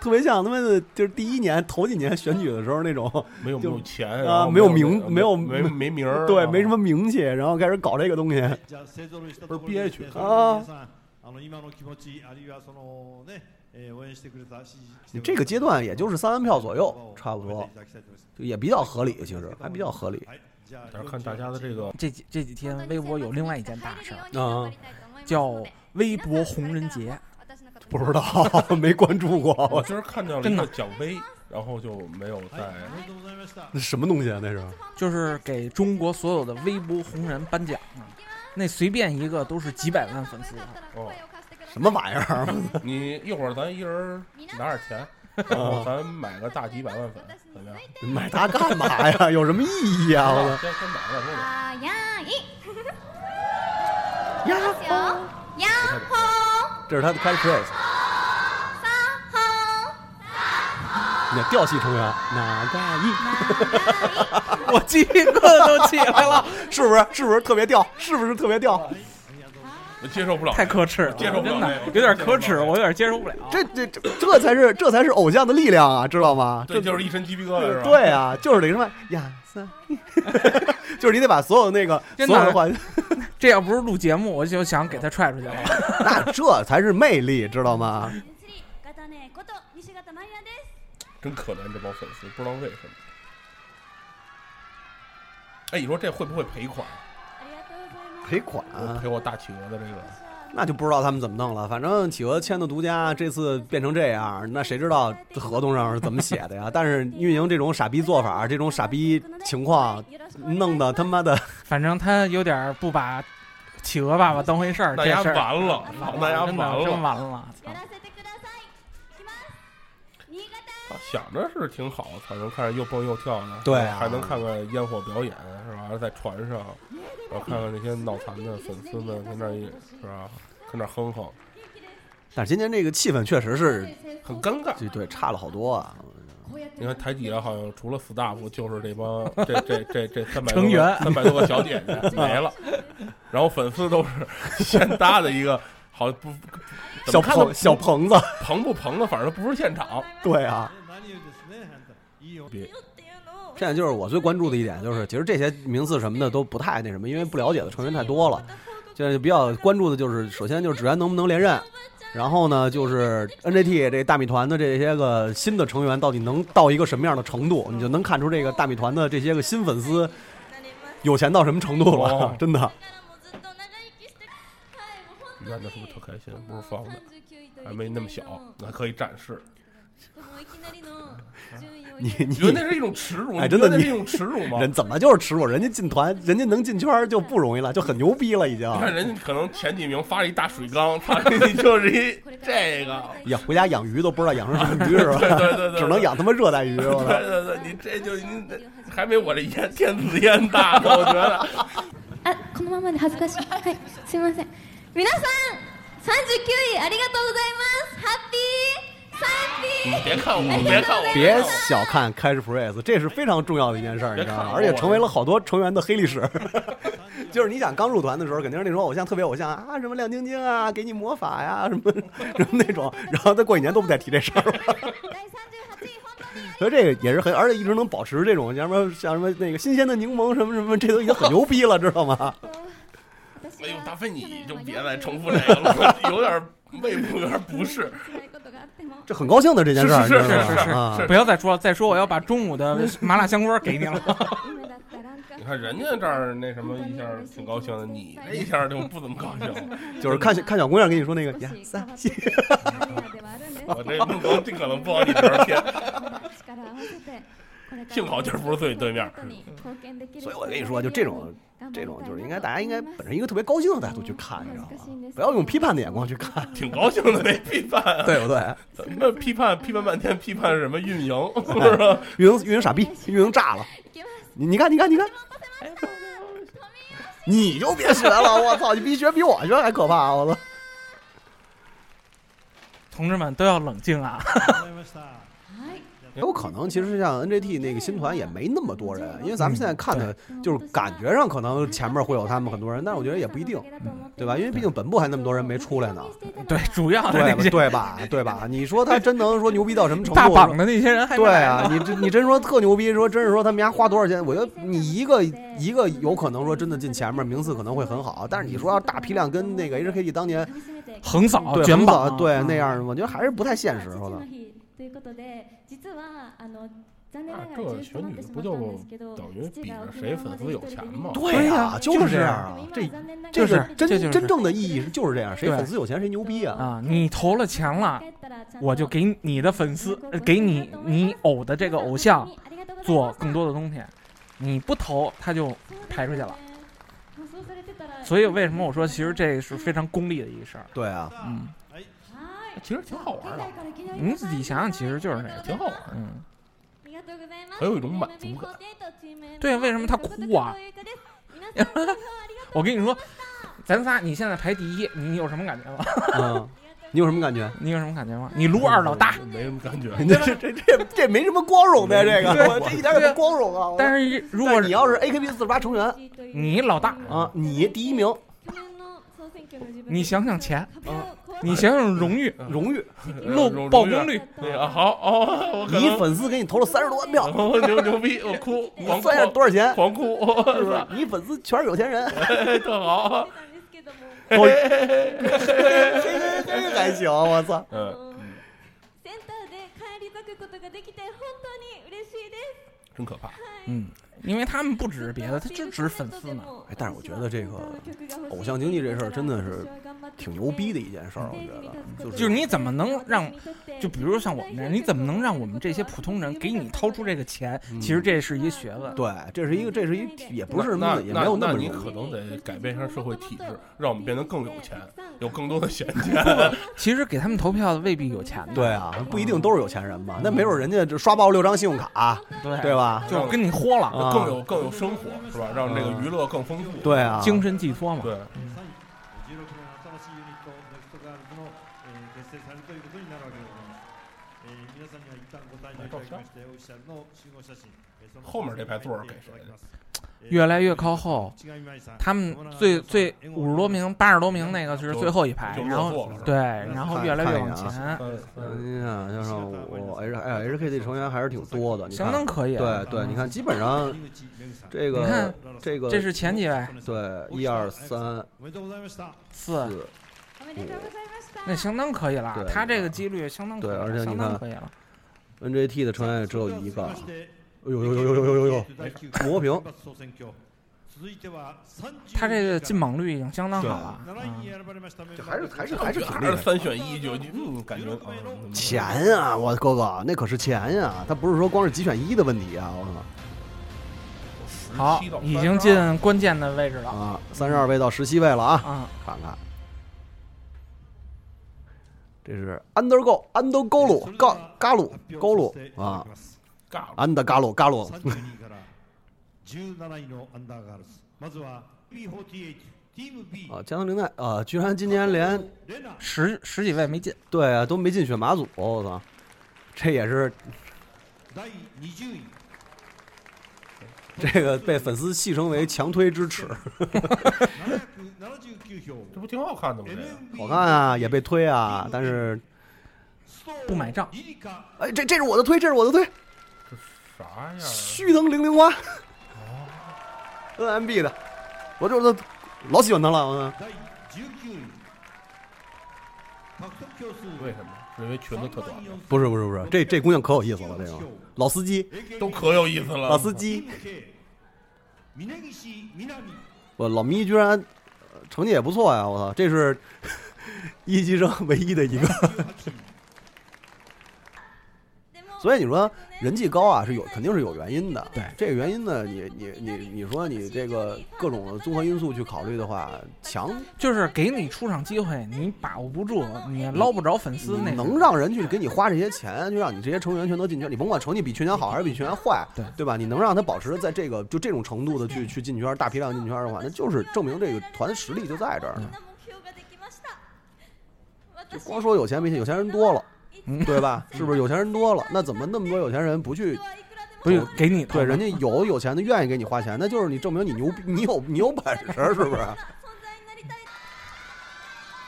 特别像他妈的，就是第一年头几年选举的时候那种，没有没就有钱啊，没没有名，没有没没名 儿，对，啊没什么名气，然后开始搞这个东西。不是憋屈啊あの今の気持ちあるいはそのね、えー応援してくれた支持して你くれ这个阶段也就是三万票左右，差不多，就也比较合理，其实还比较合理。但是看大家的这个这几这几天微博有另外一件大事儿，啊，叫微博红人节。不知道， 没关注过。我我今儿看见了一真个的哎奖杯，然后就没有再那什么东西啊？那是就是给中国所有的微博红人颁奖啊，那随便一个都是几百万粉丝啊。哦。什么玩意儿？ 你一会儿咱一人拿点钱，然后咱买个大几百万粉，怎么样？买它干嘛呀？有什么意义啊？我操！先先买了，あやい。やっほー。やっほー。这是他的 catchphrase。那调戏成员哪嘎 一，我鸡皮疙瘩都起来了，啊是不是？是不是特别调？是不是特别调？接受不了，太可耻了，接受不了真这的有个，点可耻，我有点接受不了。这这这这才是这才是偶像的力量啊，知道吗？对，就是一身鸡皮疙瘩，是吧？对，啊， 就是得什么呀三， 就是你得把所有那个真所有的话的，这要不是录节目，我就想给他踹出去了。 哎那这才是魅力，知道吗？真可怜这帮粉丝，不知道为什么。哎，你说这会不会赔款？赔款赔我大企鹅的这个，那就不知道他们怎么弄了。反正企鹅签的独家这次变成这样，那谁知道合同上是怎么写的呀？但是运营这种傻逼做法，这种傻逼情况，弄得他妈的，反正他有点不把企鹅爸爸当回事儿，大这家事儿完了大家真的完了真完了。操啊想着是挺好，反正看着又蹦又跳的，对啊还能看看烟火表演，是吧？在船上，然后看看那些脑残的粉丝们跟那儿一，是吧？跟那儿哼哼，但是今年这个气氛确实是很尴尬，对对，差了好多啊。你看台底下好像除了 staff 就是这帮这这这这三百成员三百多个小姐 姐没了，然后粉丝都是先搭的一个好像不不怎小么看都棚小棚子，棚不棚的，反正不是现场。 对啊，别现在就是我最关注的一点，就是其实这些名次什么的都不太那什么，因为不了解的成员太多了。现在比较关注的就是，首先就是职员能不能连任，然后呢就是 NJT 这大米团的这些个新的成员到底能到一个什么样的程度，你就能看出这个大米团的这些个新粉丝有钱到什么程度了，哦真的。男的是不是特开心？不是方的，还没那么小，还可以展示。你你 你觉得那是一种耻辱？哎，你觉真得的那你是一种耻辱吗？人怎么就是耻辱？人家进团，人家能进圈就不容易了，就很牛逼了已经。你看人家可能前几名发了一大水缸，他你 就是一这个，养回家养鱼都不知道养成什么鱼是吧？对对对对只能养他妈热带鱼。对我操对对，你这就你还没我这烟电子烟大呢，我觉得。あ、このままで恥ずかしい。はい、すみません。皆さん、三十九位ありがとうございます。ハッピー、サンピー。あ哎りがとうございます别小看 Cash Phrase，这是非常重要的一件事儿，你知道吗？而且成为了好多成员的黑历史。 就是你想刚入团的时候，肯定是那种偶像特别偶像啊，什么亮晶晶啊，给你魔法呀、什么什么那种， 然后再过几年都不再提这事儿了。 所以这个也是很，而且一直能保持这 种，像什么像什么那个新鲜的柠檬什么什么，这都已经很牛逼了，知道吗？私哎呦，大飞，你就别再重复这个了， 有点胃部有点不适。这很高兴的这件事儿，是是你知道是吗是是啊不要再说了，再说我要把中午的麻辣香锅给你了。 你看人家这儿那什么一下挺高兴的，你那一下就不怎么高兴了。 就是看看小姑娘跟你说那个呀，三 七， 我这目光尽可能不往你这儿偏， 幸好今儿不是对对面。嗯所以我跟你说，就这种这种，就是应该大家应该本身一个特别高兴的态度去看，你知道吗？不要用批判的眼光去 看，挺高兴的那批判、啊，对不对？咱们批判批判半天，批判什么运营是吧？运营运营傻逼，运营炸了，你你看你看你看， 你就别学了，我操，你比学比我学还可怕，我操！同志们都要冷静啊！有可能，其实像 NJT 那个新团也没那么多人，因为咱们现在看的，就是感觉上可能前面会有他们很多人，但是我觉得也不一定，对吧？因为毕竟本部还那么多人没出来呢，嗯对，主要的 那对些对吧？对吧？你说他真能说牛逼到什么程度？大榜的那些人还没对来啊呢，你真你真说特牛逼，说真是说他们家花多少钱？我觉得你一个一个有可能说真的进前面名次可能会很好，但是你说要大批量跟 那个 HKT 当年横扫对卷横扫榜对嗯那样的，我觉得还是不太现实，说的。ということで実はあの残念な啊がら这中止と选なってしまったですけ举不就ど等于比が着谁粉丝有钱吗？对呀、就是啊这这就是真是这就是真正的意义是就是这样，谁对粉丝有钱谁牛逼啊！啊，你投了钱了，我就给你的粉丝，呃给你你偶的这个偶像做啊更多的东西。你不投，他就排出去了。所以为什么我说其 实这是非常功利的一事儿？对啊，嗯其实挺好玩的，你自己想想，其实就是这个，挺好玩。嗯，很有一种满足感。对啊，为什么他哭啊？我跟你说，咱仨你现在排第一，你有什么感觉吗？ 嗯， 你有什么感觉？你有什么感觉吗？你撸二老大，嗯没什么感觉。这这这这没什么光荣的，这对个我这一点也不光荣啊！但是如果你要是 AKB 四十八成员，你老大啊，你第一名，你想想钱，啊你想想荣誉，嗯荣誉，露曝光率，对啊，好哦，我可能你粉丝给你投了三十多万票，我牛牛逼，我哭，你狂算一下哭多少钱？狂哭，是不是你粉丝全是有钱 人，特好。我这还行，我操！嗯，真可怕。嗯，因为他们不只是别的，他就只是粉丝嘛。哎，但是我觉得这个偶像经济这事儿真的是挺牛逼的一啊件事儿，我觉得就是你怎么能让，就比如像我们这样，你怎么能让我们这些普通人给你掏出这个钱？嗯其实这是一学问。对，这是一个，这是一也不是什那么，也没有那么你容易可能得改变一下社会体制，让我们变得更有钱，有更多的闲钱。其实给他们投票的未必有钱的。嗯对啊，不一定都是有钱人嘛，那没准人家就刷爆六张信用卡，对对吧？就跟你豁了啊更有更有生活是吧？让这个娱乐更丰富。对啊精神寄托嘛。对， 16名新しいユニットネクストガールズの、えー結成されるということになるわけでございます。えー皆さんには一旦ご退場いただきまして、オフィシャルの集合写真、えーその后面这排座儿给谁？越来越靠后，他们最嗯最五十多名、八十多名那个是最后一排，就然落后座了对，然后越来越往前。啊你想想上我 H 哎 HK 的成员还是挺多的，你看相当可以嗯对对，你看基本上这你看个这个这是前几位，对一二三四，那相当可以了对。他这个几率相当可以对，了，而且你相当看可以了。 NJT 的成员也只有一个，哎呦呦呦呦呦呦呦，磨平，他这个进榜率已经相当好了。啊嗯这还是还是还还是挺厉还害是的。三选一就嗯，感觉啊，嗯钱啊，我哥哥，那可是钱呀、他不是说光是几选一的问题啊，我操！好，已经进关键的位置了。啊，三十二位到十七位了啊，啊看看，这是 Undergo Undergo 鲁嘎嘎鲁高鲁啊，安德嘎鲁嘎鲁， 32位から17位のアンダーガールズ。まずは B48 チーム B 啊，江南零奈啊，居然今年连十十几位没进，对啊，都没进选拔组，我操，这也是第20位。这个被粉丝戏称为强推之耻，这不挺好看的吗？好看啊，也被推啊，但是不买账。哎，这这是我的推，这是我的推，这啥呀？虚藤零零花，NMB 的，我这我老喜欢他了。我呢为什么？是因为裙子特短吗？不是不是不是，这这姑娘可有意思了，这个老嗯司机都可有意思了。老司机，我老咪居然呃成绩也不错呀！我操，这是 一级生唯一的一个。 所以你说人气高啊，是有肯定是有原因的。对这个原因呢，你你你你说你这个各种的综合因素去考虑的话，强就是给你出场机会，你把握不住，你捞不着粉丝那你个能让人去给你花这些钱，就让你这些成员全都进圈，你甭管成绩比去年好还是比去年坏，对对吧？你能让他保持在这个就这种程度的去去进圈，大批量进圈的话，那就是证明这个团的实力就在这嗯儿呢。就光说有钱没钱，有钱人多了，嗯对吧？是不是有钱人多了？那怎么那么多有钱人不去？不是给你对，人家有有钱的愿意给你花钱，那就是你证明你牛逼，你有你有本事，是不是？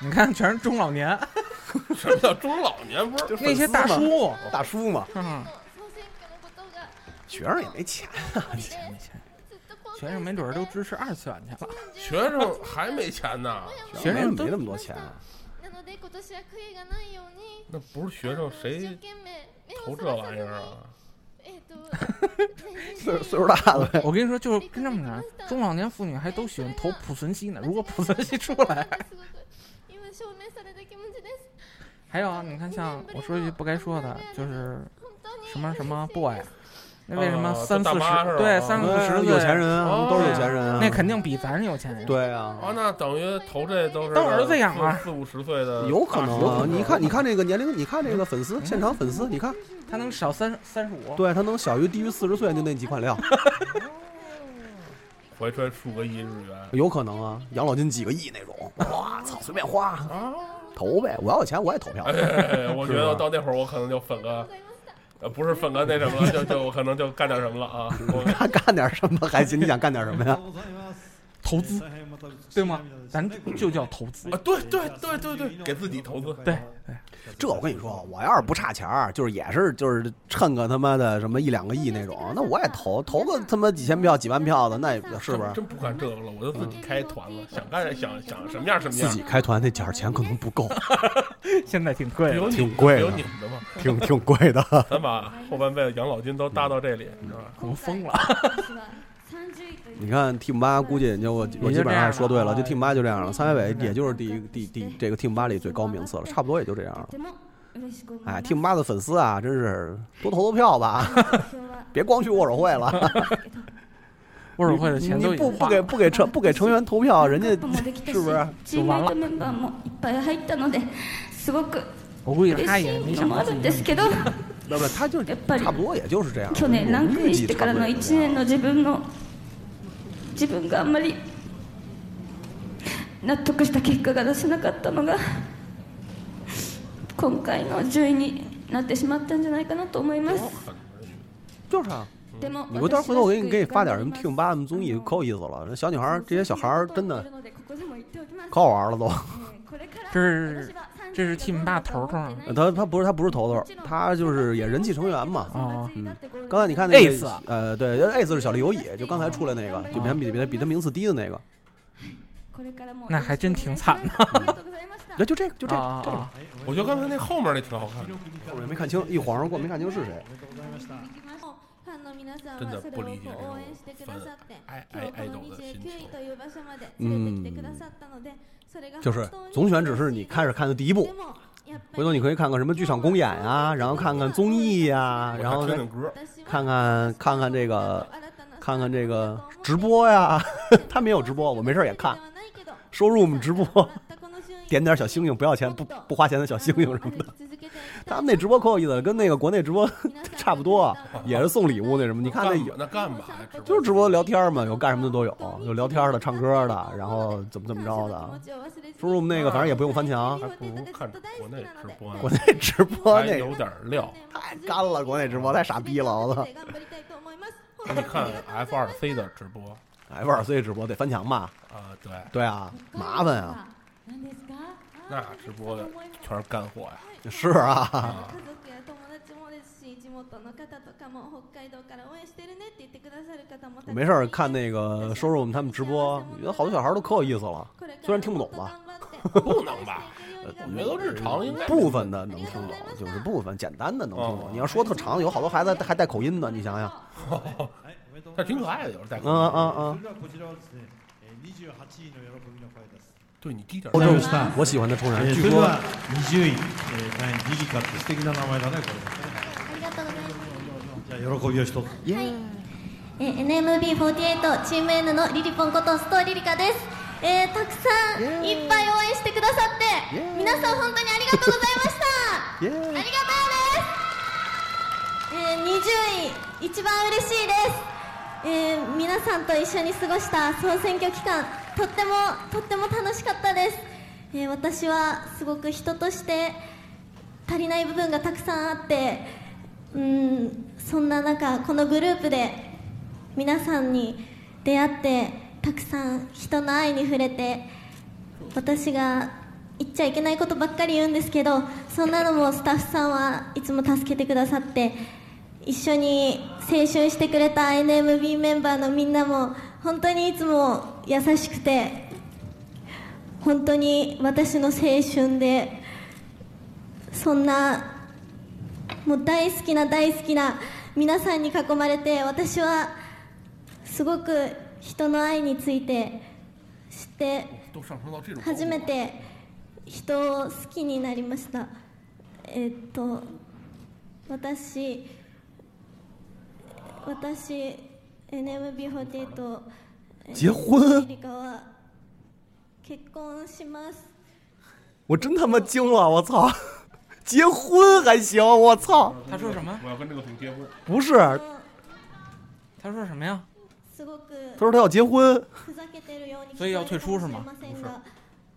你看，全是中老年，什么叫中老年味儿？那些大叔，大叔嘛，嗯，学生也没钱啊，学生没准儿都支持二次元去了。学生还没钱呢，学生没都没那么多钱、那不是学生 谁投这玩意儿 啊？岁岁数大了。哎我跟你说，就是跟这么讲，中老年妇女还都喜欢投濮存昕呢。如果濮存昕出来，还有啊，你看像我说一句不该说的，就是什么什么 boy，那啊为什么啊三四大嗯妈是十吧对三四十对呃有钱人啊对都是有钱人啊那肯定比咱是有钱人。对啊，啊，那等于投这都是当儿子养啊四四五十岁的，有可能啊！你看，你看这个年龄，你看这个粉丝，现场粉丝，你看，他能少三三十五，对啊他能小于低于四十岁就那几款料，怀揣数个亿日元，有可能啊！养老金几个亿那种，哇操，随便花，投呗！我要有钱我也投票。哎我觉得是吧到那会儿我可能就粉个，呃，不是粉个那什么了，就就我可能就干点什么了啊！我干干点什么还行？你想干点什么呀？投资，对吗？咱就叫投资啊！对对对对对，给自己投资，对， 这我跟你说，我要是不差钱儿，就是也是就是趁个他妈的什么一两个亿那种，那我也投投个他妈几千票几万票的，那也是不是？真不管这个了，我就自己开团了，想干想想什么样什么样。自己开团那点儿钱可能不够，现在挺贵有的，你挺贵有的你们的吗？挺挺贵的。咱把后半辈子养老金都搭到这里，你知道吧？我疯了。你看 Team 八，估计嗯就我我也就基本这样上了是说对了，嗯啊就 Team 八就这样了。三位伟也就是第一第第这个 Team 八里最高名次了，差不多也就这样了。哎，Team 八的粉丝啊，真是多投投票吧， 别光去握手会了。握手会的钱你都你已不经不花给了不给成不给成员投票， 人家是不是？就完了。メンバーもいっぱい入ったのですごく我估计他嬉し也没いの想も到あ自る己んですけど那不他就差不多也就是这样。去年ランクインしてからの预计差不多也就这样1年の自分の自分があんまり納得した結果が出せなかったのが今回の順位になってしまったんじゃないかなと思います就是啊でも你回头回头我给你给你发点什么 Team 八的综艺，可有意思了。那小女孩儿这些小孩儿真的可好玩了都。这是这是 Team 八头头啊，他他不是他不是头头，他就是也人气成员嘛。啊，嗯，刚才你看那个 Ace 啊呃，对，Ace 是小丽有野，就刚才出来那个，就比他比比他比他名次低的那个。那还真挺惨的。那就这个就这啊个，这啊个我觉得刚才那后面那挺好看，我也没看清，一晃而过没看清是谁。真的不理解这种粉爱爱爱豆的心情。嗯，就是总选只是你开始看的第一步，回头你可以看看什么剧场公演啊，然后看看综艺呀、然后再听听歌看看看看这个看看这个直播呀、 他们也有直播，我没事儿也看。收入我们直播，点点小星星，不要钱，不不花钱的小星星什么的。他们那直播可有意思了，跟那个国内直播 差不多，也是送礼物那什么。你看那有那干嘛 呀？就是直播聊天嘛，有干什么的都有，有聊天的、唱歌的，然后怎么怎么着的。说说我们那个，反正也不用翻墙，还不如看国内直播 呢，国内直播还那有点料。哎太干了，国内直播太傻逼了， 我操你看 F 二 C 的直播， ！F 二 C 直播得翻墙吧？啊，对，对啊，麻烦啊，那直播的全是干货呀。是啊，方とかも北海道から応援してるねって言ってくださる方もたくさん没事儿看那个收入他们直播，我觉得好多小孩都可有意思了，虽然听不懂吧，不能吧？我觉得日常应该部分的能听懂，就是部分简单的能听懂。你要说特长，有好多孩子还带口音呢，你想想。但挺可爱的，有时候带口嗯嗯对你低点嗯，儿。我喜欢的冲えー人，据それで说は20位、えー大変リリカって素敵な名前だねこありがとうございます。れじゃあ喜びを一つえー NMB48 チーム N のリリポンことストーリリカです、えーたくさんいっぱい応援してくださって皆さん本当にありがとうございましたイエーイありがとうです、えー20位一番嬉しいです、えー皆さんと一緒に過ごした総選挙期間とってもとっても楽しかったです、えー私はすごく人として足りない部分がたくさんあってうんそんな中このグループで皆さんに出会ってたくさん人の愛に触れて私が言っちゃいけないことばっかり言うんですけどそんなのもスタッフさんはいつも助けてくださって一緒に青春してくれた NMB メンバーのみんなも本当にいつも優しくて本当に私の青春でそんなもう大好きな大好きな皆さんに囲まれて私はすごく人の愛について知って都上升到这种高度初めて人を好きになりましたえっと私私 NMB48 结婚リカは結婚します我真他妈惊了，我操！ 结婚还行，我操！他说什么？我要跟这个组结婚。不是，他说什么呀？すごく他说他要结婚，ふざけてるように所以要退出是吗聞こえるかもしれませんが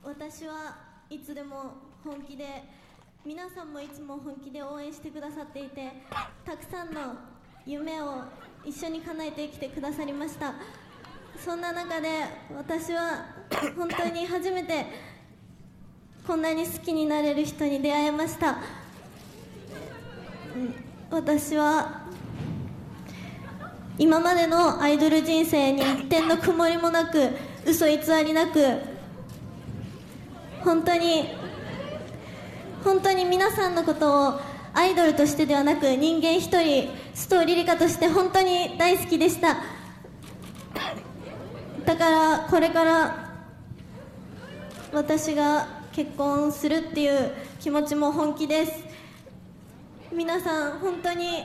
私はいつでも本気で皆さんもいつも本気で応援してくださっていてたくさんの夢を一緒に叶えてきてくださりましたそんな中で私は本当に初めてこんなに好きになれる人に出会えましたうん私は今までのアイドル人生に一点の曇りもなく嘘偽りなく本当に本当に皆さんのことをアイドルとしてではなく人間一人須藤リリカとして本当に大好きでしただからこれから私が結婚するっていう気持ちも本気です皆さん本当に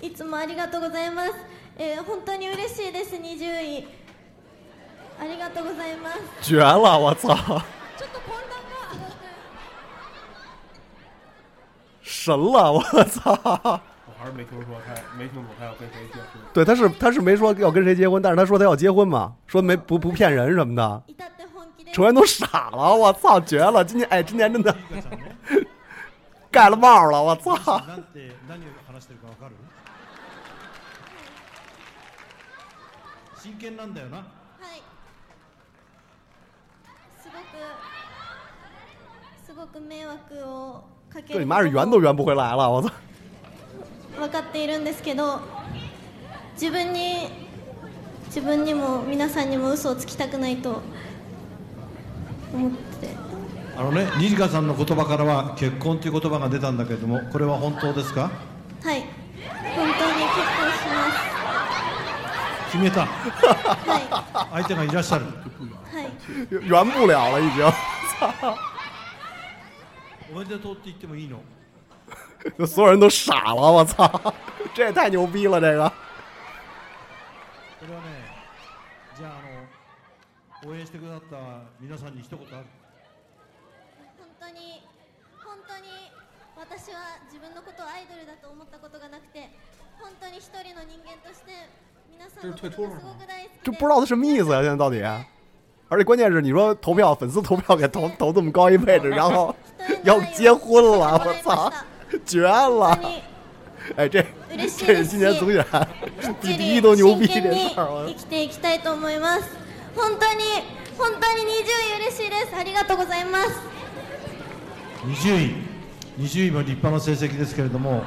いつもありがとうございます、えー本当に嬉しいです20位ありがとうございます绝了，我操！神了，我操！我还是没听说他，没听懂他要跟谁结婚。对，他是他是没说要跟谁结婚，但是他说他要结婚嘛，说没不不骗人什么的，成员都傻了，我操，绝了！今年哎，今年真的盖了帽了，我操！なんて何を話してるかわかる真剣なんだよなはい。すごく、すごく迷惑をかけ这る你妈是圆都圆不回来了，我操！分かっているんですけど、自分に、自分にも皆さんにも嘘をつきたくないと思って、あのねニリカさんの言葉からは結婚という言葉が出たんだけれどもこれは本当ですかはい。本当に結婚し決めた相手がいらっしゃるます。はい。圆不了了，已经。おめでとうって言ってもいいの就所有人都傻了，我操！这也太牛逼了，这个これはねじゃああの応援してくださった皆さんに一言ある本当に本当に私は自分のことをアイドルだと思ったことがなくて本当に一人の人間として皆さんのことがすごく大好き这不知道他什么意思呀、现在到底。而且关键是，你说投票，粉丝投票给投投这么高一位置，然后要结婚了，我操，绝了！哎，这嬉しい这是今年总选き第っ第一ち都り牛真逼这剣に事儿，我生きていきたいと思います本当に本当に20位嬉しいですありがとうございます20位20位も立派な成績ですけれども、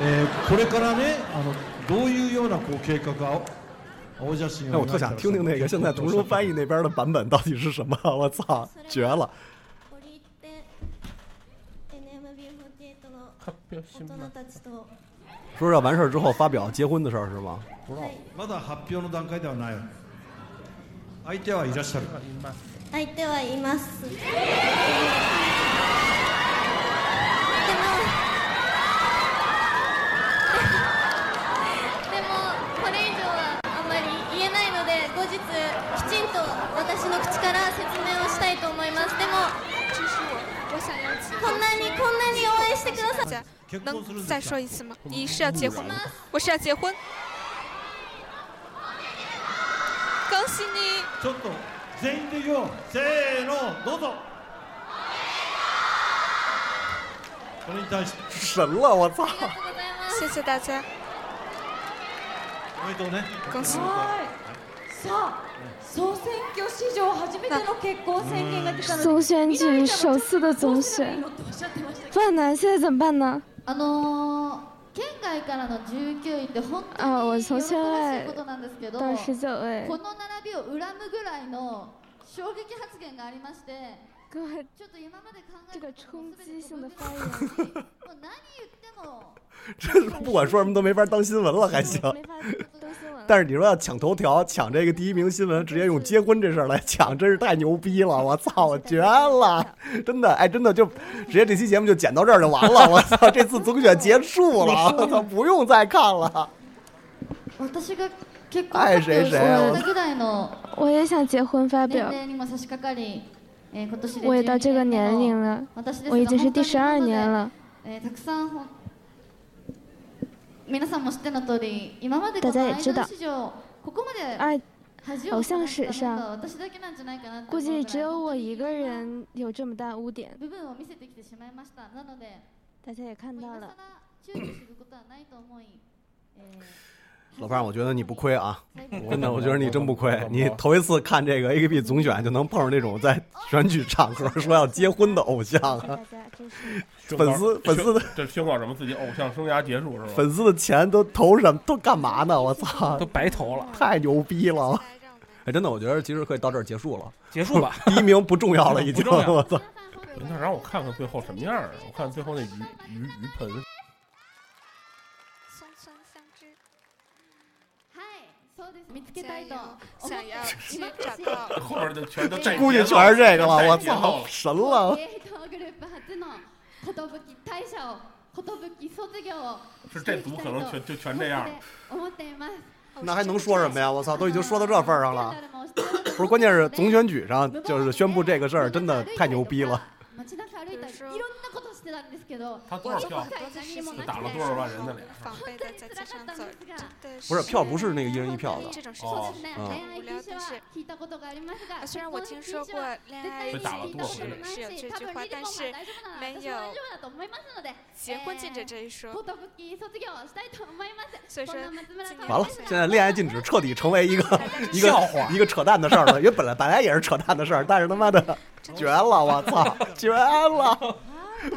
えーこれからねあのどういうようなこう計画を青写真哎，我特想听听那个现在同声翻译那边的版本到底是什么，我操，绝了！大人たちと说是要完事儿之后发表结婚的事儿是吗？不知道まだ発表の段階ではない相手はいらっしゃる相手はいます。でも、でも、これ以上はあまり言えないので、後日、きちんと私の口から説明をしたいと思います。でも、こんなに、こんなに応援してください。能再说一次吗？你是要结婚吗？我是要结婚。恭喜你！ちょっと全員でいこうせーのどうぞこれに対して神了，我操！谢谢大家，おめでとうね恭喜さあ総選挙史上初めての結婚宣言が出たので总选举首次的总いい选の，っておっしゃってましたけど万南现在怎么办呢？あのー、県外からの19位って本当啊，我に喜从ば现しい在ことなんですけど、到十九位こ。の並びを恨むぐらいの衝撃発言がありまして、ちょっと今まで考えたことも全て飛ぶぐらいもう何言っても这 不管说什么都没法当新闻了，还行。但是你说要抢头条，抢这个第一名新闻，直接用结婚这事儿来抢，真是太牛逼 了！我操，我绝了！真的，哎，真的就直接这期节目就剪到这儿就完 了。我操，这次总选结束了，我操，不用再看了。私が結婚愛発谁表谁し啊たぐらいの我也想结婚发年表，齢にも差し掛かり、えー哎今年で我也到这个12年龄了，我已经是第十二年了。えーたくさんほん皆さんも知っての通り今までこ大の家也アイ知ド道ル史上ここまで二恥をかか偶哎像した史のが上，私だけなんじゃないかなって估思うぐら计い只有我一个人有这么大污点。部分を見せてきてしまいましたなので大家也看到了，躊躇することはないと思い、え老范，我觉得你不亏啊，真的，我觉得你真不亏。你头一次看这个 AKB 总选，就能碰上这种在选举场合说要结婚的 偶像啊。粉丝粉丝的这宣告什么？自己偶像生涯结束是吧？粉丝的钱都投什么都干嘛呢？我操，都白投了，太牛逼了！哎，真的，我觉得其实可以到这儿结束了，结束吧， 第一名不重要了，已不经，重要我操，那让我看看最后什么样儿啊！我看最后那鱼鱼鱼盆，松村相知。そうです見つけたいと思って想要去今找到 后边就 全都这估计全是这 个了，我操，是神了！芸東グループ初の寿退社を寿卒業を这组可能全就全这样。思っています那还能说什么呀？我操，都已经说到这份儿上 了，不是，关键是总选举上就是宣布这个事儿，真的太牛逼了。街中歩い たりいろんなことしてたんですけど他多少票我今回何もなくて打了多少万人的脸？防备的在街上走，真的不是票不是那个一人一票的，这种事哦情是嗯很无聊的事。啊虽然我听说过恋爱被禁打了止多少回是有这句话，但是没有结婚禁止这一说。所以说，完了，现在恋爱禁止彻底成为一个一个笑话一个扯淡的事儿了。因为本来本来也是扯淡的事儿，但是他妈的绝了，我操，绝了！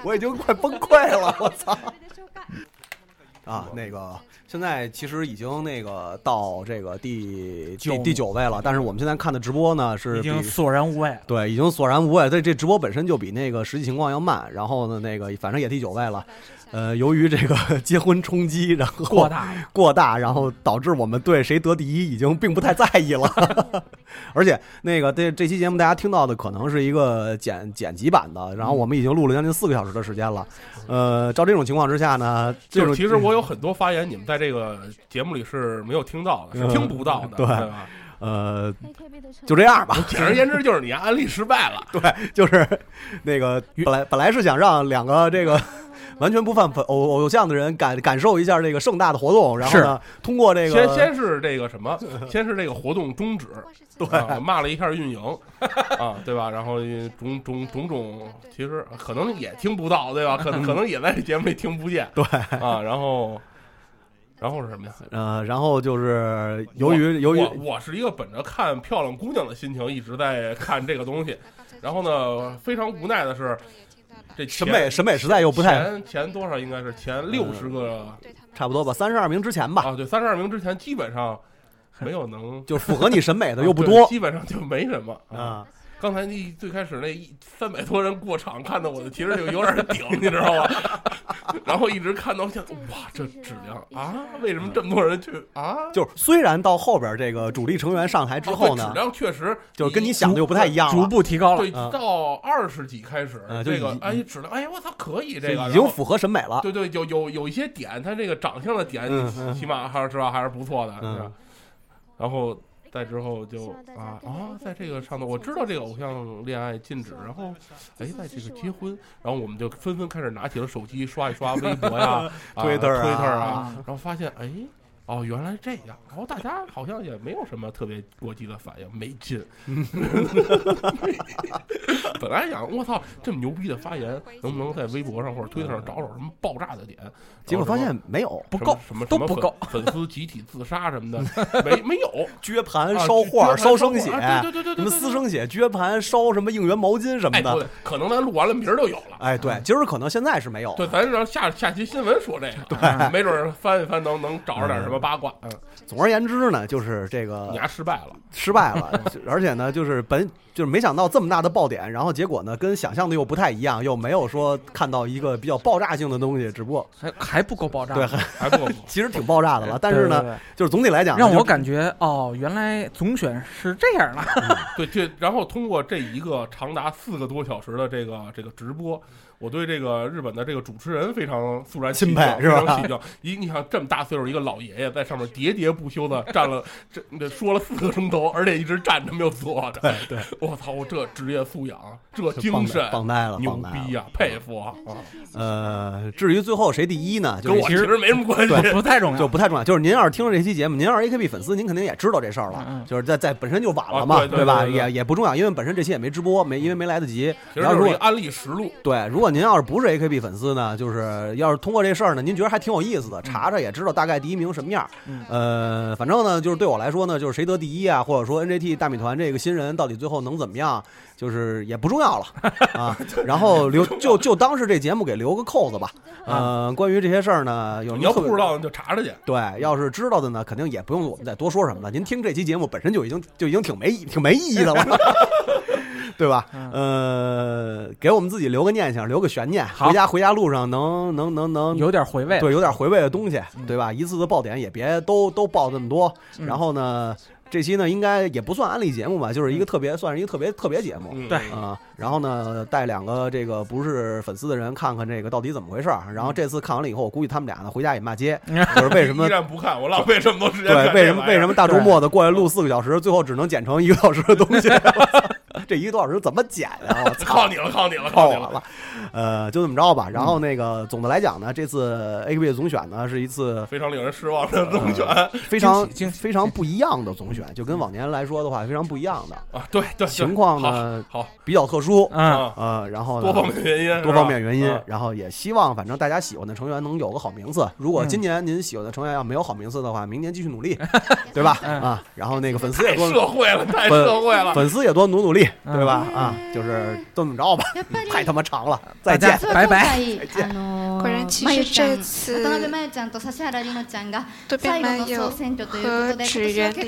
我已经快崩溃了，我操！啊，那个现在其实已经那个到这个第九第第九位了，但是我们现在看的直播呢是已经比索然无味了。对，已经索然无味。这这直播本身就比那个实际情况要慢，然后呢，那个反正也第九位了。呃，由于这个 结婚冲击，然后 过大了过大，然后导致我们对谁得第一已经并不太在意了。而且那个这这期节目大家听到的可能是一个剪剪辑版的，然后我们已经录了将近四个小时的时间了。呃，照这种情况之下呢，这就种是其实我有很多发言，你们在这个节目里是没有听到的，是听不到的，嗯对吧？呃， 就这样 吧。简而言之，就是你安利失败了。对，就是那个本来本来是想让两个这 个完全不犯偶偶偶像的人感感受一下这个盛大的活动，然后呢，通过这个先先是这个 什么，先是这个活动终止，对啊骂了一下运营啊，对吧？然后呃种种种种，其实可能也听不到，对吧？可能可能也在这节目里听不见， 对啊，然后然后是什么呀？呃，然后就是由于我由于我我是一个本着看漂亮姑娘的心情一直在看这个东西，然后呢，非常无奈的是，这审美审美实在又不太前前多少应该是前六十个，差不多吧，三十二名之前吧。啊，对，三十二名之前基本上没有能就是符合你审 美的又不啊对多基本上就没什么啊。刚才那最开始那一三百多人过场，看的我的其实就有点顶，你知道吗？ 然后一直看到现在，哇，这质量啊，为什么这么多人去啊？就是虽然到后边这个主力成员上台之后呢质，量确实就是跟你想的又不太一样了，逐步提高对，嗯到二十几开始，嗯就这个已哎质量，哎我操可以这个已然经后符合审美了。对对，有有有一些点，他这个长相的点嗯，嗯起码还是是吧，还是不错的。嗯、是吧然后再之后就啊啊，在这个上头，我知道这个偶像恋爱禁止，然后哎，在这个结婚，然后我们就纷纷开始拿起了手机刷一刷微博呀 啊 Twitter 啊推特啊，然后发现哎。哦，原来这样。然后大家好像也没有什么特别过激的反应，没劲。 本来想，我操，这么牛逼的发言，能不能在微博上或者推特上找找什么爆炸的点？嗯结果发现没有，不够什么都什么不粉够粉丝集体自杀什么 的，没没有，撅盘、啊烧画、撅盘烧生血，烧画啊对对对对对什么对私生血、撅盘、烧什么应援毛巾什么哎，对的。，可能咱录完了，明儿就有了。哎，对，今儿可能现在是没有，对，咱让下下期新闻说这个，对没准儿翻一翻能能找着点什么八卦。嗯，总而言之呢，就是这个你丫失败了，失败 了，就而且呢，就是本就是没想到这么大的爆点，然后结果呢，跟想象的又不太一样，又没有说看到一个比较爆炸性的东西，只不过还还不够爆炸，对，还还 不够，其实挺爆炸哎的了，但是呢，对对对就是总体来讲呢，让就我感觉哦，原来总选是这样的。对，这然后通过这一个长达四个多小时的这个这个直播，我对这个日本的这个主持人非常肃然起钦敬，佩非是吧常起敬。一你想这么大岁数一个老爷爷在上面喋喋 不休的站了这这说了四个钟头，而且一直站着没有坐着。对对，我操，我这职业素养，这这精棒呆神，棒呆了牛棒呆逼呀、佩服啊！啊呃，至于最后谁第一呢，就跟我其实没什么关系 对不太重要就不太重要。就是您要是听着这期节目，您要是 AKB 粉丝，您肯定也知道这事儿了，就是在在本身就晚了嘛，嗯啊对对吧？对对对嗯也也不重要，因为本身这期也没直播，没因为没来得及。其实然后就如是一果安利实录，对，如果您要是不是 AKB 粉丝呢，就是要是通过这事儿呢，您觉得还挺有意思嗯的，查查也知道大概第一名什么样儿。呃，反正呢，就是对我来说呢，就是谁得第一啊，或者说 NJT 大米团这个新人到底最后能怎么样，就是也不重 要了啊。然后留就就当是这节目给留个扣子吧。呃，关于这些事儿呢，有啊你要特不别知道你就查查去。对，要是知道的呢，肯定也不用我们再多说什么了。您听这期节目本身就已经就已经挺没意挺没意义的了， 对吧？呃，给我们自己留个念想，留个悬念，回家回家路上能能能能有点回味对，有点回味的东西，对吧？一次次爆点也别都都爆这么多，然后呢？这期呢，应该也不算安利节目吧，就是一个特别，算是一个特别特别节目。嗯对啊、然后呢，带两个这个不是粉丝的人看看这个到底怎么回事儿。然后这次看完了以后，我估计他们俩呢回家也骂街，就是为什么依然不看？我浪费这么多时间对，看这为什么玩意儿为什么大周末的过来录四个小时，最后只能剪成一个多小时的 东西？ 这一个多小时怎么剪呀、我操！靠你了，靠你了，靠靠我 你了！了，呃，就这么着吧。然后那个总的来讲呢，这次 AKB 的总选呢是一次非常令人失望的啊总嗯选，非常非常不一样的总选，就跟往年来说的话非常不一样的啊。对对，情况呢好好比较特殊，嗯呃，然后呢多方面原因是吧多方面原因嗯，然后也希望反正大家喜欢的成员能有个好名次。如嗯果今年您喜欢的成员要没有好名次的话，明年继续努 力，对吧？啊，然后那个粉丝也多嗯太社会了太粉社会了粉丝也多努努力，对吧？啊，就是这么着吧， 太他妈长了，再见，拜拜。あのこれー其まゆ实ちゃん这次渡辺真由ちゃんと指原莉乃ちゃんが渡最辺後の真由総選挙ということで和指今年は原結